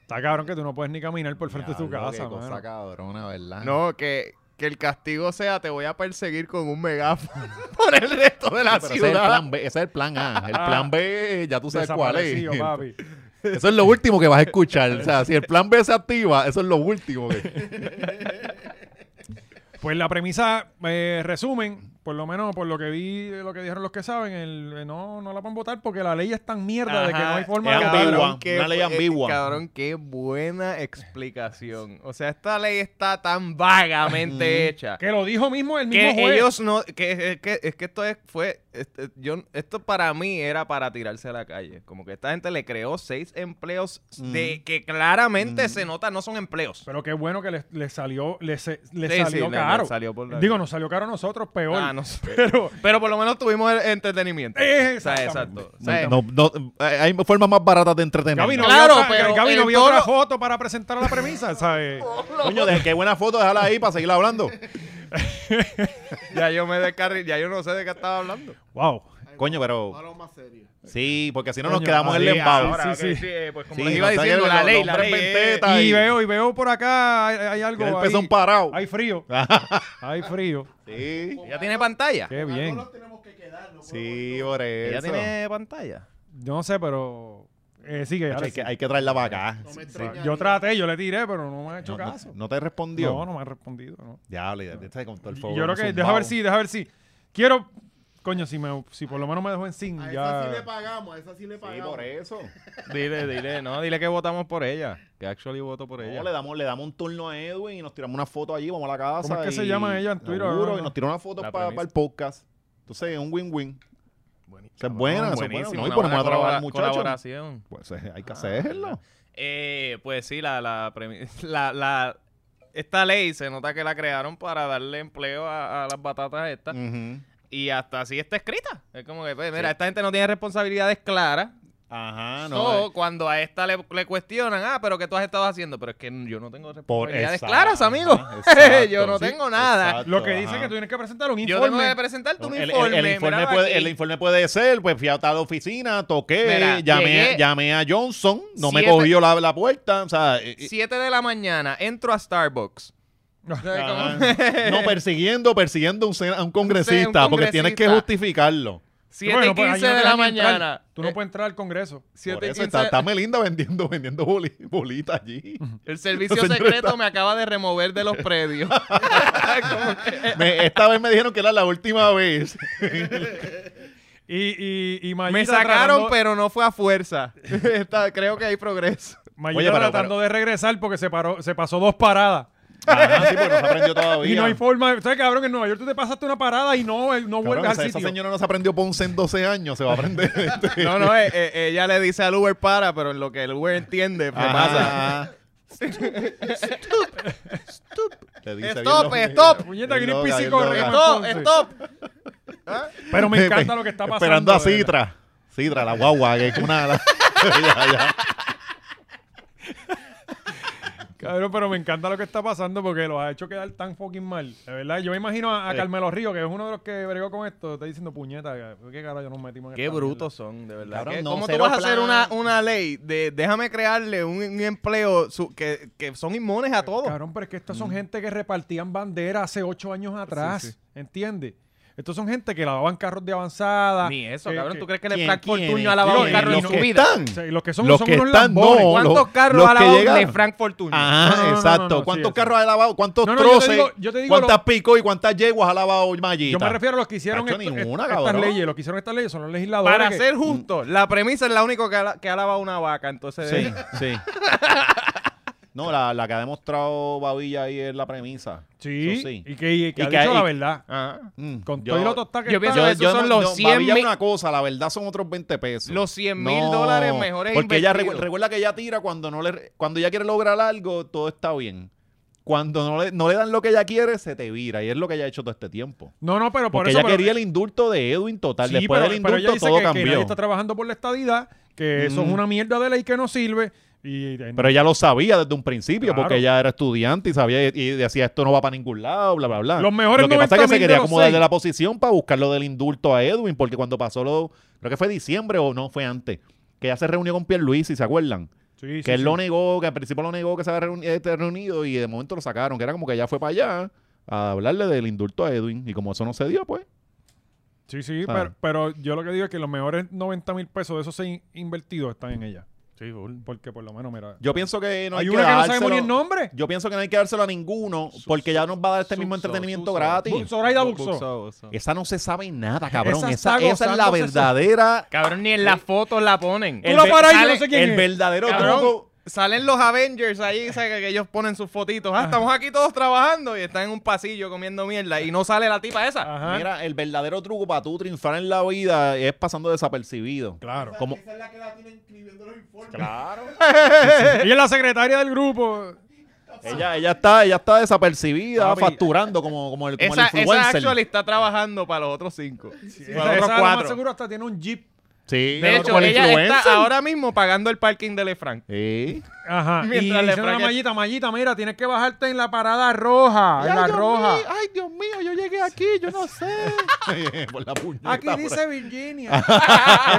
Speaker 1: Está cabrón que tú no puedes ni caminar por frente de tu casa, mano.
Speaker 2: cabrona, ¿verdad?
Speaker 3: No, que, que el castigo sea te voy a perseguir con un megáfono por el resto de la
Speaker 2: Pero ese es el
Speaker 3: ciudad.
Speaker 2: plan B, ese es el plan A. El
Speaker 1: Ah.
Speaker 2: plan B, ya tú sabes cuál es.
Speaker 1: Desaparecido, papi.
Speaker 2: Eso es lo último que vas a escuchar. O sea, si el plan B se activa, eso es lo último. que-
Speaker 1: Pues la premisa, eh, resumen, por lo menos por lo que vi, lo que dijeron los que saben, el, eh, no, no la van a votar porque la ley es tan mierda de que no hay forma
Speaker 2: es
Speaker 1: de
Speaker 2: ambigua.
Speaker 1: cabrón.
Speaker 3: qué-
Speaker 2: una ley
Speaker 3: eh,
Speaker 2: ambigua.
Speaker 3: Cabrón, qué buena explicación. O sea, esta ley está tan vagamente hecha.
Speaker 1: Que lo dijo mismo el mismo
Speaker 3: Que
Speaker 1: juez.
Speaker 3: ellos no, que, es que, es que esto es, fue, este, yo, esto para mí era para tirarse a la calle. Como que esta gente le creó seis empleos de que claramente se nota no son empleos.
Speaker 1: Pero qué bueno que les, les salió, les, les
Speaker 3: Sí, sí,
Speaker 1: salió
Speaker 3: le- le
Speaker 1: caro.
Speaker 3: salió por la-
Speaker 1: Digo, nos salió caro a nosotros, peor.
Speaker 3: Ah, no sé.
Speaker 1: Pero
Speaker 3: Pero por lo menos tuvimos el entretenimiento.
Speaker 1: Eh,
Speaker 3: O sea,
Speaker 1: exactamente.
Speaker 3: exacto. O sea,
Speaker 2: No, no, eh, hay formas más baratas de entretener.
Speaker 1: Gaby no
Speaker 3: Claro,
Speaker 1: vio, otra,
Speaker 3: pero
Speaker 1: Gaby no
Speaker 3: el
Speaker 1: vio otra
Speaker 3: toro-
Speaker 1: foto para presentar la premisa, eh, ¿sabes?
Speaker 2: Coño, de qué buena foto, déjala ahí para seguir hablando.
Speaker 3: ya yo me descarril, ya yo no sé de qué estaba hablando.
Speaker 1: wow.
Speaker 2: Coño, pero-
Speaker 4: Ahora más serio.
Speaker 2: Sí, porque si no
Speaker 1: Coño,
Speaker 2: nos quedamos en el
Speaker 1: sí,
Speaker 2: embau.
Speaker 1: ahora, sí,
Speaker 3: ok,
Speaker 1: sí.
Speaker 3: eh, pues como
Speaker 2: Sí,
Speaker 3: les iba
Speaker 2: no está
Speaker 3: diciendo,
Speaker 2: que
Speaker 3: la
Speaker 2: los
Speaker 3: ley, la
Speaker 2: hombres
Speaker 3: ley.
Speaker 2: en
Speaker 3: eh.
Speaker 2: teta. Está
Speaker 1: y
Speaker 2: ahí.
Speaker 1: veo, y veo por acá, hay, hay algo
Speaker 2: El
Speaker 1: ahí.
Speaker 2: pezón parado.
Speaker 1: Hay frío. Hay frío.
Speaker 2: Sí,
Speaker 3: ¿Ya tiene pantalla?
Speaker 1: Qué
Speaker 4: Con algo
Speaker 1: bien.
Speaker 4: nos tenemos que quedar, no
Speaker 2: sí, por
Speaker 3: ¿Ya
Speaker 2: eso.
Speaker 3: tiene pantalla?
Speaker 1: Yo no sé, pero eh, sigue.
Speaker 2: Hay
Speaker 1: Alex.
Speaker 2: que, hay que traerla para acá.
Speaker 4: podemos- no me
Speaker 2: Sí.
Speaker 4: extraña
Speaker 1: Yo
Speaker 4: ni-
Speaker 1: traté, yo le tiré, pero no me ha hecho
Speaker 2: ah. No, no-
Speaker 1: Eh, caso.
Speaker 2: no te respondió.
Speaker 1: No, no me ha respondido. no.
Speaker 2: Diablo, ya te con todo el fuego.
Speaker 1: Yo creo que, deja ver si, deja ver si. Quiero, coño, si, me, si por lo menos me dejó en sin,
Speaker 4: A esa sí le
Speaker 1: ya.
Speaker 4: pagamos, a esa sí le
Speaker 2: Sí,
Speaker 4: pagamos.
Speaker 2: por eso.
Speaker 3: Dile, dile, no, dile que votamos por ella. Que actually voto por
Speaker 2: No, le, damos, le damos un turno a Edwin y nos tiramos una foto allí, vamos a la casa.
Speaker 1: ¿Cómo es que
Speaker 2: y-
Speaker 1: se llama ella en Twitter?
Speaker 2: Seguro,
Speaker 1: Ahora,
Speaker 2: y nos tiramos una foto
Speaker 3: La
Speaker 2: para
Speaker 3: premisa.
Speaker 2: el podcast. Entonces, es un win-win.
Speaker 3: Buenísimo.
Speaker 2: O sea, es buena, eso
Speaker 3: Cabrón,
Speaker 2: es buena.
Speaker 3: buenísimo,
Speaker 2: No, y
Speaker 3: una
Speaker 2: ponemos
Speaker 3: buena
Speaker 2: a trabajar,
Speaker 3: colabora-
Speaker 2: muchachos.
Speaker 3: colaboración.
Speaker 2: Pues eh, hay que
Speaker 3: Ah,
Speaker 2: hacerlo.
Speaker 3: Eh, pues sí, la, la, premi- la, la- esta ley se nota que la crearon para darle empleo a, a las batatas estas.
Speaker 2: Ujú.
Speaker 3: Y hasta así está escrita. Es como que, pues, mira, esta gente no tiene responsabilidades claras.
Speaker 2: Ajá,
Speaker 3: So,
Speaker 2: no. eh,
Speaker 3: cuando a esta le, le cuestionan, ah, pero ¿qué tú has estado haciendo? Pero es que yo no tengo responsabilidades
Speaker 2: exacto,
Speaker 3: claras, amigo.
Speaker 2: ajá,
Speaker 3: yo no
Speaker 2: exacto,
Speaker 3: tengo nada.
Speaker 2: exacto,
Speaker 1: Lo que dice
Speaker 2: ajá.
Speaker 1: que tú tienes que presentar un
Speaker 3: Yo tengo
Speaker 1: informe.
Speaker 3: que presentarte un
Speaker 2: El- el-
Speaker 3: informe.
Speaker 2: El, informe
Speaker 3: míralo
Speaker 2: puede,
Speaker 3: aquí.
Speaker 2: el informe puede ser, pues fui a tal oficina, toqué,
Speaker 3: Mira,
Speaker 2: llamé,
Speaker 3: llegué-
Speaker 2: llamé a Johnson, no me
Speaker 3: Siete-
Speaker 2: cogió la, la puerta, o sea, eh, eh,
Speaker 3: 7 de la mañana, entro a Starbucks.
Speaker 2: ajá. no persiguiendo, persiguiendo a un, sen- a un congresista, porque tienes que
Speaker 3: congresista.
Speaker 2: justificarlo.
Speaker 1: Sí,
Speaker 3: 7
Speaker 1: bueno,
Speaker 3: y
Speaker 1: pues, ahí
Speaker 3: 15
Speaker 1: no te
Speaker 3: de la
Speaker 1: dejan entrar.
Speaker 3: mañana.
Speaker 1: Tú no puedes entrar al Congreso.
Speaker 2: Por
Speaker 3: 7 y
Speaker 2: eso
Speaker 3: 15
Speaker 2: está, está Melinda vendiendo, vendiendo boli- bolitas allí.
Speaker 3: El servicio
Speaker 2: Señor,
Speaker 3: secreto me acaba de remover de los predios. Como que-
Speaker 2: Me- esta vez me dijeron que era la última vez.
Speaker 1: Y, y, y Mayita
Speaker 3: me sacaron,
Speaker 1: tratando-
Speaker 3: pero no fue a fuerza. Está- creo que hay progreso.
Speaker 1: Mayita
Speaker 2: Oye, pero-
Speaker 1: tratando de regresar porque se paró, se pasó dos paradas.
Speaker 2: Ajá, Ah, sí, porque no se aprendió todavía.
Speaker 1: Y no hay forma. ¿Sabes, cabrón? En Nueva York tú te pasaste una parada y no, el- no
Speaker 2: Cabrón,
Speaker 1: vuelves
Speaker 2: esa,
Speaker 1: al
Speaker 2: esa
Speaker 1: sitio.
Speaker 2: señora no se aprendió Ponce en 12 años, se va a aprender. este.
Speaker 3: No, no, eh, eh, ella le dice al Uber para, pero en lo que el Uber entiende, pues, pasa.
Speaker 2: Ajá. Le dice bien
Speaker 3: Stop,
Speaker 2: loco.
Speaker 3: stop.
Speaker 1: Puñeta, que
Speaker 2: Bien
Speaker 1: ni
Speaker 2: loca,
Speaker 1: pisico
Speaker 2: bien
Speaker 1: de
Speaker 2: loca.
Speaker 1: remo.
Speaker 3: Stop,
Speaker 1: entonces.
Speaker 3: stop.
Speaker 1: Pero me encanta
Speaker 2: Pe-
Speaker 1: lo que está pasando.
Speaker 2: Esperando a
Speaker 1: de verdad.
Speaker 2: Citra. Citra, la guagua, que es como una... la- Ya, ya.
Speaker 1: Cabrón, pero me encanta lo que está pasando porque los ha hecho quedar tan fucking mal. De verdad, yo me imagino a, a
Speaker 2: Sí.
Speaker 1: Carmelo Río, que es uno de los que bregó con esto, está diciendo puñeta, qué carajo nos metimos en
Speaker 3: Qué
Speaker 1: esta
Speaker 3: brutos son, de verdad.
Speaker 2: Cabrón,
Speaker 3: ¿Qué-
Speaker 2: no,
Speaker 3: ¿Cómo tú
Speaker 2: cero
Speaker 3: vas a hacer
Speaker 2: plan.
Speaker 3: una, una ley de déjame crearle un, un empleo su- que, que son inmunes a
Speaker 2: Oh.
Speaker 3: todo?
Speaker 1: mierda. Cabrón, pero es que estos son gente que repartían banderas hace ocho años atrás,
Speaker 3: sí.
Speaker 1: ¿entiendes? Estos son gente que lavaban carros de avanzada.
Speaker 3: Ni eso,
Speaker 1: que-
Speaker 3: cabrón.
Speaker 1: que-
Speaker 3: ¿Tú crees que le
Speaker 2: ¿Quién
Speaker 3: Frank
Speaker 2: quiere?
Speaker 3: Fortunio ha lavado un
Speaker 1: Sí,
Speaker 3: carro en
Speaker 1: los
Speaker 3: su
Speaker 1: que
Speaker 3: vida?
Speaker 2: están.
Speaker 1: O sea, y los que son,
Speaker 2: Los
Speaker 1: son
Speaker 2: que
Speaker 1: unos
Speaker 2: están, no,
Speaker 1: lambones.
Speaker 2: los-
Speaker 3: ¿Cuántos carros
Speaker 2: los
Speaker 3: ha
Speaker 2: que
Speaker 3: lavado
Speaker 2: llegaron.
Speaker 3: de Frank Fortunio?
Speaker 2: Ajá,
Speaker 1: No, no, no,
Speaker 2: exacto.
Speaker 1: no, no, sí,
Speaker 2: ¿Cuántos
Speaker 1: eso.
Speaker 2: carros ha lavado? ¿Cuántos
Speaker 1: No, no, yo te
Speaker 2: troces?
Speaker 1: digo- yo te digo
Speaker 2: ¿Cuántas
Speaker 1: lo-
Speaker 2: picos y cuántas yeguas ha lavado Mayita?
Speaker 1: Yo me refiero a los que hicieron
Speaker 2: Tacho,
Speaker 1: esto-
Speaker 2: ninguna,
Speaker 1: est- estas
Speaker 2: cabrón.
Speaker 1: leyes. Los que hicieron estas leyes son los legisladores.
Speaker 3: Para
Speaker 1: que-
Speaker 3: ser justo, la premisa es la única que ha, la- que ha lavado una vaca, entonces...
Speaker 2: Sí, sí. No, la, la que ha demostrado Babilla ahí es la premisa.
Speaker 1: Sí,
Speaker 2: Eso sí.
Speaker 1: y que, y que
Speaker 2: Y
Speaker 1: ha
Speaker 2: que-
Speaker 1: dicho
Speaker 2: y-
Speaker 1: la verdad.
Speaker 3: Ajá.
Speaker 2: Mm,
Speaker 1: Con
Speaker 2: yo-
Speaker 1: todo y lo tostada que
Speaker 3: yo
Speaker 1: está.
Speaker 3: pienso que- esos son los
Speaker 2: no,
Speaker 3: 100
Speaker 2: Babilla es
Speaker 3: mil-
Speaker 2: una cosa, la verdad son otros 20 pesos.
Speaker 3: Los 100 mil
Speaker 2: No,
Speaker 3: dólares mejores
Speaker 2: Porque ella recu-
Speaker 3: invertidos.
Speaker 2: recuerda que ella tira cuando no le cuando ella quiere lograr algo, todo está bien. Cuando no le, no le dan lo que ella quiere, se te vira. Y es lo que ella ha hecho todo este tiempo.
Speaker 1: No, no, pero por
Speaker 2: Porque
Speaker 1: eso...
Speaker 2: ella
Speaker 1: pero- eh,
Speaker 2: quería el indulto de Edwin total.
Speaker 1: Sí,
Speaker 2: Después
Speaker 1: pero-
Speaker 2: del
Speaker 1: pero ella
Speaker 2: indulto
Speaker 1: dice
Speaker 2: todo
Speaker 1: que, que nadie
Speaker 2: cambió.
Speaker 1: está trabajando por la estadidad, que eso es
Speaker 2: Mm.
Speaker 1: una mierda de ley que no sirve. Y, eh,
Speaker 2: Pero ella lo sabía desde un principio,
Speaker 1: Claro.
Speaker 2: porque ella era estudiante y sabía y, y decía esto no va para ningún lado, bla, bla, bla.
Speaker 1: Los mejores
Speaker 2: Lo que pasa es que
Speaker 1: 90.000
Speaker 2: se
Speaker 1: de
Speaker 2: quería
Speaker 1: los
Speaker 2: acomodar de
Speaker 1: seis.
Speaker 2: la posición para buscar lo del indulto a Edwin, porque cuando pasó lo, creo que fue diciembre o no, fue antes, que ella se reunió con Pierluisi, ¿se acuerdan?
Speaker 1: Sí, sí,
Speaker 2: que él
Speaker 1: sí.
Speaker 2: lo negó, que al principio lo negó que se había reuni- este, reunido y de momento lo sacaron, que era como que ella fue para allá a hablarle del indulto a Edwin y como eso no se dio, pues.
Speaker 1: Sí, sí,
Speaker 2: ¿Sabes?
Speaker 1: pero, pero yo lo que digo es que los mejores 90 mil pesos de esos seis invertidos están en ella. Sí, porque por lo menos, mira.
Speaker 2: Yo pienso que no hay,
Speaker 1: hay
Speaker 2: que,
Speaker 1: una que no sabemos
Speaker 2: dárselo-
Speaker 1: ni el nombre.
Speaker 2: Yo pienso que no hay que dárselo a ninguno, porque ya nos va a dar este mismo
Speaker 3: Suso,
Speaker 2: entretenimiento
Speaker 3: Suso.
Speaker 2: gratis.
Speaker 1: Bu- Zoraida Buxó.
Speaker 2: Esa no se sabe nada, cabrón.
Speaker 1: Esa
Speaker 2: Esa,
Speaker 1: está
Speaker 2: esa es la
Speaker 1: gozándose su-
Speaker 2: verdadera.
Speaker 3: Cabrón, ni en las fotos la ponen.
Speaker 1: Tú la
Speaker 2: ve-
Speaker 1: paras y yo
Speaker 2: sale-
Speaker 1: no sé quién
Speaker 2: El
Speaker 1: es.
Speaker 2: verdadero
Speaker 3: Cabrón,
Speaker 2: truco.
Speaker 3: salen los Avengers ahí, ¿sabes? Que ellos ponen sus fotitos. Ah, estamos aquí todos trabajando y están en un pasillo comiendo mierda y no sale la tipa esa.
Speaker 1: Ajá.
Speaker 2: Mira, el verdadero truco para tú triunfar en la vida es pasando desapercibido.
Speaker 1: Claro.
Speaker 2: como-
Speaker 4: Esa es la que la tienen escribiendo los informes.
Speaker 2: Claro.
Speaker 1: Ella es la secretaria del grupo.
Speaker 2: ella, ella está, ella está desapercibida,
Speaker 1: Papi.
Speaker 2: facturando como, como el, como el
Speaker 3: Esa, esa
Speaker 2: influencer.
Speaker 3: actual está trabajando para los otros cinco.
Speaker 1: Esa,
Speaker 3: para los
Speaker 1: esa,
Speaker 3: otros
Speaker 1: lo más
Speaker 3: cuatro.
Speaker 1: seguro hasta tiene un jeep.
Speaker 2: Sí,
Speaker 3: De hecho,
Speaker 2: como el
Speaker 3: ella
Speaker 2: influencer.
Speaker 3: está ahora mismo pagando el parking de Lefranc.
Speaker 2: Sí.
Speaker 1: Ajá.
Speaker 3: Mientras
Speaker 1: y
Speaker 3: le
Speaker 1: le una
Speaker 3: fraque-
Speaker 1: mallita, mallita, mira, tienes que bajarte en la parada roja. En la roja.
Speaker 2: ay, Dios mío, yo llegué aquí, yo no sé. por la puñeta,
Speaker 1: Aquí
Speaker 2: por ahí.
Speaker 1: dice Virginia. Te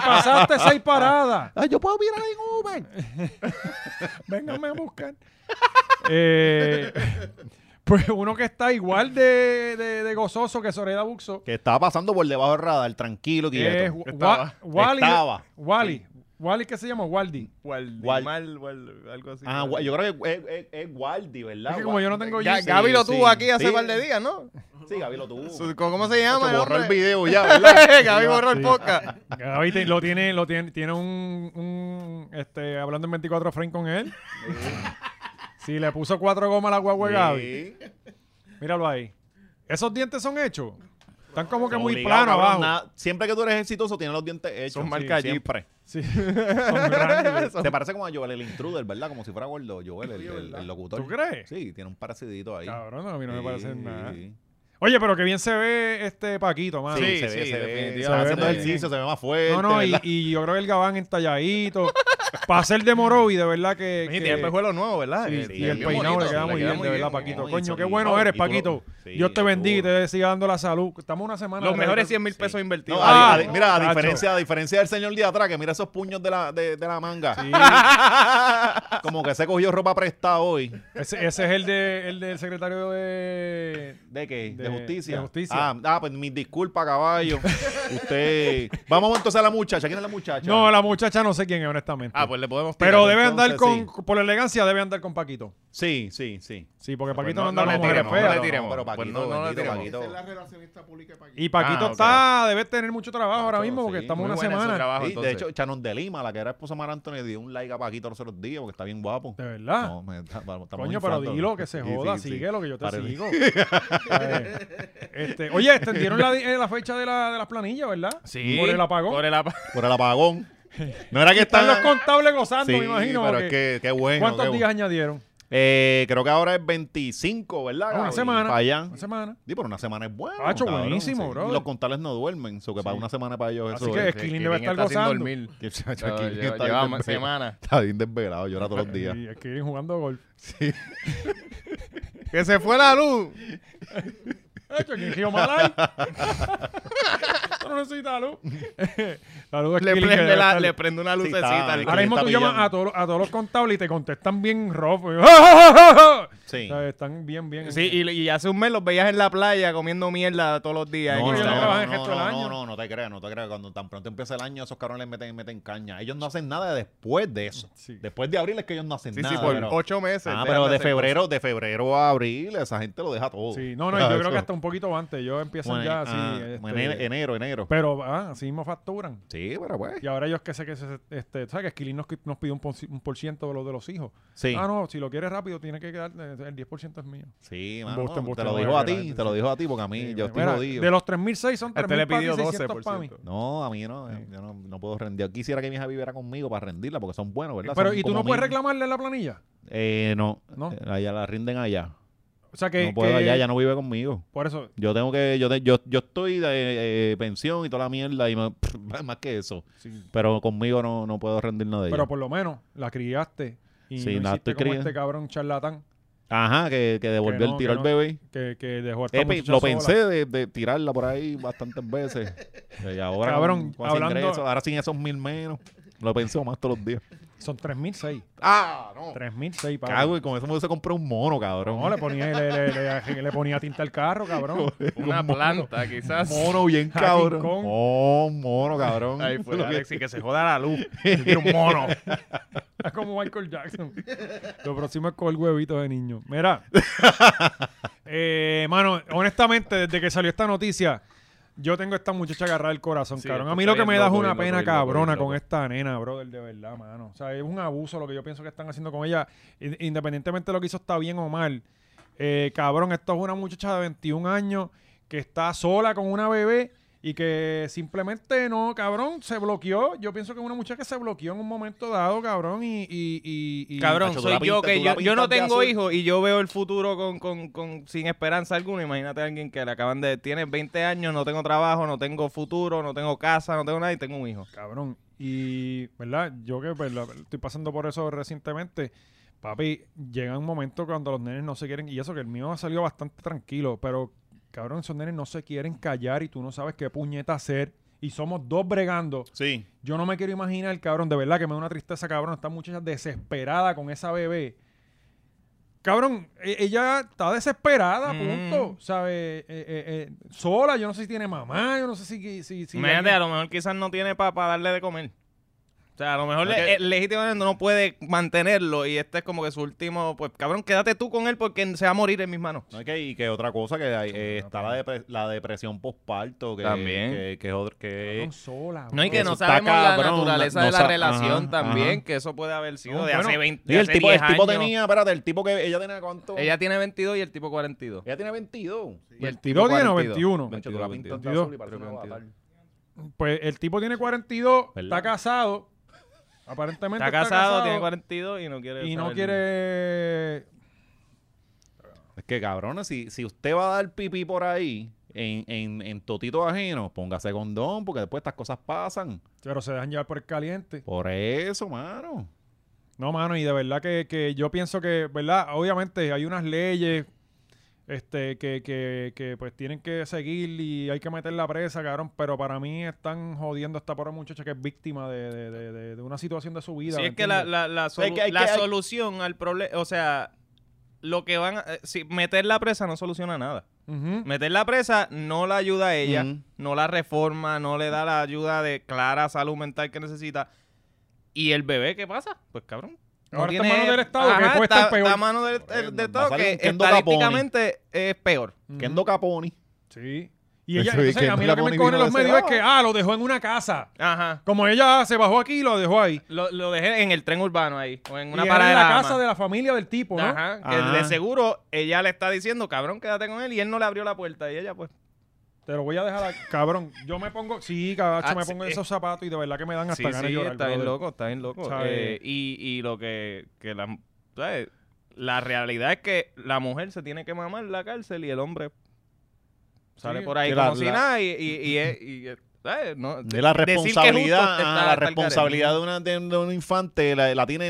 Speaker 1: pasaste seis paradas.
Speaker 2: Ay, yo puedo mirar en Uber.
Speaker 1: Véngame a buscar. Eh, pues uno que está igual de, de- de gozoso que Soledad Buxo.
Speaker 2: Que estaba pasando por debajo del radar, tranquilo,
Speaker 1: Es
Speaker 2: quieto.
Speaker 1: Wa-
Speaker 3: Estaba.
Speaker 1: Wally.
Speaker 2: Estaba.
Speaker 1: Wally. Wally, ¿qué se llama? Waldi.
Speaker 2: Wal-
Speaker 3: Mal, Wal- algo así.
Speaker 2: Ah, gua- yo creo que es, es, es Waldi, ¿verdad?
Speaker 1: Es que como yo no tengo
Speaker 3: Ga-
Speaker 1: Yeezy.
Speaker 3: Gaby lo
Speaker 2: sí,
Speaker 3: tuvo aquí hace
Speaker 2: sí.
Speaker 3: par de días, ¿no?
Speaker 2: Sí, Gaby lo tuvo.
Speaker 3: Su- ¿Cómo se
Speaker 2: Chacho,
Speaker 3: llama? el
Speaker 2: borró el
Speaker 3: hombre?
Speaker 2: video ya, ¿verdad?
Speaker 3: Gaby borró el podcast.
Speaker 1: Gaby te- lo tiene, lo tiene, tiene un, un, este, hablando en 24 frame con él. Sí, le puso cuatro gomas a la guagua de Gaby.
Speaker 2: Sí.
Speaker 1: Míralo ahí. Esos dientes son hechos. Están como que muy planos
Speaker 2: Obligado, cabrón,
Speaker 1: abajo.
Speaker 2: nada- siempre que tú eres exitoso, tienes los dientes hechos.
Speaker 3: Son
Speaker 2: Sí,
Speaker 3: marca Jeep.
Speaker 2: siempre.
Speaker 1: Sí. Son grandes.
Speaker 2: Te parece como a Joel el intruder, ¿verdad? Como si fuera gordo Joel, el, el- el locutor.
Speaker 1: ¿Tú crees?
Speaker 2: Sí, tiene un paracidito ahí.
Speaker 1: Cabrón, no, a mí no me parece
Speaker 2: Sí.
Speaker 1: nada. Oye, pero que bien se ve este Paquito, mano.
Speaker 2: Sí,
Speaker 3: Sí,
Speaker 2: se ve,
Speaker 3: sí,
Speaker 2: se ve.
Speaker 3: definitivamente.
Speaker 2: Se va haciendo
Speaker 1: Se ve
Speaker 2: ejercicio, se ve más fuerte.
Speaker 1: No, no, y,
Speaker 2: ¿verdad?
Speaker 1: y yo creo que el Gabán entalladito. Para ser de Morovi, de verdad que.
Speaker 3: Y
Speaker 1: que-
Speaker 3: tiene el pejuelo nuevo, ¿verdad?
Speaker 1: Sí,
Speaker 3: Eh,
Speaker 1: y el
Speaker 3: bien
Speaker 1: peinado
Speaker 3: bonito,
Speaker 1: le queda muy bien, de verdad,
Speaker 3: bien,
Speaker 1: Paquito. Coño,
Speaker 3: muy
Speaker 2: bonito.
Speaker 1: qué bueno
Speaker 2: Y
Speaker 1: eres,
Speaker 2: tú lo-
Speaker 1: Paquito.
Speaker 2: sí,
Speaker 1: Dios te
Speaker 2: tú-
Speaker 1: bendiga y te siga dando la salud. Estamos una semana.
Speaker 3: Los mejores 100
Speaker 1: siempre.
Speaker 3: mil pesos
Speaker 2: No,
Speaker 3: invertidos.
Speaker 2: a- a-
Speaker 1: Ah,
Speaker 2: mira, a
Speaker 1: chacho.
Speaker 2: diferencia, a diferencia del señor de atrás, que mira esos puños de la, de, de la manga. Como que se cogió ropa prestada hoy.
Speaker 1: Ese, ese es el, de, el del secretario de.
Speaker 2: ¿De qué?
Speaker 1: De-
Speaker 2: De, justicia.
Speaker 1: de justicia.
Speaker 2: Ah, ah, pues mis disculpas, caballo. Usted. Vamos entonces a la muchacha. ¿Quién es la muchacha?
Speaker 1: No, eh. la muchacha no sé quién es, honestamente.
Speaker 3: Ah, pues le podemos tirar.
Speaker 1: Pero debe andar
Speaker 2: entonces,
Speaker 1: con. Por la elegancia, debe andar con Paquito.
Speaker 2: Sí, sí, sí.
Speaker 1: Sí, porque
Speaker 3: Pues
Speaker 1: Paquito
Speaker 3: no-
Speaker 1: no,
Speaker 3: no
Speaker 1: anda
Speaker 3: le
Speaker 1: con mujeres
Speaker 3: tiremos, no
Speaker 1: feas.
Speaker 3: le tiremos.
Speaker 2: pero
Speaker 3: Pues
Speaker 2: Paquito,
Speaker 3: no- no le
Speaker 2: bendito,
Speaker 3: tiremos.
Speaker 2: Paquito.
Speaker 4: Esa es la relacionista pública para aquí.
Speaker 1: Y Paquito
Speaker 3: Ah, ok.
Speaker 1: está, debe tener mucho trabajo ahora
Speaker 2: Mucho,
Speaker 1: mismo porque
Speaker 2: sí,
Speaker 1: estamos
Speaker 2: muy
Speaker 1: una
Speaker 3: buena en su
Speaker 1: semana.
Speaker 3: trabajo,
Speaker 2: Sí, de
Speaker 3: entonces.
Speaker 2: hecho, Chanon de Lima, la que era esposa de Mar Anthony, dio un like a Paquito los otros días porque está bien guapo.
Speaker 1: De verdad.
Speaker 2: No, me- está- estamos
Speaker 1: Coño, pero
Speaker 2: inflando.
Speaker 1: dilo que se
Speaker 2: Sí,
Speaker 1: joda,
Speaker 2: sí, sí.
Speaker 1: sigue lo que yo te
Speaker 2: Pare-
Speaker 1: sigo. Eh, este, oye, extendieron la, eh, la fecha de, la, de las planillas, ¿verdad?
Speaker 3: Sí.
Speaker 1: Por el apagón.
Speaker 3: Por el apagón.
Speaker 2: Por el apagón. No era que
Speaker 1: Están los
Speaker 2: están-
Speaker 1: contables gozando,
Speaker 2: Sí,
Speaker 1: me imagino.
Speaker 2: pero
Speaker 1: porque-
Speaker 2: es que qué bueno.
Speaker 1: ¿Cuántos
Speaker 2: qué
Speaker 1: días
Speaker 2: bueno.
Speaker 1: añadieron?
Speaker 2: Eh, creo que ahora es 25, ¿verdad?
Speaker 1: Ah, una
Speaker 2: Gaby?
Speaker 1: semana.
Speaker 2: Para allá.
Speaker 1: Una semana.
Speaker 2: Sí, pero una semana es bueno.
Speaker 1: Hacho, buenísimo, brother.
Speaker 2: Los contales no duermen, so que para una semana para ellos
Speaker 1: Así
Speaker 2: eso
Speaker 1: que
Speaker 2: es.
Speaker 1: Esquilín debe estar
Speaker 3: está sin
Speaker 1: gozando.
Speaker 3: dormir.
Speaker 2: Que el chacho
Speaker 3: No,
Speaker 2: aquí
Speaker 3: lle-
Speaker 2: está bien
Speaker 3: Llevamos
Speaker 2: desvelado.
Speaker 3: semana.
Speaker 2: Está bien desvelado, llora todos los días.
Speaker 1: Y es que vienen jugando golf.
Speaker 3: Que se fue la luz.
Speaker 1: Hecho, aquí en Río Malay. Tú no necesitas luz. Saludos,
Speaker 3: Le
Speaker 1: Esquilín, Pues que
Speaker 3: prende,
Speaker 1: debe
Speaker 3: la,
Speaker 1: estar-
Speaker 3: le prende una lucecita.
Speaker 2: está-
Speaker 3: al-
Speaker 2: que
Speaker 1: Ahora
Speaker 2: le
Speaker 1: mismo
Speaker 2: está
Speaker 1: tú llamas
Speaker 2: pillando.
Speaker 1: a todos, los- a todos los contables y te contestan bien rough.
Speaker 2: Sí.
Speaker 1: O sea, están bien, bien.
Speaker 3: Sí, y, y hace un mes los veías en la playa comiendo mierda todos los días.
Speaker 2: No,
Speaker 1: que
Speaker 2: no,
Speaker 1: ellos
Speaker 2: no,
Speaker 1: no
Speaker 2: no,
Speaker 1: trabajan el
Speaker 2: no,
Speaker 1: resto del
Speaker 2: no,
Speaker 1: año.
Speaker 2: no, no, no te creas, no te creas. Cuando tan pronto empieza el año, esos cabrones les meten, meten caña. Ellos no hacen nada después de eso.
Speaker 1: Sí.
Speaker 2: Después de abril es que ellos no hacen
Speaker 3: sí,
Speaker 2: nada.
Speaker 3: sí, por
Speaker 2: pero-
Speaker 3: ocho meses.
Speaker 2: Ah,
Speaker 3: dejan
Speaker 2: pero de
Speaker 3: hacer
Speaker 2: febrero, de febrero a abril, esa gente lo deja todo.
Speaker 1: Sí, no, no, yo creo que
Speaker 2: Ah, Eso.
Speaker 1: hasta un poquito antes. Yo empiezan
Speaker 2: Bueno,
Speaker 1: ya
Speaker 2: ah,
Speaker 1: así.
Speaker 2: bueno,
Speaker 1: este,
Speaker 2: ene- enero, enero.
Speaker 1: pero ah, así mismo facturan.
Speaker 2: Sí, pero pues.
Speaker 1: Y ahora ellos que sé que se, este, tú ¿sabes que Esquilín nos, nos pidió un, por, un por ciento de los de los hijos?
Speaker 2: Sí.
Speaker 1: Ah, no, si lo quieres rápido, tiene que quedar, eh, el 10% es mío.
Speaker 2: Sí, mano,
Speaker 1: Embuste, embuste,
Speaker 2: te lo
Speaker 1: no
Speaker 2: dijo
Speaker 1: voy a
Speaker 2: a
Speaker 1: ver,
Speaker 2: ti,
Speaker 1: gente,
Speaker 2: te lo dijo a ti, porque a mí yo estoy
Speaker 1: Mira,
Speaker 2: jodido.
Speaker 1: De los 3.600 son
Speaker 3: cosas. Este le
Speaker 1: 3.000 para ti,
Speaker 3: pidió
Speaker 1: 600 para mí.
Speaker 3: 12%.
Speaker 2: No, a mí no, eh, yo no, no puedo rendir. Yo quisiera que mi hija viviera conmigo para rendirla, porque son buenos, ¿verdad?
Speaker 1: Pero,
Speaker 2: Son
Speaker 1: ¿y tú
Speaker 2: como
Speaker 1: no puedes
Speaker 2: mil.
Speaker 1: reclamarle la planilla?
Speaker 2: Eh, no,
Speaker 1: ¿No?
Speaker 2: Eh, allá la rinden allá.
Speaker 1: O sea que...
Speaker 2: no puedo
Speaker 1: que-
Speaker 2: allá, ya no vive conmigo.
Speaker 1: Por eso,
Speaker 2: Yo tengo que, yo, te- yo, yo estoy de eh, pensión y toda la mierda, y me- más que eso.
Speaker 1: sí.
Speaker 2: Pero conmigo no, no puedo rendir nada de ella.
Speaker 1: Pero por lo menos la criaste, Y
Speaker 2: Sí,
Speaker 1: no
Speaker 2: nada,
Speaker 1: hiciste
Speaker 2: estoy
Speaker 1: como
Speaker 2: creyendo.
Speaker 1: este cabrón charlatán
Speaker 2: Ajá, que, que devolvió
Speaker 1: no,
Speaker 2: el tiro
Speaker 1: que
Speaker 2: al
Speaker 1: no.
Speaker 2: bebé.
Speaker 1: que, que dejó a esta
Speaker 2: Eh, pe-
Speaker 1: muchacha
Speaker 2: lo
Speaker 1: sola.
Speaker 2: pensé de, de tirarla por ahí bastantes veces. Y ahora,
Speaker 1: Cabrón,
Speaker 2: con- con ese
Speaker 1: hablando-
Speaker 2: ingreso, ahora sin esos mil menos. Lo pensé más todos los días.
Speaker 1: Son 3.006.
Speaker 2: Ah, no.
Speaker 1: 3.006, para.
Speaker 2: Cago, y con eso me hubiese comprado un mono, cabrón.
Speaker 1: No, le ponía, le, le- le- le ponía tinta al carro, cabrón.
Speaker 3: Una planta, quizás.
Speaker 2: mono bien
Speaker 1: Hacking
Speaker 2: cabrón.
Speaker 1: Kong.
Speaker 2: Oh, un mono, cabrón.
Speaker 3: Ahí fue Alexi, que se joda la luz. Yo quiero un mono.
Speaker 1: Es como Michael Jackson. Lo próximo es con el huevito de niño. Mira. eh, mano, honestamente, desde que salió esta noticia, yo tengo a esta muchacha agarrada el corazón,
Speaker 3: Sí,
Speaker 1: cabrón.
Speaker 3: esto
Speaker 1: A mí lo
Speaker 3: está
Speaker 1: que me
Speaker 3: bien
Speaker 1: da es
Speaker 3: loco,
Speaker 1: una
Speaker 3: bien loco,
Speaker 1: pena
Speaker 3: bien loco,
Speaker 1: cabrona
Speaker 3: bien loco.
Speaker 1: con esta nena, brother, de verdad, mano. O sea, es un abuso lo que yo pienso que están haciendo con ella. In- Independientemente de lo que hizo está bien o mal. Eh, cabrón, esto es una muchacha de 21 años que está sola con una bebé y que simplemente no, cabrón, se bloqueó. Yo pienso que es una muchacha que se bloqueó en un momento dado, cabrón, y... y, y- y-
Speaker 3: Cabrón,
Speaker 2: Nacho, tú
Speaker 3: soy
Speaker 2: la
Speaker 3: yo
Speaker 2: pintas-
Speaker 3: que
Speaker 2: tú la
Speaker 3: yo, yo no
Speaker 2: pintas de
Speaker 3: tengo
Speaker 2: azul.
Speaker 3: hijos y yo veo el futuro con, con, con, sin esperanza alguna. Imagínate a alguien que le acaban de... Tienes 20 años, no tengo trabajo, no tengo futuro, no tengo casa, no tengo nada y tengo un hijo.
Speaker 1: Cabrón, y, ¿verdad? Yo que ¿verdad? estoy pasando por eso recientemente. Papi, llega un momento cuando los nenes no se quieren, y eso que el mío ha salido bastante tranquilo, pero cabrón, esos nenes no se quieren callar y tú no sabes qué puñeta hacer. Y somos dos bregando.
Speaker 2: Sí.
Speaker 1: Yo no me quiero imaginar, cabrón, de verdad que me da una tristeza, cabrón. Esta muchacha desesperada con esa bebé. Cabrón, e- ella está desesperada,
Speaker 3: Mm.
Speaker 1: punto. ¿Sabes? e, sola, yo no sé si tiene mamá, yo no sé si. si, si
Speaker 3: Imagínate,
Speaker 1: alguien-
Speaker 3: a lo mejor quizás no tiene para darle de comer. O sea, a lo mejor le-
Speaker 2: Ok.
Speaker 3: eh, legítimamente no puede mantenerlo y este es como que su último, pues cabrón, quédate tú con él porque se va a morir en mis manos.
Speaker 2: No, y que- y que otra cosa, que hay, eh, está la, depre- la depresión posparto. Que,
Speaker 3: También.
Speaker 2: Que, que es otra- que-
Speaker 1: Cabrón, sola.
Speaker 3: No, y que
Speaker 1: bro.
Speaker 2: Eso
Speaker 3: no
Speaker 2: está
Speaker 3: sabemos la
Speaker 2: cabrón,
Speaker 3: naturaleza
Speaker 2: no
Speaker 3: de la
Speaker 2: sa-
Speaker 3: relación
Speaker 2: ajá,
Speaker 3: también,
Speaker 2: ajá.
Speaker 3: que eso puede haber sido
Speaker 1: No,
Speaker 3: de
Speaker 1: bueno,
Speaker 3: hace 20
Speaker 2: Y
Speaker 3: de
Speaker 2: el
Speaker 3: hace
Speaker 2: tipo, el
Speaker 3: 10
Speaker 2: tipo
Speaker 3: años.
Speaker 2: tenía, espérate, el tipo que ella tenía cuánto?
Speaker 3: Ella tiene 22 y el tipo 42.
Speaker 2: Ella tiene 22.
Speaker 3: Y el
Speaker 1: 22 tiene o 21?
Speaker 2: Nacho, tú la pintas de
Speaker 1: 22,
Speaker 2: azul y parece
Speaker 3: creo que
Speaker 2: un avatar.
Speaker 3: 22.
Speaker 1: Pues el tipo tiene 42, está
Speaker 2: ¿Verdad?
Speaker 1: casado. Aparentemente
Speaker 3: Está casado, tiene 42 y no quiere
Speaker 1: Y no
Speaker 3: saber-
Speaker 1: quiere.
Speaker 2: Es que cabrón, si, si usted va a dar pipí por ahí en, en, en totito ajeno, póngase condón, porque después estas cosas pasan.
Speaker 1: Pero se dejan llevar por el caliente.
Speaker 2: Por eso, mano.
Speaker 1: No, mano, y de verdad que, que yo pienso que, ¿verdad? Obviamente hay unas leyes este, que, que, que pues tienen que seguir y hay que meter la presa, cabrón. Pero para mí están jodiendo a esta pobre muchacha que es víctima de, de- de- de- de una situación de su vida.
Speaker 3: Sí,
Speaker 1: ¿me
Speaker 3: es que la,
Speaker 1: entiendes?
Speaker 3: la, la, solu-
Speaker 2: Es que hay
Speaker 3: la
Speaker 2: que- hay-
Speaker 3: solución al problema, o sea, lo que van a, eh, si meter la presa no soluciona nada.
Speaker 1: Ujú.
Speaker 3: Meter la presa no la ayuda a ella,
Speaker 2: Ujú.
Speaker 3: no la reforma, no le da la ayuda de clara salud mental que necesita. ¿Y el bebé qué pasa? Pues cabrón. no
Speaker 1: Ahora está en
Speaker 3: tiene-
Speaker 1: manos del Estado, que
Speaker 3: Ajá,
Speaker 1: puede
Speaker 3: está,
Speaker 1: estar peor.
Speaker 3: está en manos del,
Speaker 2: Correcto,
Speaker 3: del- del
Speaker 2: va a
Speaker 3: Estado,
Speaker 2: salir
Speaker 3: que
Speaker 2: un Kendo Caponi.
Speaker 3: estadísticamente es peor.
Speaker 1: Ujú.
Speaker 2: Kendo Caponi.
Speaker 1: Sí. Y ella,
Speaker 2: Eso es
Speaker 1: entonces,
Speaker 2: que
Speaker 1: a mí lo
Speaker 2: no la
Speaker 1: que me
Speaker 2: pone
Speaker 1: cogen
Speaker 2: vino
Speaker 1: los
Speaker 2: de
Speaker 1: medios es
Speaker 2: ese
Speaker 1: que, ah, lo dejó en una casa.
Speaker 3: Ajá.
Speaker 1: Como ella se bajó aquí, lo dejó ahí.
Speaker 3: Lo, lo dejé en el tren urbano ahí, o en una
Speaker 1: y era
Speaker 3: parada
Speaker 1: en
Speaker 3: de
Speaker 1: la
Speaker 3: la
Speaker 1: casa
Speaker 3: ama.
Speaker 1: de la familia del tipo, ¿no?
Speaker 3: Ajá, que
Speaker 2: Ah.
Speaker 3: de seguro ella le está diciendo, cabrón, quédate con él, y él no le abrió la puerta, y ella pues...
Speaker 1: Te lo voy a dejar, aquí. cabrón. Yo me pongo, sí, cabacho,
Speaker 3: Ah,
Speaker 1: me
Speaker 3: sí,
Speaker 1: pongo
Speaker 3: eh.
Speaker 1: esos zapatos y de verdad que me dan hasta ganas de llorar.
Speaker 3: está bien
Speaker 1: brother.
Speaker 3: loco, está bien loco.
Speaker 1: ¿Sabes?
Speaker 3: Eh, y, y lo que, que la, ¿sabes? la realidad es que la mujer se tiene que mamar en la cárcel y el hombre sale
Speaker 1: Sí,
Speaker 3: por ahí
Speaker 2: que
Speaker 3: como
Speaker 2: la-
Speaker 3: si
Speaker 2: la-
Speaker 3: nada y, y, y, es- y es- ¿sabes? No,
Speaker 2: De la
Speaker 3: decir que es justo
Speaker 2: responsabilidad,
Speaker 3: está-
Speaker 2: ah,
Speaker 3: está
Speaker 2: la
Speaker 3: al garete.
Speaker 2: responsabilidad de, una, de, un- de un infante la, la tiene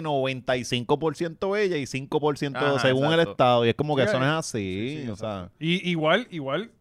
Speaker 2: 95% ella y 5%
Speaker 3: Ajá,
Speaker 2: según el
Speaker 3: exacto.
Speaker 2: Estado. Y es como que
Speaker 1: Sí,
Speaker 2: eso no
Speaker 1: eh.
Speaker 2: es así.
Speaker 1: Sí, sí,
Speaker 2: o sea,
Speaker 1: Y igual, igual,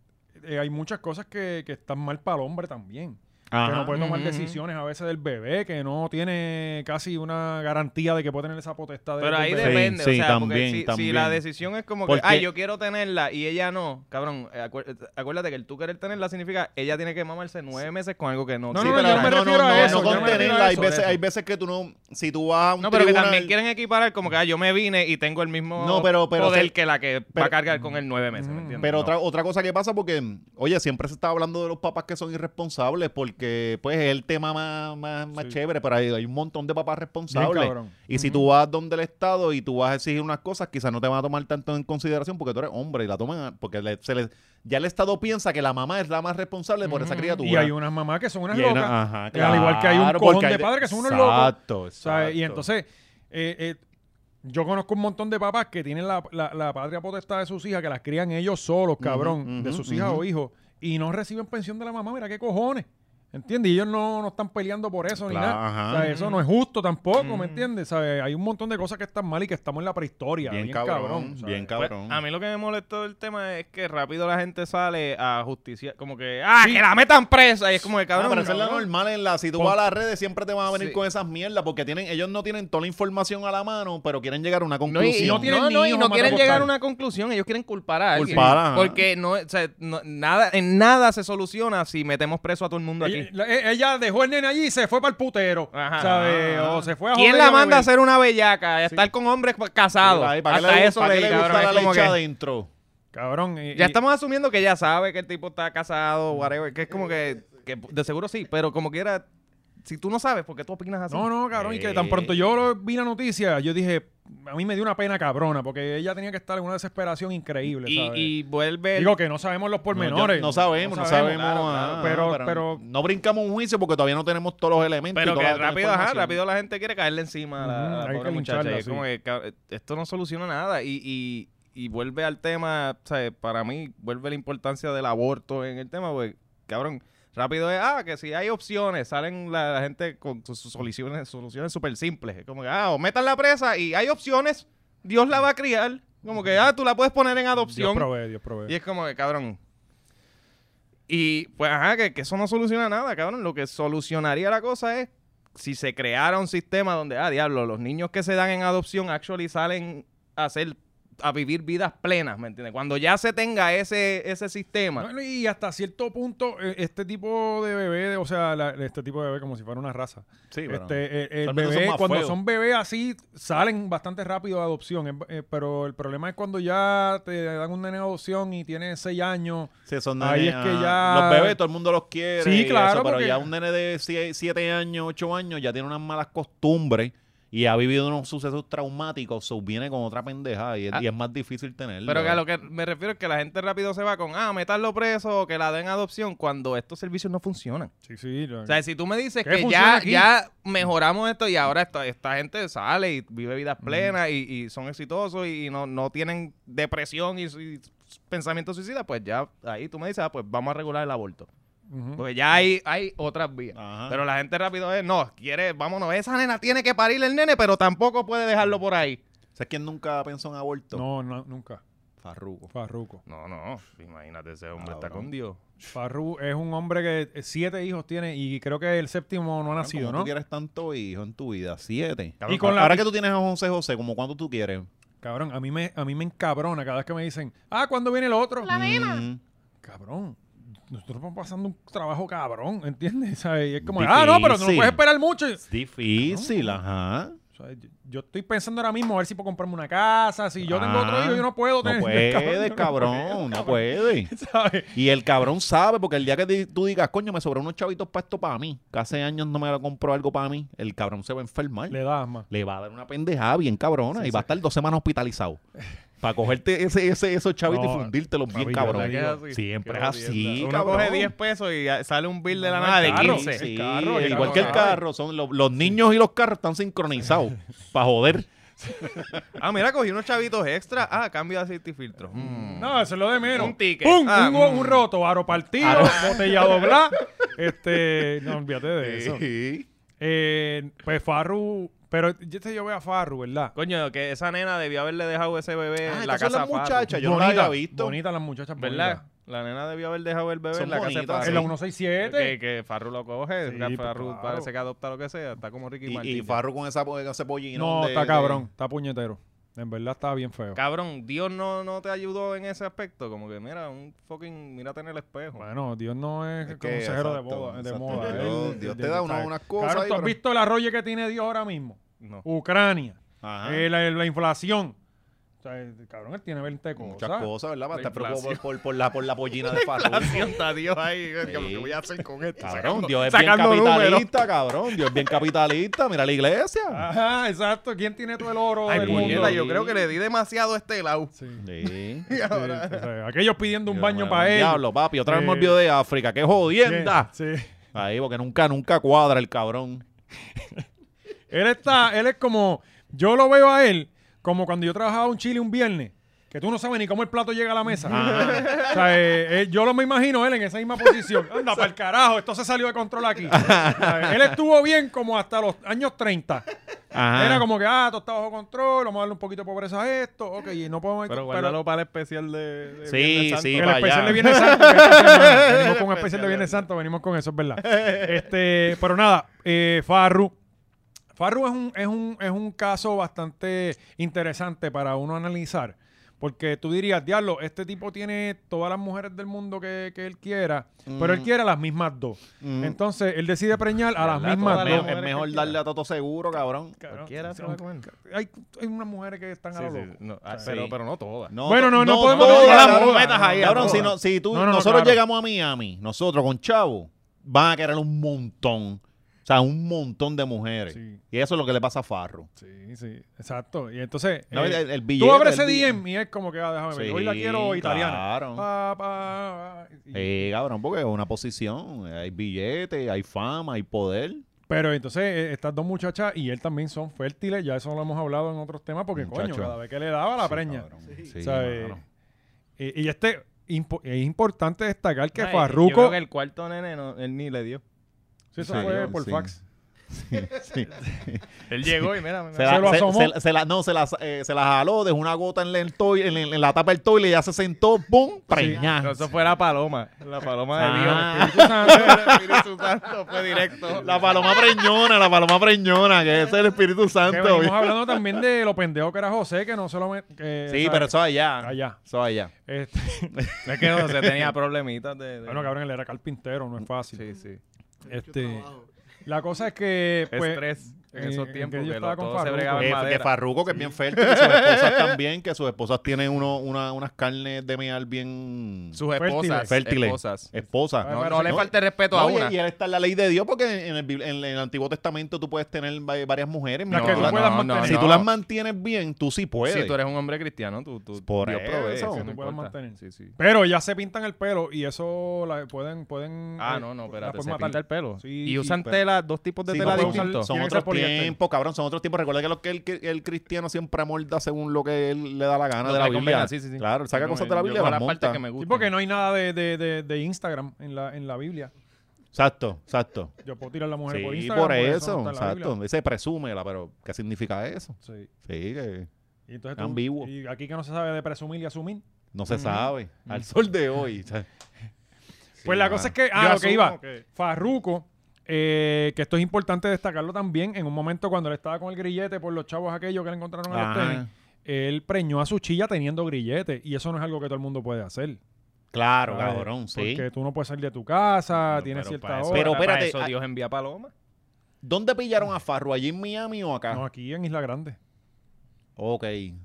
Speaker 1: eh, hay muchas cosas que, que están mal para el hombre también. Que no puede tomar
Speaker 3: Ujú, ujú.
Speaker 1: decisiones a veces del bebé, que no tiene casi una garantía de que puede tener esa potestad de
Speaker 3: Pero ahí
Speaker 2: Sí,
Speaker 3: depende, o
Speaker 2: sí,
Speaker 3: sea, porque
Speaker 2: también,
Speaker 3: si, si
Speaker 2: también.
Speaker 3: la decisión es como que,
Speaker 2: Porque-
Speaker 3: ay, yo quiero tenerla y ella no, cabrón, eh, acuer- acuérdate que el tú querer tenerla significa ella tiene que mamarse nueve meses con algo que no.
Speaker 1: No,
Speaker 2: Sí,
Speaker 3: existe.
Speaker 1: no, yo
Speaker 2: no,
Speaker 1: me
Speaker 2: no,
Speaker 1: refiero
Speaker 2: no,
Speaker 1: a
Speaker 2: no,
Speaker 1: eso,
Speaker 2: no
Speaker 1: yo me refiero
Speaker 2: contenerla.
Speaker 1: a
Speaker 2: Hay
Speaker 1: eso.
Speaker 2: veces, hay veces que tú no. Si tú vas a un
Speaker 3: No, pero que
Speaker 2: tribunal-
Speaker 3: también quieren equiparar como que ah, yo me vine y tengo el mismo
Speaker 2: No, pero- pero
Speaker 3: poder
Speaker 2: se-
Speaker 3: que la que va a
Speaker 2: pero-
Speaker 3: cargar con el nueve meses, ¿me entiendes?
Speaker 2: Pero
Speaker 3: No.
Speaker 2: otra, otra cosa que pasa, porque, mm, oye, siempre se está hablando de los papás que son irresponsables, porque pues es el tema más, más, más
Speaker 1: Sí.
Speaker 2: chévere, pero hay, hay un montón de papás responsables.
Speaker 1: cabrón.
Speaker 2: y si tú vas donde el Estado y tú vas a exigir unas cosas, quizás no te van a tomar tanto en consideración porque tú eres hombre y la toman, a- porque le- se les- ya el Estado piensa que la mamá es la más responsable por esa
Speaker 3: Ujú.
Speaker 2: criatura.
Speaker 1: Y hay unas mamás que son unas
Speaker 2: Y hay
Speaker 1: locas.
Speaker 2: una- ajá,
Speaker 1: Y al igual que hay un
Speaker 2: claro,
Speaker 1: cojón
Speaker 2: porque
Speaker 1: de padres que son unos locos.
Speaker 2: exacto,
Speaker 1: ¿sabes? Y
Speaker 2: exacto.
Speaker 1: entonces, eh, eh, yo conozco un montón de papás que tienen la, la, la patria potestad de sus hijas, que las crían ellos solos, cabrón,
Speaker 2: ujú,
Speaker 1: de sus hijas
Speaker 2: ujú.
Speaker 1: o hijos, y no reciben pensión de la mamá. Mira qué cojones. ¿Entiendes? Y ellos no, no están peleando por eso ni
Speaker 5: Claro,
Speaker 2: Ah,
Speaker 1: nada. O
Speaker 5: ajá.
Speaker 1: sea, eso no es justo tampoco, ¿me entiendes? ¿Sabes? Hay un montón de cosas que están mal y que estamos en la prehistoria.
Speaker 5: Bien,
Speaker 1: Bien,
Speaker 5: cabrón,
Speaker 1: ¿sabes?
Speaker 5: bien
Speaker 3: Pues,
Speaker 5: cabrón.
Speaker 3: a mí lo que me molestó del tema es que rápido la gente sale a justicia, como que, ¡ah, que la metan presa! Y es como que,
Speaker 5: Ah,
Speaker 3: cabrón,
Speaker 5: pero eso es la
Speaker 3: cabrón.
Speaker 5: normal en la. Si tú
Speaker 1: Pon-
Speaker 5: vas a las redes, siempre te van a venir
Speaker 3: Sí.
Speaker 5: con esas mierdas porque tienen, ellos no tienen toda la información a la mano, pero quieren llegar a una
Speaker 3: No, y-
Speaker 5: conclusión.
Speaker 3: y, no,
Speaker 1: tienen
Speaker 3: no,
Speaker 1: ni
Speaker 3: no, y
Speaker 1: hijos,
Speaker 3: no
Speaker 1: mata
Speaker 3: quieren
Speaker 1: por
Speaker 3: llegar
Speaker 1: tal.
Speaker 3: a una conclusión, ellos quieren culpar a alguien.
Speaker 5: Culpar, ajá.
Speaker 3: Porque no, o sea, no- nada, en nada se soluciona si metemos preso a todo el mundo
Speaker 1: Ella,
Speaker 3: aquí.
Speaker 1: la- e- ella dejó el nene allí y se fue para el putero.
Speaker 3: Ajá.
Speaker 1: ¿sabes? O se fue a
Speaker 3: ¿Quién
Speaker 1: joder
Speaker 3: la
Speaker 1: a
Speaker 3: manda a
Speaker 1: beber.
Speaker 3: ser una bellaca? A estar con hombres pues, casados.
Speaker 5: Ahí, ¿Para qué
Speaker 3: Hasta
Speaker 5: le,
Speaker 3: eso
Speaker 5: para
Speaker 3: le
Speaker 5: qué
Speaker 3: di,
Speaker 5: le gusta
Speaker 3: cabrón. Es
Speaker 5: la
Speaker 3: como
Speaker 5: leche
Speaker 3: que-
Speaker 5: adentro?
Speaker 1: Cabrón. y-
Speaker 3: Ya
Speaker 1: y-
Speaker 3: estamos asumiendo que ella sabe que el tipo está casado, whatever. Que es como que, que de seguro sí, pero como quiera, si tú no sabes, ¿por qué tú opinas así?
Speaker 1: No, no, cabrón. Y que tan pronto yo lo- vi la noticia, yo dije, a mí me dio una pena cabrona, porque ella tenía que estar en una desesperación increíble,
Speaker 3: Y,
Speaker 1: ¿sabes?
Speaker 3: y vuelve. el-
Speaker 1: Digo que no sabemos los
Speaker 5: No, yo-
Speaker 1: pormenores.
Speaker 5: No, sabemos, no sabemos. ah,
Speaker 1: Pero- pero-
Speaker 5: no brincamos un juicio porque todavía no tenemos todos los elementos. y
Speaker 3: pero
Speaker 5: toda
Speaker 3: que
Speaker 5: la- toda la
Speaker 3: rápido, ajá,
Speaker 5: información.
Speaker 3: rápido la gente quiere caerle encima a la, a la
Speaker 1: Ujú, hay
Speaker 3: pobre
Speaker 1: que
Speaker 3: muchacha.
Speaker 1: lincharla,
Speaker 3: Y es como
Speaker 1: sí.
Speaker 3: que, cab- esto no soluciona nada. Y, y, y vuelve al tema, ¿sabes? Para mí, vuelve la importancia del aborto en el tema, porque, cabrón, rápido es, ah, que si hay opciones, salen la, la gente con sus sus soluciones soluciones súper simples. Es como que, ah, o metan la presa y hay opciones, Dios la va a criar. Como que, ah, tú la puedes poner en
Speaker 1: Dios
Speaker 3: adopción.
Speaker 1: provee, Dios provee.
Speaker 3: Y es como que, cabrón. Y pues, ajá, que, que eso no soluciona nada, cabrón. Lo que solucionaría la cosa es si se creara un sistema donde, ah, diablo, los niños que se dan en adopción actually salen a hacer a vivir vidas plenas, ¿me entiendes? Cuando ya se tenga ese, ese sistema.
Speaker 1: No, y hasta cierto punto, eh, este tipo de bebé, de- o sea, la- este tipo de bebé como si fuera una raza.
Speaker 5: Sí, pero-
Speaker 1: Este, eh, el
Speaker 5: Usualmente son
Speaker 1: bebé,
Speaker 5: más
Speaker 1: cuando
Speaker 5: feos.
Speaker 1: son bebés así, salen bastante rápido de adopción. es- eh, pero el problema es cuando ya te dan un nene de adopción y tiene 6 años.
Speaker 5: Sí, son
Speaker 1: Ahí
Speaker 5: nenes,
Speaker 1: es que ya-
Speaker 5: ah, Los bebés, todo el mundo los quiere.
Speaker 1: Sí,
Speaker 5: y eso,
Speaker 1: claro,
Speaker 5: pero
Speaker 1: porque-
Speaker 5: ya un nene de 7 años, 8 años, ya tiene unas malas costumbres y ha vivido unos sucesos traumáticos. So viene con otra pendeja y, es-
Speaker 3: Ah.
Speaker 5: y es más difícil tenerlo.
Speaker 3: Pero que a lo que me refiero es que la gente rápido se va con, ah, metarlo preso o que la den a adopción cuando estos servicios no funcionan.
Speaker 1: Sí, sí. lo-
Speaker 3: O sea, si tú me dices
Speaker 1: ¿Qué
Speaker 3: que
Speaker 1: funciona
Speaker 3: ya,
Speaker 1: aquí?
Speaker 3: ya mejoramos esto y ahora esta, esta gente sale y vive vidas plenas y, y son exitosos y no, no tienen depresión y, su- y pensamientos suicidas, pues ya ahí tú me dices, ah, pues vamos a regular el aborto.
Speaker 1: Ujú.
Speaker 3: Porque ya hay, hay otras vías.
Speaker 5: Ajá.
Speaker 3: Pero la gente rápido es, no, quiere, vámonos, esa nena tiene que parir el nene, pero tampoco puede dejarlo por ahí.
Speaker 5: ¿Sabes quién nunca pensó en aborto?
Speaker 1: No, no, nunca.
Speaker 5: Farruko.
Speaker 1: Farruco.
Speaker 3: No, no, imagínate, ese hombre está
Speaker 5: Cabrón.
Speaker 3: con Dios.
Speaker 1: Farru es un hombre que eh, siete hijos tiene y creo que el séptimo no ha nacido,
Speaker 5: ¿Cómo
Speaker 1: ¿no?
Speaker 5: tú quieres tanto hijo en tu vida? Siete.
Speaker 3: Cabrón,
Speaker 1: con la-
Speaker 5: Ahora que tú tienes a José José, ¿cómo cuánto tú quieres?
Speaker 1: Cabrón, a mí me, a mí me encabrona cada vez que me dicen, ah, ¿cuándo viene el otro?
Speaker 5: Mm.
Speaker 1: Cabrón, nosotros estamos pasando un trabajo cabrón, ¿entiendes? ¿Sabes? Y es como, ah, no, pero no
Speaker 5: Difícil.
Speaker 1: puedes esperar mucho. Y-
Speaker 5: Difícil, ajá.
Speaker 1: o sea, yo- yo estoy pensando ahora mismo a ver si puedo comprarme una casa, si yo tengo otro
Speaker 5: Ah,
Speaker 1: hijo, yo no puedo
Speaker 5: No
Speaker 1: tener.
Speaker 5: puede,
Speaker 1: yo no
Speaker 5: cabrón, no puede.
Speaker 1: puedo, ¿sabes?
Speaker 5: Y el cabrón sabe, porque el día que di- tú digas, coño, me sobró unos chavitos para esto para mí, que hace años no me lo compró algo para mí, el cabrón se va a enfermar.
Speaker 1: Le
Speaker 5: Le,
Speaker 1: da asma.
Speaker 5: va a dar una pendejada bien cabrona y va a estar dos semanas hospitalizado. para cogerte ese, ese, esos chavitos
Speaker 1: No,
Speaker 5: y fundírtelos bien,
Speaker 1: papi, yo
Speaker 5: cabrón.
Speaker 3: te digo,
Speaker 5: Siempre es
Speaker 3: qué
Speaker 5: así,
Speaker 3: Uno
Speaker 5: cabrón.
Speaker 3: coge 10 pesos y ah, sale un bill de la
Speaker 1: No,
Speaker 3: nada
Speaker 1: el
Speaker 3: de
Speaker 1: carro,
Speaker 3: 15.
Speaker 1: sí. el carro, el
Speaker 5: igual
Speaker 1: carro,
Speaker 5: que el
Speaker 1: el
Speaker 5: carro, son los, los niños y los carros están sincronizados para joder.
Speaker 3: Ah, mira, cogí unos chavitos extra. Ah, cambio de aceite y filtro. Mm.
Speaker 1: No, eso es lo de menos.
Speaker 3: Un ticket.
Speaker 1: ¡Pum!
Speaker 3: Ah,
Speaker 1: un,
Speaker 3: mm.
Speaker 1: un roto, aro partido, botella doblada. Este, no olvídate de eso. Eh, pues Farru, pero yo, te- yo veo a Farru, ¿verdad?
Speaker 3: Coño, que esa nena debió haberle dejado ese bebé
Speaker 5: Ah,
Speaker 3: en la
Speaker 5: estas son
Speaker 3: casa
Speaker 5: las
Speaker 3: de Farru.
Speaker 5: muchachas, yo no la había visto.
Speaker 1: Bonitas las muchachas,
Speaker 3: ¿Verdad?
Speaker 1: bonitas.
Speaker 3: La nena debió haber dejado el bebé
Speaker 5: Son
Speaker 3: en la casa de
Speaker 5: bonitas,
Speaker 3: Farru.
Speaker 5: sí.
Speaker 1: En la
Speaker 3: Que,
Speaker 1: 167.
Speaker 3: que Farru lo coge.
Speaker 1: Sí,
Speaker 3: que
Speaker 1: pues,
Speaker 3: Farru
Speaker 1: claro.
Speaker 3: parece que adopta lo que sea. Está como Ricky Martin.
Speaker 5: Y, y Farro con esa, con ese pollino.
Speaker 1: No,
Speaker 5: de-
Speaker 1: está
Speaker 5: de-
Speaker 1: cabrón, está puñetero. En verdad está bien feo.
Speaker 3: Cabrón, Dios no, no te ayudó en ese aspecto. Como que mira, un fucking. Mírate en el espejo.
Speaker 1: Bueno, Dios no es,
Speaker 5: Es que,
Speaker 1: consejero de
Speaker 5: exacto,
Speaker 1: boda- de
Speaker 5: exacto.
Speaker 1: moda.
Speaker 5: Dios-
Speaker 1: Él-
Speaker 5: Dios
Speaker 1: de- de-
Speaker 5: te da una-
Speaker 1: ¿sabes?
Speaker 5: unas cosas
Speaker 1: Cabrón,
Speaker 5: ahí,
Speaker 1: ¿tú has
Speaker 5: pero-
Speaker 1: visto el arroyo que tiene Dios ahora mismo?
Speaker 3: No.
Speaker 1: Ucrania,
Speaker 5: Ajá.
Speaker 1: eh, la, la inflación. O sea, el- cabrón, él tiene 20 cosas.
Speaker 5: Muchas cosas, ¿verdad? Para
Speaker 3: La
Speaker 5: estar preocupado por,
Speaker 3: inflación.
Speaker 5: por, por la, por la pollina de Farro.
Speaker 3: Sienta Dios ahí. Lo
Speaker 5: Sí.
Speaker 3: que voy a hacer con esto.
Speaker 5: Cabrón, Dios es bien
Speaker 3: sacando números.
Speaker 5: capitalista, cabrón. Dios es bien capitalista. Mira la
Speaker 1: Ah.
Speaker 5: iglesia.
Speaker 1: Ajá, exacto. ¿Quién tiene todo el oro
Speaker 3: Ay,
Speaker 1: del
Speaker 5: puñeta,
Speaker 1: mundo?
Speaker 3: puñeta, yo creo que le di demasiado a este lado.
Speaker 1: Sí.
Speaker 5: Sí.
Speaker 1: Sí, o sea, aquellos pidiendo un baño
Speaker 5: Bueno,
Speaker 1: para él.
Speaker 5: Diablo, papi. Otra vez me
Speaker 1: Eh,
Speaker 5: olvidó de África. ¡Qué jodienda!
Speaker 1: Sí. sí.
Speaker 5: Ahí, porque nunca, nunca cuadra el cabrón.
Speaker 1: Él está, él es como, yo lo veo a él como cuando yo trabajaba un chile un viernes. que tú no sabes ni cómo el plato llega a la mesa. O sea, eh, eh, yo lo me imagino él en esa misma posición. Anda, para el carajo, esto se salió de control aquí. O sea, él estuvo bien como hasta los años 30.
Speaker 5: Ajá.
Speaker 1: Era como que, ah, esto está bajo control, vamos a darle un poquito de pobreza a esto, ok, y no podemos...
Speaker 6: Pero
Speaker 1: pero-
Speaker 6: guárdalo para el especial de, de
Speaker 5: Sí,
Speaker 6: Viernes Santo.
Speaker 5: sí,
Speaker 1: el
Speaker 5: para
Speaker 1: especial
Speaker 5: allá.
Speaker 1: de Viernes Santo. que esta semana venimos con un especial de Viernes Santo, venimos con eso, es verdad. Este, pero nada, eh, Farru. Farru es un, es, un, es un caso bastante interesante para uno analizar. Porque tú dirías, diablo, este tipo tiene todas las mujeres del mundo que, que él quiera, pero él quiere a las mismas dos.
Speaker 5: Mm.
Speaker 1: Entonces, él decide preñar a las
Speaker 5: Dale a
Speaker 1: mismas
Speaker 5: Toto,
Speaker 1: dos.
Speaker 5: Es mejor darle a Toto seguro, cabrón.
Speaker 1: Cabrón,
Speaker 3: Cualquiera se va a comer.
Speaker 1: Hay, hay unas mujeres que están a lo
Speaker 3: Sí,
Speaker 1: loco.
Speaker 3: sí, no, ah, pero, pero no todas.
Speaker 5: No,
Speaker 1: Bueno, no, no podemos-
Speaker 5: todas,
Speaker 1: no, no,
Speaker 5: cabrón,
Speaker 1: no, no,
Speaker 5: metas ahí,
Speaker 1: no,
Speaker 5: cabrón,
Speaker 1: no,
Speaker 5: si,
Speaker 1: no.
Speaker 5: no- si tú,
Speaker 1: No, no, no,
Speaker 5: nosotros
Speaker 1: claro.
Speaker 5: llegamos a Miami, nosotros con Chavo, van a querer un montón. O sea, un montón de mujeres.
Speaker 1: Sí.
Speaker 5: Y eso es lo que le pasa a Farro.
Speaker 1: Sí, sí, exacto. Y entonces,
Speaker 5: No,
Speaker 1: eh,
Speaker 5: el, el
Speaker 1: tú
Speaker 5: billete,
Speaker 1: abres ese
Speaker 5: el billete.
Speaker 1: DM y es como que, ah, déjame ver,
Speaker 5: Sí,
Speaker 1: hoy la quiero italiana.
Speaker 5: claro.
Speaker 1: Pa, pa, pa, y-
Speaker 5: Sí, Eh, cabrón, porque es una posición. Hay billete, hay fama, hay poder.
Speaker 1: Pero entonces, eh, estas dos muchachas y él también son fértiles, ya eso lo hemos hablado en otros temas, porque coño,
Speaker 5: Muchacho.
Speaker 1: cada vez que le daba la
Speaker 5: Sí,
Speaker 1: preña.
Speaker 5: cabrón.
Speaker 7: Sí.
Speaker 5: Sí,
Speaker 1: ¿sabes?
Speaker 5: mano.
Speaker 1: Eh, y este, impo- es importante destacar que
Speaker 6: Ay, eh, Yo creo
Speaker 1: Farruko.
Speaker 6: que el cuarto nene no, él ni le dio.
Speaker 1: Sí, eso
Speaker 5: Sí,
Speaker 1: fue
Speaker 5: sí.
Speaker 1: por fax.
Speaker 5: Sí.
Speaker 6: Él llegó y mira, mira.
Speaker 5: Se,
Speaker 1: lo
Speaker 5: la, se,
Speaker 1: asomó.
Speaker 5: se- se la- no, se la, eh, se la jaló, dejó una gota en, el toi- en, en la tapa del toile, ya se sentó, ¡pum! Preñada.
Speaker 6: No, eso fue la paloma. La paloma de Dios.
Speaker 5: Ah.
Speaker 1: Espíritu Santo.
Speaker 6: El Espíritu Santo fue directo.
Speaker 5: La paloma preñona, la paloma preñona, que es el Espíritu
Speaker 1: Que
Speaker 5: Santo.
Speaker 1: venimos hablando también de lo pendejo que era José, que no se lo. met- que,
Speaker 5: Sí,
Speaker 1: ¿sabes?
Speaker 5: pero eso allá.
Speaker 1: Allá.
Speaker 5: Eso allá.
Speaker 1: Este,
Speaker 6: Es que no se tenía problemitas de. de-
Speaker 1: bueno, cabrón, él era carpintero, no es fácil.
Speaker 6: Sí, sí.
Speaker 1: Este, la cosa es que. Pues,
Speaker 6: Estrés
Speaker 1: eh,
Speaker 6: en esos
Speaker 1: en
Speaker 6: tiempos
Speaker 1: que yo
Speaker 6: que
Speaker 1: estaba
Speaker 6: lo,
Speaker 1: con
Speaker 6: todo se
Speaker 1: Farruko.
Speaker 6: bregaba en
Speaker 5: Eh, de
Speaker 6: madera.
Speaker 5: Farruco, que es bien fértil, y sus esposas también, que sus esposas tienen uno, una, unas carnes de meal bien
Speaker 3: Sus
Speaker 1: Fértiles.
Speaker 3: esposas.
Speaker 5: fértiles.
Speaker 3: Esposas.
Speaker 5: Esposas.
Speaker 1: Ah,
Speaker 3: No,
Speaker 1: pero
Speaker 3: no
Speaker 1: sí,
Speaker 3: le
Speaker 1: no,
Speaker 3: falte el respeto a
Speaker 5: No, y-
Speaker 3: una.
Speaker 5: Y ahí está la ley de Dios, porque en el, Bibl- en el- en el Antiguo Testamento tú puedes tener va- varias mujeres.
Speaker 1: Las
Speaker 5: mira,
Speaker 1: que
Speaker 5: tú
Speaker 1: tú
Speaker 5: la-
Speaker 1: puedas
Speaker 3: no, no,
Speaker 1: mantener.
Speaker 5: si
Speaker 3: no.
Speaker 5: tú las mantienes bien, tú sí puedes.
Speaker 3: Si tú eres un hombre cristiano, tú, tú
Speaker 5: Por
Speaker 3: Dios provee,
Speaker 5: eso,
Speaker 1: que
Speaker 3: no
Speaker 1: tú puedas
Speaker 3: importa.
Speaker 1: mantener.
Speaker 3: Sí, sí.
Speaker 1: Pero ya se pintan el pelo y eso la, pueden, pueden.
Speaker 3: Ah,
Speaker 1: eh,
Speaker 3: no, no,
Speaker 1: la
Speaker 3: espérate,
Speaker 1: pueden
Speaker 3: se
Speaker 1: matar.
Speaker 3: pinta el pelo.
Speaker 1: Sí,
Speaker 3: y
Speaker 1: sí,
Speaker 3: usan
Speaker 5: pero-
Speaker 3: tela, dos tipos de
Speaker 5: Sí,
Speaker 3: tela
Speaker 5: no puedes
Speaker 3: distintos.
Speaker 5: usar- son
Speaker 1: Tiene que
Speaker 5: otros
Speaker 1: ser poliéster.
Speaker 5: tiempos, cabrón, son otros tiempos. Recuerda que, lo que el, que el cristiano siempre amolda según lo que él le da la gana
Speaker 3: Lo
Speaker 5: de
Speaker 3: que
Speaker 5: la
Speaker 3: le
Speaker 5: Biblia.
Speaker 3: convenga, sí, sí, sí.
Speaker 5: Claro, él saca
Speaker 3: Yo
Speaker 5: cosas
Speaker 3: me-
Speaker 5: de la
Speaker 3: yo
Speaker 5: Biblia,
Speaker 3: con
Speaker 5: las
Speaker 3: parte
Speaker 5: monta.
Speaker 3: que me gusta.
Speaker 1: Sí, porque no hay nada de, de, de, de Instagram en la, en la Biblia.
Speaker 5: Exacto, exacto.
Speaker 1: Yo puedo tirar a la mujer
Speaker 5: sí,
Speaker 1: por Instagram.
Speaker 5: por eso,
Speaker 1: no está en la
Speaker 5: exacto.
Speaker 1: Biblia.
Speaker 5: Dice presúmela, pero ¿qué significa eso?
Speaker 1: Sí.
Speaker 5: Sí, que
Speaker 1: Y entonces tú-
Speaker 5: Ambiguo.
Speaker 1: Y aquí que no se sabe de presumir y asumir.
Speaker 5: no
Speaker 1: Mm.
Speaker 5: se sabe. Al sol de hoy. o sea.
Speaker 1: Pues
Speaker 5: Sí,
Speaker 1: la cosa es
Speaker 5: mano.
Speaker 1: que, ah,
Speaker 6: Yo
Speaker 1: lo que
Speaker 6: asumo
Speaker 1: iba,
Speaker 6: que-
Speaker 1: Farruco, eh, que esto es importante destacarlo también, en un momento cuando él estaba con el grillete por los chavos aquellos que le encontraron a los
Speaker 5: Ajá.
Speaker 1: tenis, él preñó a su chilla teniendo grillete y eso no es algo que todo el mundo puede hacer.
Speaker 5: Claro,
Speaker 1: ¿sabes?
Speaker 5: cabrón, sí.
Speaker 1: Porque tú no puedes salir de tu casa,
Speaker 3: No,
Speaker 1: tienes
Speaker 3: pero
Speaker 1: cierta
Speaker 3: para eso-
Speaker 1: hora.
Speaker 5: Pero
Speaker 3: para
Speaker 5: espérate,
Speaker 3: eso
Speaker 5: ah-
Speaker 3: Dios envía paloma.
Speaker 5: ¿Dónde pillaron a Farro? ¿Allí en Miami o acá?
Speaker 1: no, aquí en Isla Grande.
Speaker 5: Ok.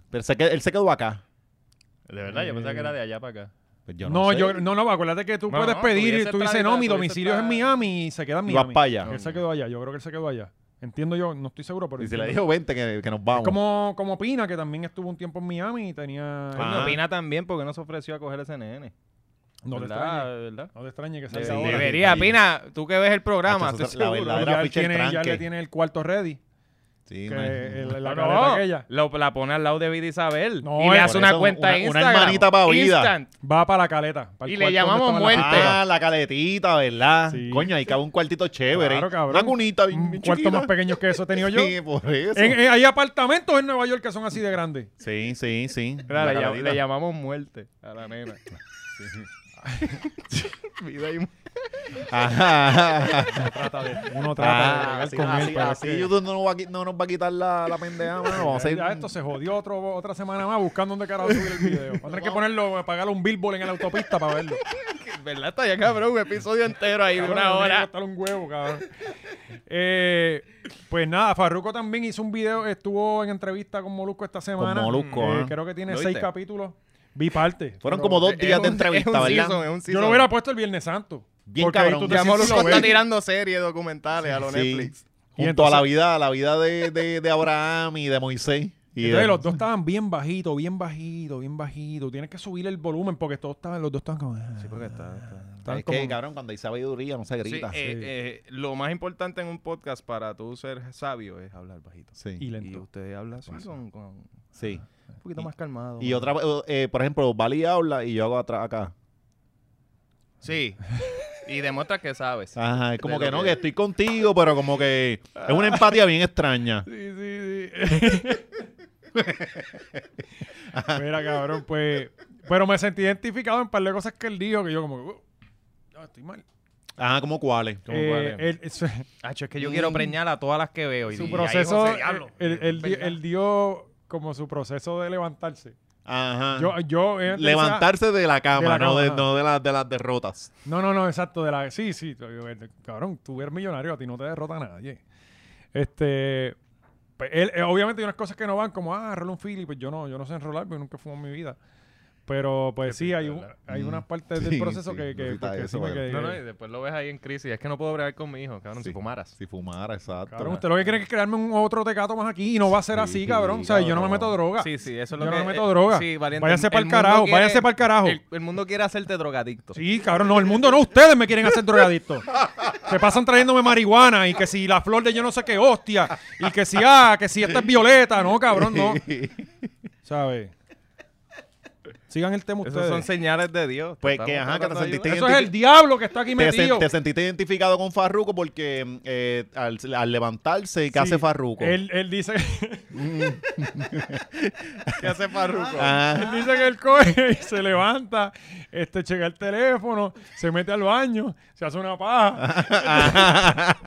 Speaker 5: Pero se qued- él se quedó acá.
Speaker 6: De verdad, yo pensaba que era de allá para acá.
Speaker 5: Pues yo
Speaker 1: no,
Speaker 5: sé.
Speaker 1: yo, no, no, acuérdate que tú
Speaker 3: No,
Speaker 1: puedes
Speaker 3: no,
Speaker 1: pedir y
Speaker 3: tuviese
Speaker 1: tú dices,
Speaker 3: traído,
Speaker 1: no, mi
Speaker 3: tuviese
Speaker 1: domicilio es en
Speaker 3: traído".
Speaker 1: Miami y se queda en
Speaker 5: Y
Speaker 1: Miami.
Speaker 5: vas para allá.
Speaker 1: Él se quedó allá, yo creo que él se quedó allá. Entiendo yo, no estoy seguro, pero...
Speaker 5: Y se le
Speaker 1: entiendo.
Speaker 5: dijo, vente, que, que nos vamos.
Speaker 1: Como, como Pina, que también estuvo un tiempo en Miami y tenía...
Speaker 5: Ah.
Speaker 6: Coño, Pina también porque no se ofreció a coger ese nene.
Speaker 1: No te
Speaker 6: ¿Verdad?
Speaker 1: extrañe.
Speaker 6: ¿Verdad?
Speaker 1: No te extrañe que salga
Speaker 5: Sí,
Speaker 1: ahora.
Speaker 5: debe-
Speaker 3: Debería,
Speaker 5: sí.
Speaker 3: Pina, tú que ves el programa.
Speaker 5: Hacho,
Speaker 3: estoy
Speaker 5: la
Speaker 3: seguro.
Speaker 5: verdad.
Speaker 1: Ya,
Speaker 5: Era
Speaker 1: él
Speaker 5: ficha en
Speaker 1: tiene, ya
Speaker 5: tranque.
Speaker 1: le tiene el cuarto ready.
Speaker 5: Sí,
Speaker 1: que
Speaker 5: man.
Speaker 1: el- la
Speaker 3: No,
Speaker 1: careta
Speaker 3: no,
Speaker 1: aquella.
Speaker 3: Lo, la pone al lado de Vida Isabel.
Speaker 1: No,
Speaker 3: y
Speaker 1: eh,
Speaker 3: le hace
Speaker 5: por
Speaker 3: una
Speaker 5: eso,
Speaker 3: cuenta
Speaker 5: una-
Speaker 3: en
Speaker 5: una
Speaker 3: Instagram.
Speaker 5: hermanita pa' vida.
Speaker 3: Instant.
Speaker 1: Va para la caleta. para el
Speaker 3: Y le
Speaker 1: cuarto donde
Speaker 3: llamamos
Speaker 1: estaban las
Speaker 3: muerte.
Speaker 1: cartas.
Speaker 5: Ah, la caletita, ¿verdad?
Speaker 1: Sí.
Speaker 5: Coño, ahí cabe un cuartito chévere.
Speaker 1: Claro, cabrón.
Speaker 5: Una cunita bien,
Speaker 1: Un
Speaker 5: bien
Speaker 1: cuarto
Speaker 5: chiquita.
Speaker 1: más pequeño que eso he tenido yo.
Speaker 5: Sí, por eso.
Speaker 1: En- en- hay apartamentos en Nueva York que son así de grandes.
Speaker 5: Sí, sí, sí.
Speaker 6: Claro,
Speaker 5: Ah, La
Speaker 6: le, llam-
Speaker 5: caletita.
Speaker 6: le llamamos muerte a la nena. Vida y muerte.
Speaker 5: Ajá.
Speaker 1: Trata de- uno
Speaker 5: Ah,
Speaker 1: trata de
Speaker 5: sí,
Speaker 1: bregar con él, pero
Speaker 5: así,
Speaker 1: es
Speaker 5: así
Speaker 1: que-
Speaker 5: YouTube no, va a qui- no nos va a quitar la, la pendeja, mano. Vamos a
Speaker 1: Ya
Speaker 5: hacer-
Speaker 1: esto se jodió otro, otra semana más buscando dónde carajo subir el video. Vamos a tener que ponerlo, pagar un billboard en la autopista para verlo.
Speaker 3: ¿Verdad? Está ya, cabrón, un episodio entero ahí de
Speaker 1: Cabrón,
Speaker 3: una
Speaker 1: me tiene que
Speaker 3: hora.
Speaker 1: costar un huevo, cabrón. Eh, pues nada, Farruko también hizo un video, estuvo en entrevista con Molusco esta semana.
Speaker 5: Molusco,
Speaker 1: Eh,
Speaker 5: ah.
Speaker 1: Creo que tiene
Speaker 3: ¿Lo
Speaker 1: seis
Speaker 3: viste?
Speaker 1: capítulos. Vi parte.
Speaker 5: Fueron
Speaker 1: pero
Speaker 5: como dos
Speaker 3: Es
Speaker 5: días
Speaker 3: un-
Speaker 5: de entrevista,
Speaker 3: es un
Speaker 5: ¿verdad?
Speaker 3: season, es un
Speaker 1: Yo
Speaker 3: season.
Speaker 1: lo hubiera puesto el Viernes Santo.
Speaker 5: Bien
Speaker 1: porque ahí
Speaker 5: cabrón.
Speaker 1: tú
Speaker 5: Ya
Speaker 1: te sientes
Speaker 3: Molusco
Speaker 1: lo
Speaker 3: está
Speaker 1: ves.
Speaker 3: tirando series documentales a lo
Speaker 5: Sí.
Speaker 3: Netflix.
Speaker 5: Junto
Speaker 1: entonces-
Speaker 5: a la vida, a la vida de, de, de Abraham y de Moisés. Y
Speaker 1: Entonces
Speaker 5: de-
Speaker 1: los dos estaban bien bajitos, bien bajitos, bien bajitos. Tienes que subir el volumen porque todos estaban, los dos estaban como... ah, Sí, porque
Speaker 5: Es que, cabrón, cuando hay sabiduría no se
Speaker 3: Sí,
Speaker 5: grita. Sí.
Speaker 3: eh, eh, lo más importante en un podcast para tú ser sabio es hablar bajito.
Speaker 1: Y
Speaker 5: Sí.
Speaker 1: lento.
Speaker 3: Y ustedes hablan así con, con
Speaker 2: Sí.
Speaker 5: Un poquito más calmado.
Speaker 2: Y otra, eh, por ejemplo, Bali habla y yo hago atrás acá.
Speaker 3: Sí. Y demuestra que sabes.
Speaker 2: Ajá, es como
Speaker 3: De
Speaker 2: que
Speaker 3: lo
Speaker 2: no,
Speaker 3: que-
Speaker 2: que estoy contigo, pero como que es una empatía bien extraña.
Speaker 1: Sí, sí, sí. Mira, cabrón, pues. Pero me sentí identificado en un par de cosas que él dijo, que yo como que. "Uh, no, estoy mal.
Speaker 2: Ajá, como cuáles.
Speaker 5: ¿Cómo
Speaker 1: Eh,
Speaker 5: cuál es?
Speaker 1: él- es- su,
Speaker 3: Hacho, es que yo quiero preñar a todas las que veo. Y, y Pues ahí,
Speaker 1: proceso.
Speaker 3: José, diablo.
Speaker 1: él, él- él di-
Speaker 3: Verdad.
Speaker 1: él dio como su proceso de levantarse.
Speaker 2: Ajá.
Speaker 1: Yo, yo eh,
Speaker 2: Levantarse de la cama,
Speaker 1: de la
Speaker 2: no,
Speaker 1: cama,
Speaker 2: de,
Speaker 1: ajá.
Speaker 2: no de, las de las derrotas.
Speaker 1: No, no, no, exacto. De la, sí, sí. yo- yo- Cabrón, tú eres millonario, a ti no te derrota nadie. Este. pues, él- eh, obviamente hay unas cosas que no van, como, ah, enrola un fili. Pues yo no, yo no sé enrolar, porque nunca fumo en mi vida. Pero, pues sí, hay, un- hay unas partes del
Speaker 2: Mm. Sí,
Speaker 1: proceso
Speaker 2: sí,
Speaker 1: que, que,
Speaker 2: necesita
Speaker 1: porque
Speaker 2: eso,
Speaker 1: sí me
Speaker 2: bueno.
Speaker 1: quedé-
Speaker 5: No, no, y después lo ves ahí en crisis. Es que no puedo bregar con mi hijo, cabrón,
Speaker 2: Sí.
Speaker 5: si fumaras.
Speaker 2: Si fumara, exacto.
Speaker 1: Cabrón, usted lo que quiere es crearme un otro tecato más aquí y no va a ser
Speaker 2: Sí,
Speaker 1: así, cabrón. O sea, yo no me
Speaker 2: cabrón.
Speaker 1: meto droga.
Speaker 3: Sí, sí, eso es
Speaker 1: Yo
Speaker 3: lo
Speaker 1: no
Speaker 3: que...
Speaker 1: me meto droga.
Speaker 3: Sí, valiente.
Speaker 1: Váyase pa'l
Speaker 3: mundo
Speaker 1: carajo, váyase pa'l carajo.
Speaker 3: El, el mundo quiere hacerte drogadicto.
Speaker 1: Sí, cabrón, no, el mundo no, ustedes me quieren hacer drogadicto. Se pasan trayéndome marihuana y que si la flor de yo no sé qué hostia y que si ah, que si esta es violeta, no, cabrón, no. ¿Sabes? Sigan el tema
Speaker 3: Esos
Speaker 1: ustedes.
Speaker 3: son señales de Dios.
Speaker 2: Pues
Speaker 3: estamos
Speaker 2: que, ajá, que te
Speaker 3: tratando de
Speaker 2: sentiste
Speaker 3: ayudar.
Speaker 1: Eso es el diablo que está aquí
Speaker 2: te, sen-
Speaker 1: metido.
Speaker 2: te sentiste identificado con Farruko porque eh, al, al levantarse, ¿qué
Speaker 1: Sí,
Speaker 2: hace Farruko?
Speaker 1: Él, él dice,
Speaker 2: ¿Qué hace Farruko? Ah,
Speaker 1: él dice que él coge y se levanta, este, checa el teléfono, se mete al baño, se hace una paja.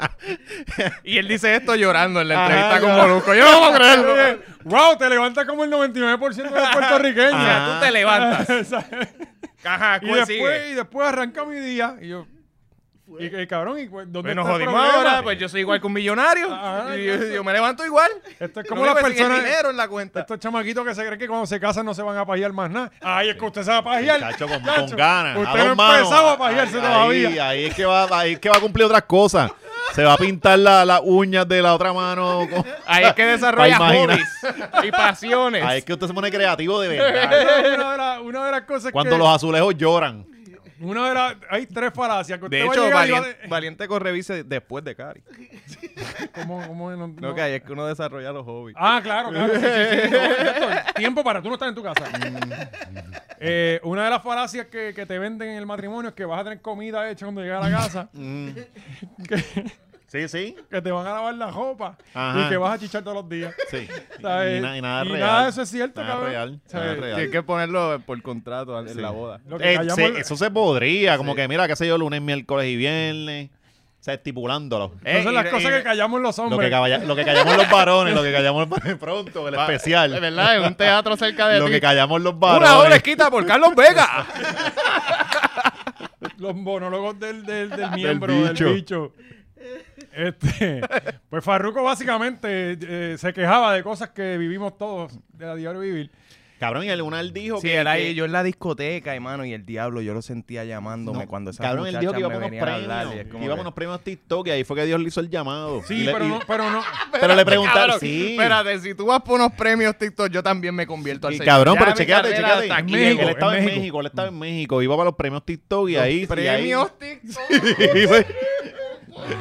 Speaker 3: Y él dice esto llorando en la
Speaker 2: Ajá,
Speaker 3: entrevista con
Speaker 2: cabrón.
Speaker 3: Molusco. Yo no puedo creerlo.
Speaker 1: Oye, wow, te levantas como el 99% de
Speaker 2: Ah,
Speaker 1: los puertorriqueños.
Speaker 3: O sea, tú te levantas.
Speaker 1: ¿Sabes?
Speaker 3: Ajá,
Speaker 1: y
Speaker 3: ¿cuál
Speaker 1: después,
Speaker 3: sigue?
Speaker 1: y después arranca mi día. Y yo. Y, y cabrón, ¿y cu- dónde
Speaker 3: Pues
Speaker 1: está
Speaker 3: nos
Speaker 1: el
Speaker 3: jodimos
Speaker 1: problema?
Speaker 3: ahora, pues yo soy igual que un millonario.
Speaker 1: Ajá,
Speaker 3: y yo,
Speaker 1: entonces-
Speaker 3: yo me levanto igual.
Speaker 1: Esto es como
Speaker 3: No
Speaker 1: las
Speaker 3: me persigue el
Speaker 1: personas.
Speaker 3: dinero en la cuenta.
Speaker 1: Estos chamaquitos que se creen que cuando se casan no se van a pajear más nada.
Speaker 3: Ah,
Speaker 1: Ay, es que usted se va a pajear.
Speaker 2: Chacho, con,
Speaker 1: Chacho,
Speaker 2: con ganas.
Speaker 1: Usted
Speaker 2: a
Speaker 1: no
Speaker 2: dos manos.
Speaker 1: ha empezado a pajearse
Speaker 2: Ahí-
Speaker 1: todavía.
Speaker 2: Ahí, ahí es que va, ahí es que va a cumplir otras cosas. Se va a pintar la- las uñas de la otra mano. con-
Speaker 3: Ahí es que desarrolla
Speaker 2: Pa' imaginar.
Speaker 3: hobbies y pasiones.
Speaker 2: Ahí es que usted se pone creativo de verdad.
Speaker 1: Una de, las- una de las cosas
Speaker 2: Cuando
Speaker 1: que.
Speaker 2: los azulejos lloran.
Speaker 1: Una de las. Hay tres falacias. Que
Speaker 3: De
Speaker 1: usted va a
Speaker 3: hecho,
Speaker 1: llegar y va a
Speaker 3: Valiente, Valiente Correvice después de Cari.
Speaker 1: ¿Cómo, cómo no-
Speaker 3: No,
Speaker 1: no?
Speaker 3: que ahí es que uno desarrolla los hobbies.
Speaker 1: Ah, claro, claro. sí, sí, sí, no, exacto. Tiempo para tú no estar en tu casa. Eh, una de las falacias que, que te venden en el matrimonio es que vas a tener comida hecha cuando llegues a la casa,
Speaker 2: Mm. Sí, sí.
Speaker 1: que te van a lavar la ropa
Speaker 2: Ajá.
Speaker 1: y que vas a chichar todos los días.
Speaker 2: Sí.
Speaker 1: ¿Sabes?
Speaker 2: Y, na- y nada
Speaker 1: Y
Speaker 2: real.
Speaker 1: nada de eso es cierto,
Speaker 2: Nada
Speaker 1: cabrón.
Speaker 2: real.
Speaker 1: ¿Sabes?
Speaker 2: Nada real.
Speaker 3: Tienes que ponerlo por contrato en la boda.
Speaker 1: Lo que
Speaker 2: Eh,
Speaker 1: callamos-
Speaker 2: se- eso se podría, como que mira, qué sé yo, lunes, miércoles y viernes. O sea, estipulándolo.
Speaker 1: Esas son
Speaker 3: Eh,
Speaker 1: las
Speaker 3: y-
Speaker 1: cosas
Speaker 3: y-
Speaker 1: que callamos los
Speaker 2: Lo que,
Speaker 1: hombres.
Speaker 2: calla- lo que callamos los varones, lo que callamos los- pronto, el
Speaker 5: De
Speaker 2: especial.
Speaker 5: verdad, en un teatro cerca de
Speaker 2: Lo
Speaker 5: ti.
Speaker 2: que callamos los
Speaker 3: Una hora
Speaker 2: varones.
Speaker 3: quita por Carlos Vega.
Speaker 1: Los monólogos del, del, del miembro, del bicho.
Speaker 2: bicho.
Speaker 1: Este, pues Farruko básicamente eh, se quejaba de cosas que vivimos todos de la diario vivir.
Speaker 2: Cabrón, y el Unal dijo
Speaker 3: Sí,
Speaker 2: que.
Speaker 3: era
Speaker 2: que-
Speaker 3: ahí, yo en la discoteca, hermano, y el diablo, yo lo sentía llamándome
Speaker 2: No,
Speaker 3: cuando esa
Speaker 2: Cabrón, él dijo que iba
Speaker 3: me
Speaker 2: para unos
Speaker 3: venía a hablar. y es
Speaker 2: premios.
Speaker 3: como
Speaker 2: Que iba
Speaker 3: que-
Speaker 2: para unos premios TikTok y ahí fue que Dios le hizo el llamado.
Speaker 1: Sí,
Speaker 2: Y le-
Speaker 1: pero,
Speaker 2: y-
Speaker 1: no, pero no.
Speaker 2: pero le preguntaron.
Speaker 3: Cabrón,
Speaker 2: Sí.
Speaker 3: Espérate, si tú vas por unos premios TikTok, yo también me convierto al
Speaker 2: Y
Speaker 3: señor.
Speaker 2: cabrón,
Speaker 3: Ya
Speaker 2: pero
Speaker 3: mi
Speaker 2: chequéate,
Speaker 3: carrera
Speaker 2: chequéate.
Speaker 3: hasta aquí
Speaker 1: En México,
Speaker 2: él
Speaker 3: llegó.
Speaker 2: estaba en
Speaker 1: en México.
Speaker 2: México. él estaba en México, iba para los premios TikTok y ahí. y
Speaker 3: Premios TikTok.
Speaker 2: ahí- y fue-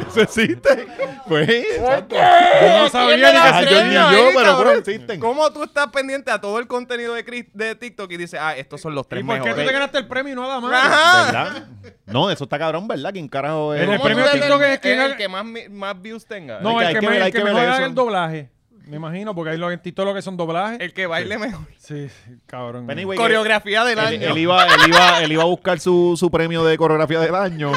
Speaker 2: Eso existe. Pues. exacto.
Speaker 1: Yo no sabía ni que
Speaker 2: Ah,
Speaker 1: se-
Speaker 2: yo ni
Speaker 3: premios
Speaker 2: yo,
Speaker 3: ahí,
Speaker 2: pero bueno,
Speaker 3: cabrón.
Speaker 2: existen.
Speaker 3: ¿Cómo tú estás pendiente a todo el contenido de, Chris- de TikTok y dices, ah, estos son los
Speaker 1: ¿Y
Speaker 3: tres
Speaker 1: por qué tú
Speaker 3: mejores?
Speaker 1: te ganaste el premio y no nada más?
Speaker 3: Ajá.
Speaker 2: ¿Verdad? No, eso está cabrón, ¿verdad? ¿Quién carajo es?
Speaker 1: En el
Speaker 3: ¿Cómo tú
Speaker 1: premio
Speaker 3: eres
Speaker 1: TikTok
Speaker 3: el-
Speaker 1: es quien
Speaker 3: el
Speaker 1: haga-
Speaker 3: que más, mi- más views tenga.
Speaker 1: No,
Speaker 2: Hay
Speaker 1: el que,
Speaker 2: que- hay que
Speaker 1: me,
Speaker 2: ver, hay
Speaker 1: el que
Speaker 2: que ver
Speaker 1: mejor haga
Speaker 2: eso.
Speaker 1: el doblaje. Me imagino, porque ahí lo, en TikTok lo que son doblajes.
Speaker 3: El que baile mejor.
Speaker 1: Sí, sí, cabrón.
Speaker 2: Eh, Anyway,
Speaker 3: Coreografía del
Speaker 2: él,
Speaker 3: año.
Speaker 2: él iba, él, iba, él iba a buscar su, su premio de coreografía del año.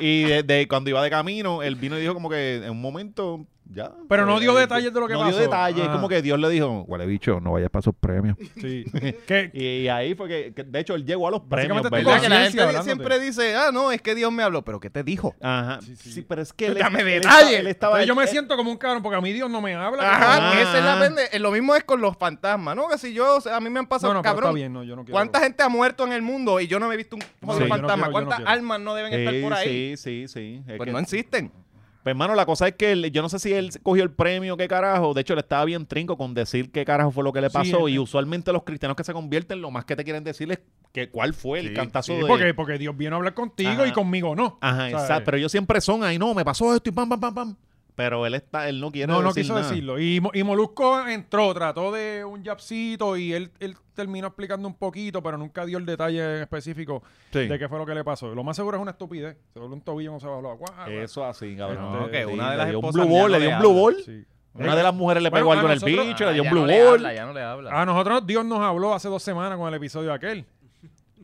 Speaker 2: y de, de- cuando iba de camino, él vino y dijo como que en un momento ya.
Speaker 1: Pero no
Speaker 2: Eh,
Speaker 1: dio
Speaker 2: eh,
Speaker 1: detalles de lo que
Speaker 2: no
Speaker 1: pasó.
Speaker 2: dio detalles,
Speaker 1: Ah.
Speaker 2: es como que Dios le dijo, huele bicho, no vayas para esos premios.
Speaker 1: Sí. Que-
Speaker 2: Y, y ahí fue que, que, de hecho, él llegó a los premios,
Speaker 1: Básicamente tú
Speaker 3: O sea,
Speaker 2: ¿verdad?
Speaker 3: que la gente
Speaker 1: Conciencia hablándote.
Speaker 3: este? siempre dice, ah, no, es que Dios me habló. ¿Pero qué te dijo?
Speaker 2: Ajá.
Speaker 1: Sí,
Speaker 2: Sí,
Speaker 1: sí.
Speaker 2: pero es que él,
Speaker 3: Dame
Speaker 2: él
Speaker 3: detalles.
Speaker 2: estaba- él estaba-
Speaker 1: Entonces yo me
Speaker 2: él-
Speaker 1: siento como un cabrón porque a mí Dios no me habla.
Speaker 3: Ajá,
Speaker 2: Ajá.
Speaker 3: esa es la pende- eh, Lo mismo es con los fantasmas, ¿no? Que si yo, o sea, a mí me han pasado,
Speaker 1: No, no, pero
Speaker 3: cabrón.
Speaker 1: está bien, no, yo no quiero.
Speaker 3: ¿Cuánta gente ha muerto en el mundo y yo no me he visto un jodido
Speaker 1: yo no
Speaker 3: fantasma?
Speaker 1: quiero, yo no
Speaker 3: ¿Cuántas
Speaker 1: quiero.
Speaker 3: almas no deben estar por ahí?
Speaker 2: Sí, sí, sí. Es
Speaker 3: Pues
Speaker 2: que-
Speaker 3: no existen.
Speaker 2: Pues, hermano, la cosa es que él- yo no sé si él cogió el premio, qué carajo. De hecho, él estaba bien trinco con decir qué carajo fue lo que le
Speaker 1: Sí,
Speaker 2: pasó.
Speaker 1: él-
Speaker 2: y usualmente los cristianos que se convierten, lo más que te quieren decir es que cuál fue el
Speaker 1: Sí,
Speaker 2: cantazo de...
Speaker 1: porque, porque Dios viene a hablar contigo
Speaker 2: Ajá.
Speaker 1: y conmigo no.
Speaker 2: Ajá,
Speaker 1: ¿sabes?
Speaker 2: exacto. Pero ellos siempre son ahí, no, me pasó esto y pam, pam, pam, pam.
Speaker 5: Pero él está, él no quiere
Speaker 1: No, no
Speaker 5: decir
Speaker 1: quiso
Speaker 5: nada.
Speaker 1: decirlo. Y, Mo- y Molusco entró, trató de un yapcito y él, él terminó explicando un poquito, pero nunca dio el detalle específico
Speaker 5: Sí.
Speaker 1: de qué fue lo que le pasó. Lo más seguro es una estupidez. Se dobló un tobillo no se bajó la guagua.
Speaker 5: Eso así, cabrón.
Speaker 1: No,
Speaker 3: que
Speaker 5: Sí,
Speaker 3: una de
Speaker 5: le
Speaker 3: las
Speaker 5: dio un
Speaker 3: esposas
Speaker 5: blue
Speaker 3: mía
Speaker 5: ball,
Speaker 3: no
Speaker 5: le dio
Speaker 3: le
Speaker 5: un blue
Speaker 3: habla.
Speaker 5: ball.
Speaker 1: Sí.
Speaker 5: Una de las mujeres le pegó
Speaker 1: Bueno,
Speaker 5: algo
Speaker 1: a
Speaker 5: en el
Speaker 1: nosotros-
Speaker 5: bicho, le dio un
Speaker 8: ya
Speaker 5: blue
Speaker 8: no le
Speaker 5: ball.
Speaker 8: habla, ya no le habla.
Speaker 3: Ah,
Speaker 1: A nosotros Dios nos habló hace dos semanas con el episodio aquel.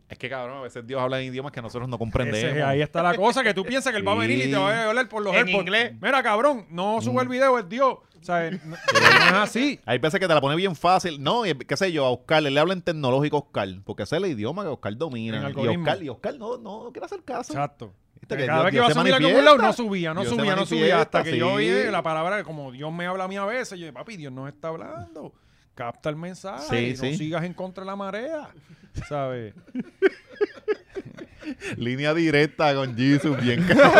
Speaker 5: Es que cabrón, a veces Dios habla en idiomas que nosotros no
Speaker 1: Ese-
Speaker 5: comprendemos.
Speaker 1: ahí está la cosa, que tú piensas que él va a venir y te va a hablar por los
Speaker 3: En
Speaker 1: AirPods.
Speaker 3: inglés.
Speaker 1: Mira, cabrón, no sube el
Speaker 5: Mm.
Speaker 1: video, es Dios. O sea, eh, no, no es así.
Speaker 5: Hay veces que te la pone bien fácil. No, y, qué sé yo, a Oscar, él le habla en tecnológico a Oscar, porque ese es el idioma que Oscar
Speaker 1: En
Speaker 5: domina. Y
Speaker 1: algoritmo.
Speaker 5: Oscar, y Oscar no, no quiere hacer caso.
Speaker 1: Exacto.
Speaker 5: Viste que
Speaker 1: Cada vez que iba a
Speaker 5: Dios- Dios se
Speaker 1: subir a algún
Speaker 5: manifiesta.
Speaker 1: lado, no subía, no
Speaker 5: Dios se
Speaker 1: subía, no subía.
Speaker 5: manifiesta,
Speaker 1: Hasta que yo
Speaker 5: sí.
Speaker 1: oí la palabra, como Dios me habla a mí a veces, yo dije, papi, Dios nos está hablando. Capta el mensaje
Speaker 5: Sí,
Speaker 1: y no
Speaker 5: sí.
Speaker 1: sigas en contra de la marea. ¿Sabes?
Speaker 5: Línea directa con Jesus, bien cabrón.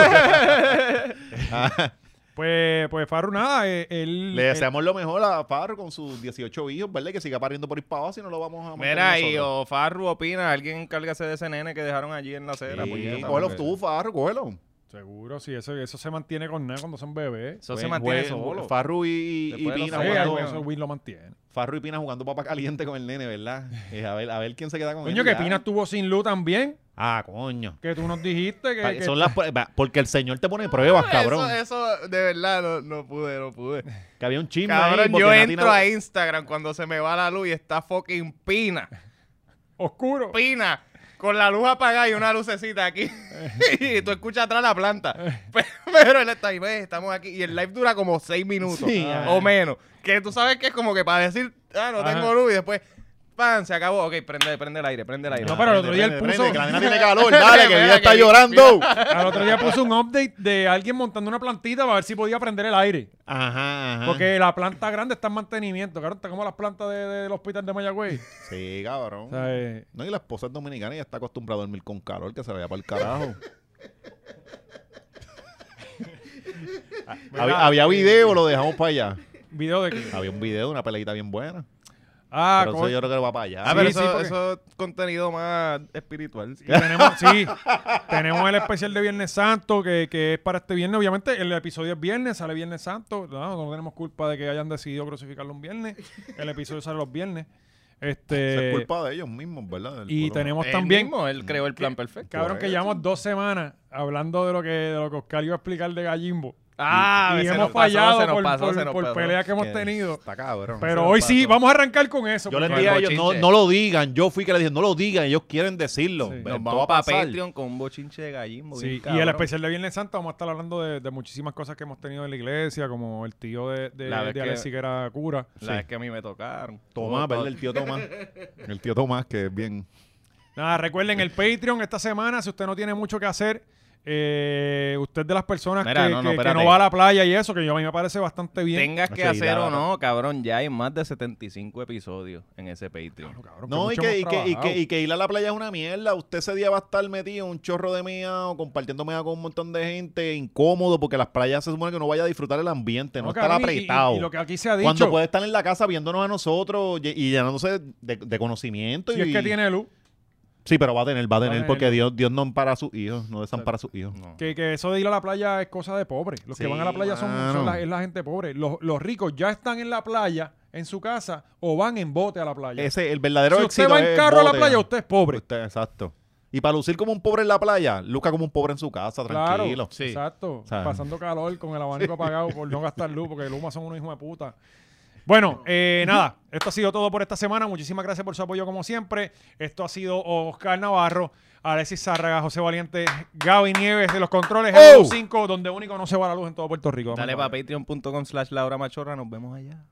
Speaker 5: Ah,
Speaker 1: Pues, pues Farru, nada, eh, él...
Speaker 5: Le
Speaker 1: él-
Speaker 5: deseamos lo mejor a Farro con sus 18 hijos, ¿verdad? Que siga pariendo por ir para abajo, si no lo vamos a mantener
Speaker 3: Mira, y
Speaker 5: nosotros.
Speaker 3: o Farru opina, alguien encárgase de ese nene que dejaron allí en la acera. Pues
Speaker 5: Sí, pues,
Speaker 3: puñeta,
Speaker 5: cógelo
Speaker 3: porque-
Speaker 5: tú, Farro, cógelo.
Speaker 1: Seguro, sí, eso, eso se mantiene con nada cuando son bebés.
Speaker 3: Eso se
Speaker 5: Buen-
Speaker 3: mantiene
Speaker 5: buen-
Speaker 3: solo.
Speaker 5: Farru y- y, y
Speaker 3: Después de los
Speaker 5: Pina
Speaker 3: seis,
Speaker 5: jugando-
Speaker 1: Sí, eso Will lo mantiene.
Speaker 5: Farru y Pina jugando papa caliente con el nene, ¿verdad? Eh, a, ver, a ver quién se queda con
Speaker 1: Coño,
Speaker 5: él
Speaker 1: que
Speaker 5: ya.
Speaker 1: Pina estuvo sin luz también,
Speaker 5: Ah, coño.
Speaker 1: que tú nos dijiste que...
Speaker 5: Pa-
Speaker 1: que-
Speaker 5: Son las pruebas, porque el señor te pone pruebas, cabrón.
Speaker 3: Eso, eso, de verdad, no, no pude, no pude.
Speaker 5: Que había un chisme ahí,
Speaker 3: Cabrón,
Speaker 5: porque
Speaker 3: yo
Speaker 5: Nati
Speaker 3: entro
Speaker 5: no-
Speaker 3: a Instagram cuando se me va la luz y está fucking Pina.
Speaker 1: Oscuro.
Speaker 3: Pina. Con la luz apagada y una lucecita aquí. y tú escuchas atrás la planta. Pero, él está ahí, "Ve, estamos aquí. Y el live dura como seis minutos
Speaker 5: Sí,
Speaker 3: o menos. Que tú sabes que es como que para decir, ah, no
Speaker 1: Ajá.
Speaker 3: tengo luz. Y después, pan, se acabó. Ok, prende, prende el aire, prende el aire. Ah,
Speaker 1: No, pero el otro día él
Speaker 5: Prende,
Speaker 1: puso...
Speaker 5: prende, que la nena tiene calor, dale, que
Speaker 3: Mira,
Speaker 5: ella está
Speaker 3: que-
Speaker 5: llorando.
Speaker 1: Al otro día puso un update de alguien montando una plantita para ver si podía prender el aire.
Speaker 5: Ajá, ajá.
Speaker 1: Porque la planta grande está en mantenimiento, cabrón. Está como las plantas de- de- del hospital de Mayagüey.
Speaker 5: Sí, cabrón.
Speaker 1: O sea, eh,
Speaker 5: No, y la esposa es dominicana y ya está acostumbrada a dormir con calor, que se vaya para el carajo. Ah, había, había
Speaker 1: eh,
Speaker 5: video, lo dejamos para allá.
Speaker 1: video de que.
Speaker 5: Había un video de una peleita bien buena.
Speaker 1: Ah,
Speaker 5: pero eso
Speaker 1: co-
Speaker 5: yo creo que va para allá.
Speaker 3: Ah, pero
Speaker 1: Sí,
Speaker 3: eso,
Speaker 1: sí, porque-
Speaker 3: eso es contenido más espiritual.
Speaker 1: y tenemos, sí, tenemos el especial de Viernes Santo que, que es para este viernes. Obviamente, el episodio es viernes, sale Viernes Santo. No, no tenemos culpa de que hayan decidido crucificarlo un viernes. El episodio sale los viernes.
Speaker 5: Eso
Speaker 2: eh,
Speaker 1: Este,
Speaker 5: es culpa de ellos mismos, ¿verdad? Del
Speaker 1: y
Speaker 5: pueblo.
Speaker 1: tenemos
Speaker 3: Él
Speaker 1: también.
Speaker 3: mismo, él creó el plan perfecto.
Speaker 1: Cabrón, que llevamos dos semanas hablando de lo que, de lo que Oscar iba a explicar de Gallimbo.
Speaker 3: Ah,
Speaker 1: y
Speaker 3: se
Speaker 1: hemos
Speaker 3: nos pasó,
Speaker 1: fallado
Speaker 3: se nos
Speaker 1: por,
Speaker 3: pasó,
Speaker 1: por-
Speaker 3: se nos
Speaker 1: por
Speaker 3: pasó.
Speaker 1: peleas que hemos
Speaker 5: Que
Speaker 1: tenido.
Speaker 5: Está cabrón.
Speaker 1: Pero hoy sí, vamos a arrancar con eso.
Speaker 5: Yo les
Speaker 1: porque-
Speaker 5: dije a ellos, no,
Speaker 3: bochinche.
Speaker 5: no lo digan. Yo fui que les dije, no lo digan. Ellos quieren decirlo.
Speaker 1: Sí.
Speaker 5: Esto
Speaker 3: Nos
Speaker 5: va
Speaker 3: vamos
Speaker 5: a
Speaker 3: para
Speaker 5: pasar.
Speaker 3: Patreon con un bochinche de gallismo.
Speaker 1: Sí,
Speaker 3: bien
Speaker 1: y el
Speaker 3: cabrón.
Speaker 1: especial de Viernes Santo vamos a estar hablando de, de muchísimas cosas que hemos tenido en la iglesia, como el tío de, de,
Speaker 3: La vez
Speaker 1: de
Speaker 3: que-
Speaker 1: Alexi que era cura.
Speaker 3: La vez que a mí me tocaron.
Speaker 5: Tomás, ¿verdad? El tío Tomás. El tío Tomás, que es bien.
Speaker 1: Nada, recuerden el Patreon esta semana, si usted no tiene mucho que hacer, eh, usted de las personas
Speaker 3: Mira,
Speaker 1: que,
Speaker 3: no, no,
Speaker 1: que- que
Speaker 3: espérate.
Speaker 1: va a la playa y eso, que yo a mí me parece bastante bien.
Speaker 3: Tengas que
Speaker 5: Sí,
Speaker 3: hacer
Speaker 5: la-
Speaker 3: o no, cabrón, ya hay más de 75 episodios en ese Patreon.
Speaker 1: Cabrón,
Speaker 5: No, y
Speaker 1: mucho
Speaker 5: que, y,
Speaker 1: hemos
Speaker 5: que, y, que,
Speaker 1: trabajado.
Speaker 5: y que ir a la playa es una mierda. Usted ese día va a estar metido en un chorro de mía o compartiendo mía con un montón de gente, incómodo, porque las playas se supone que no vaya a disfrutar el ambiente, no,
Speaker 1: No,
Speaker 5: estar
Speaker 1: cabrón, y- y-
Speaker 5: apretado.
Speaker 1: Y, lo que aquí se ha dicho,
Speaker 5: Cuando puede estar en la casa viéndonos a nosotros y, y llenándose de, de conocimiento.
Speaker 1: si
Speaker 5: y,
Speaker 1: es que tiene luz,
Speaker 5: Sí, pero va a tener, va a tener,
Speaker 1: tener.
Speaker 5: porque Dios, Dios no ampara a sus hijos, no desampara a sus hijos.
Speaker 3: No.
Speaker 1: que, que eso de ir a la playa es cosa de pobre. Los que
Speaker 5: Sí,
Speaker 1: van a la playa son, son
Speaker 5: mano.
Speaker 1: la, es la gente pobre. Los, los ricos ya están en la playa, en su casa, o van en bote a la playa.
Speaker 5: Ese, el verdadero
Speaker 1: si
Speaker 5: éxito
Speaker 1: usted va en
Speaker 5: es
Speaker 1: carro a la
Speaker 5: bote. Pues,
Speaker 1: playa, usted es pobre.
Speaker 5: Usted, exacto. Y para lucir como un pobre en la playa, luca como un pobre en su casa, tranquilo.
Speaker 1: Claro, exacto.
Speaker 5: O sea,
Speaker 1: Pasando calor con el abanico apagado por no gastar luz, porque Luma son unos hijos de puta. Bueno, eh, nada, esto ha sido todo por esta semana. Muchísimas gracias por su apoyo como siempre. Esto ha sido Oscar Navarro, Alexis Zárraga, José Valiente, Gaby Nieves de los controles
Speaker 5: ¡Oh!
Speaker 1: 5 donde único no se va la luz en todo Puerto Rico.
Speaker 3: Dale
Speaker 1: Vamos a
Speaker 3: para
Speaker 1: ver.
Speaker 3: patreon.com slash Laura Machorra, nos vemos allá.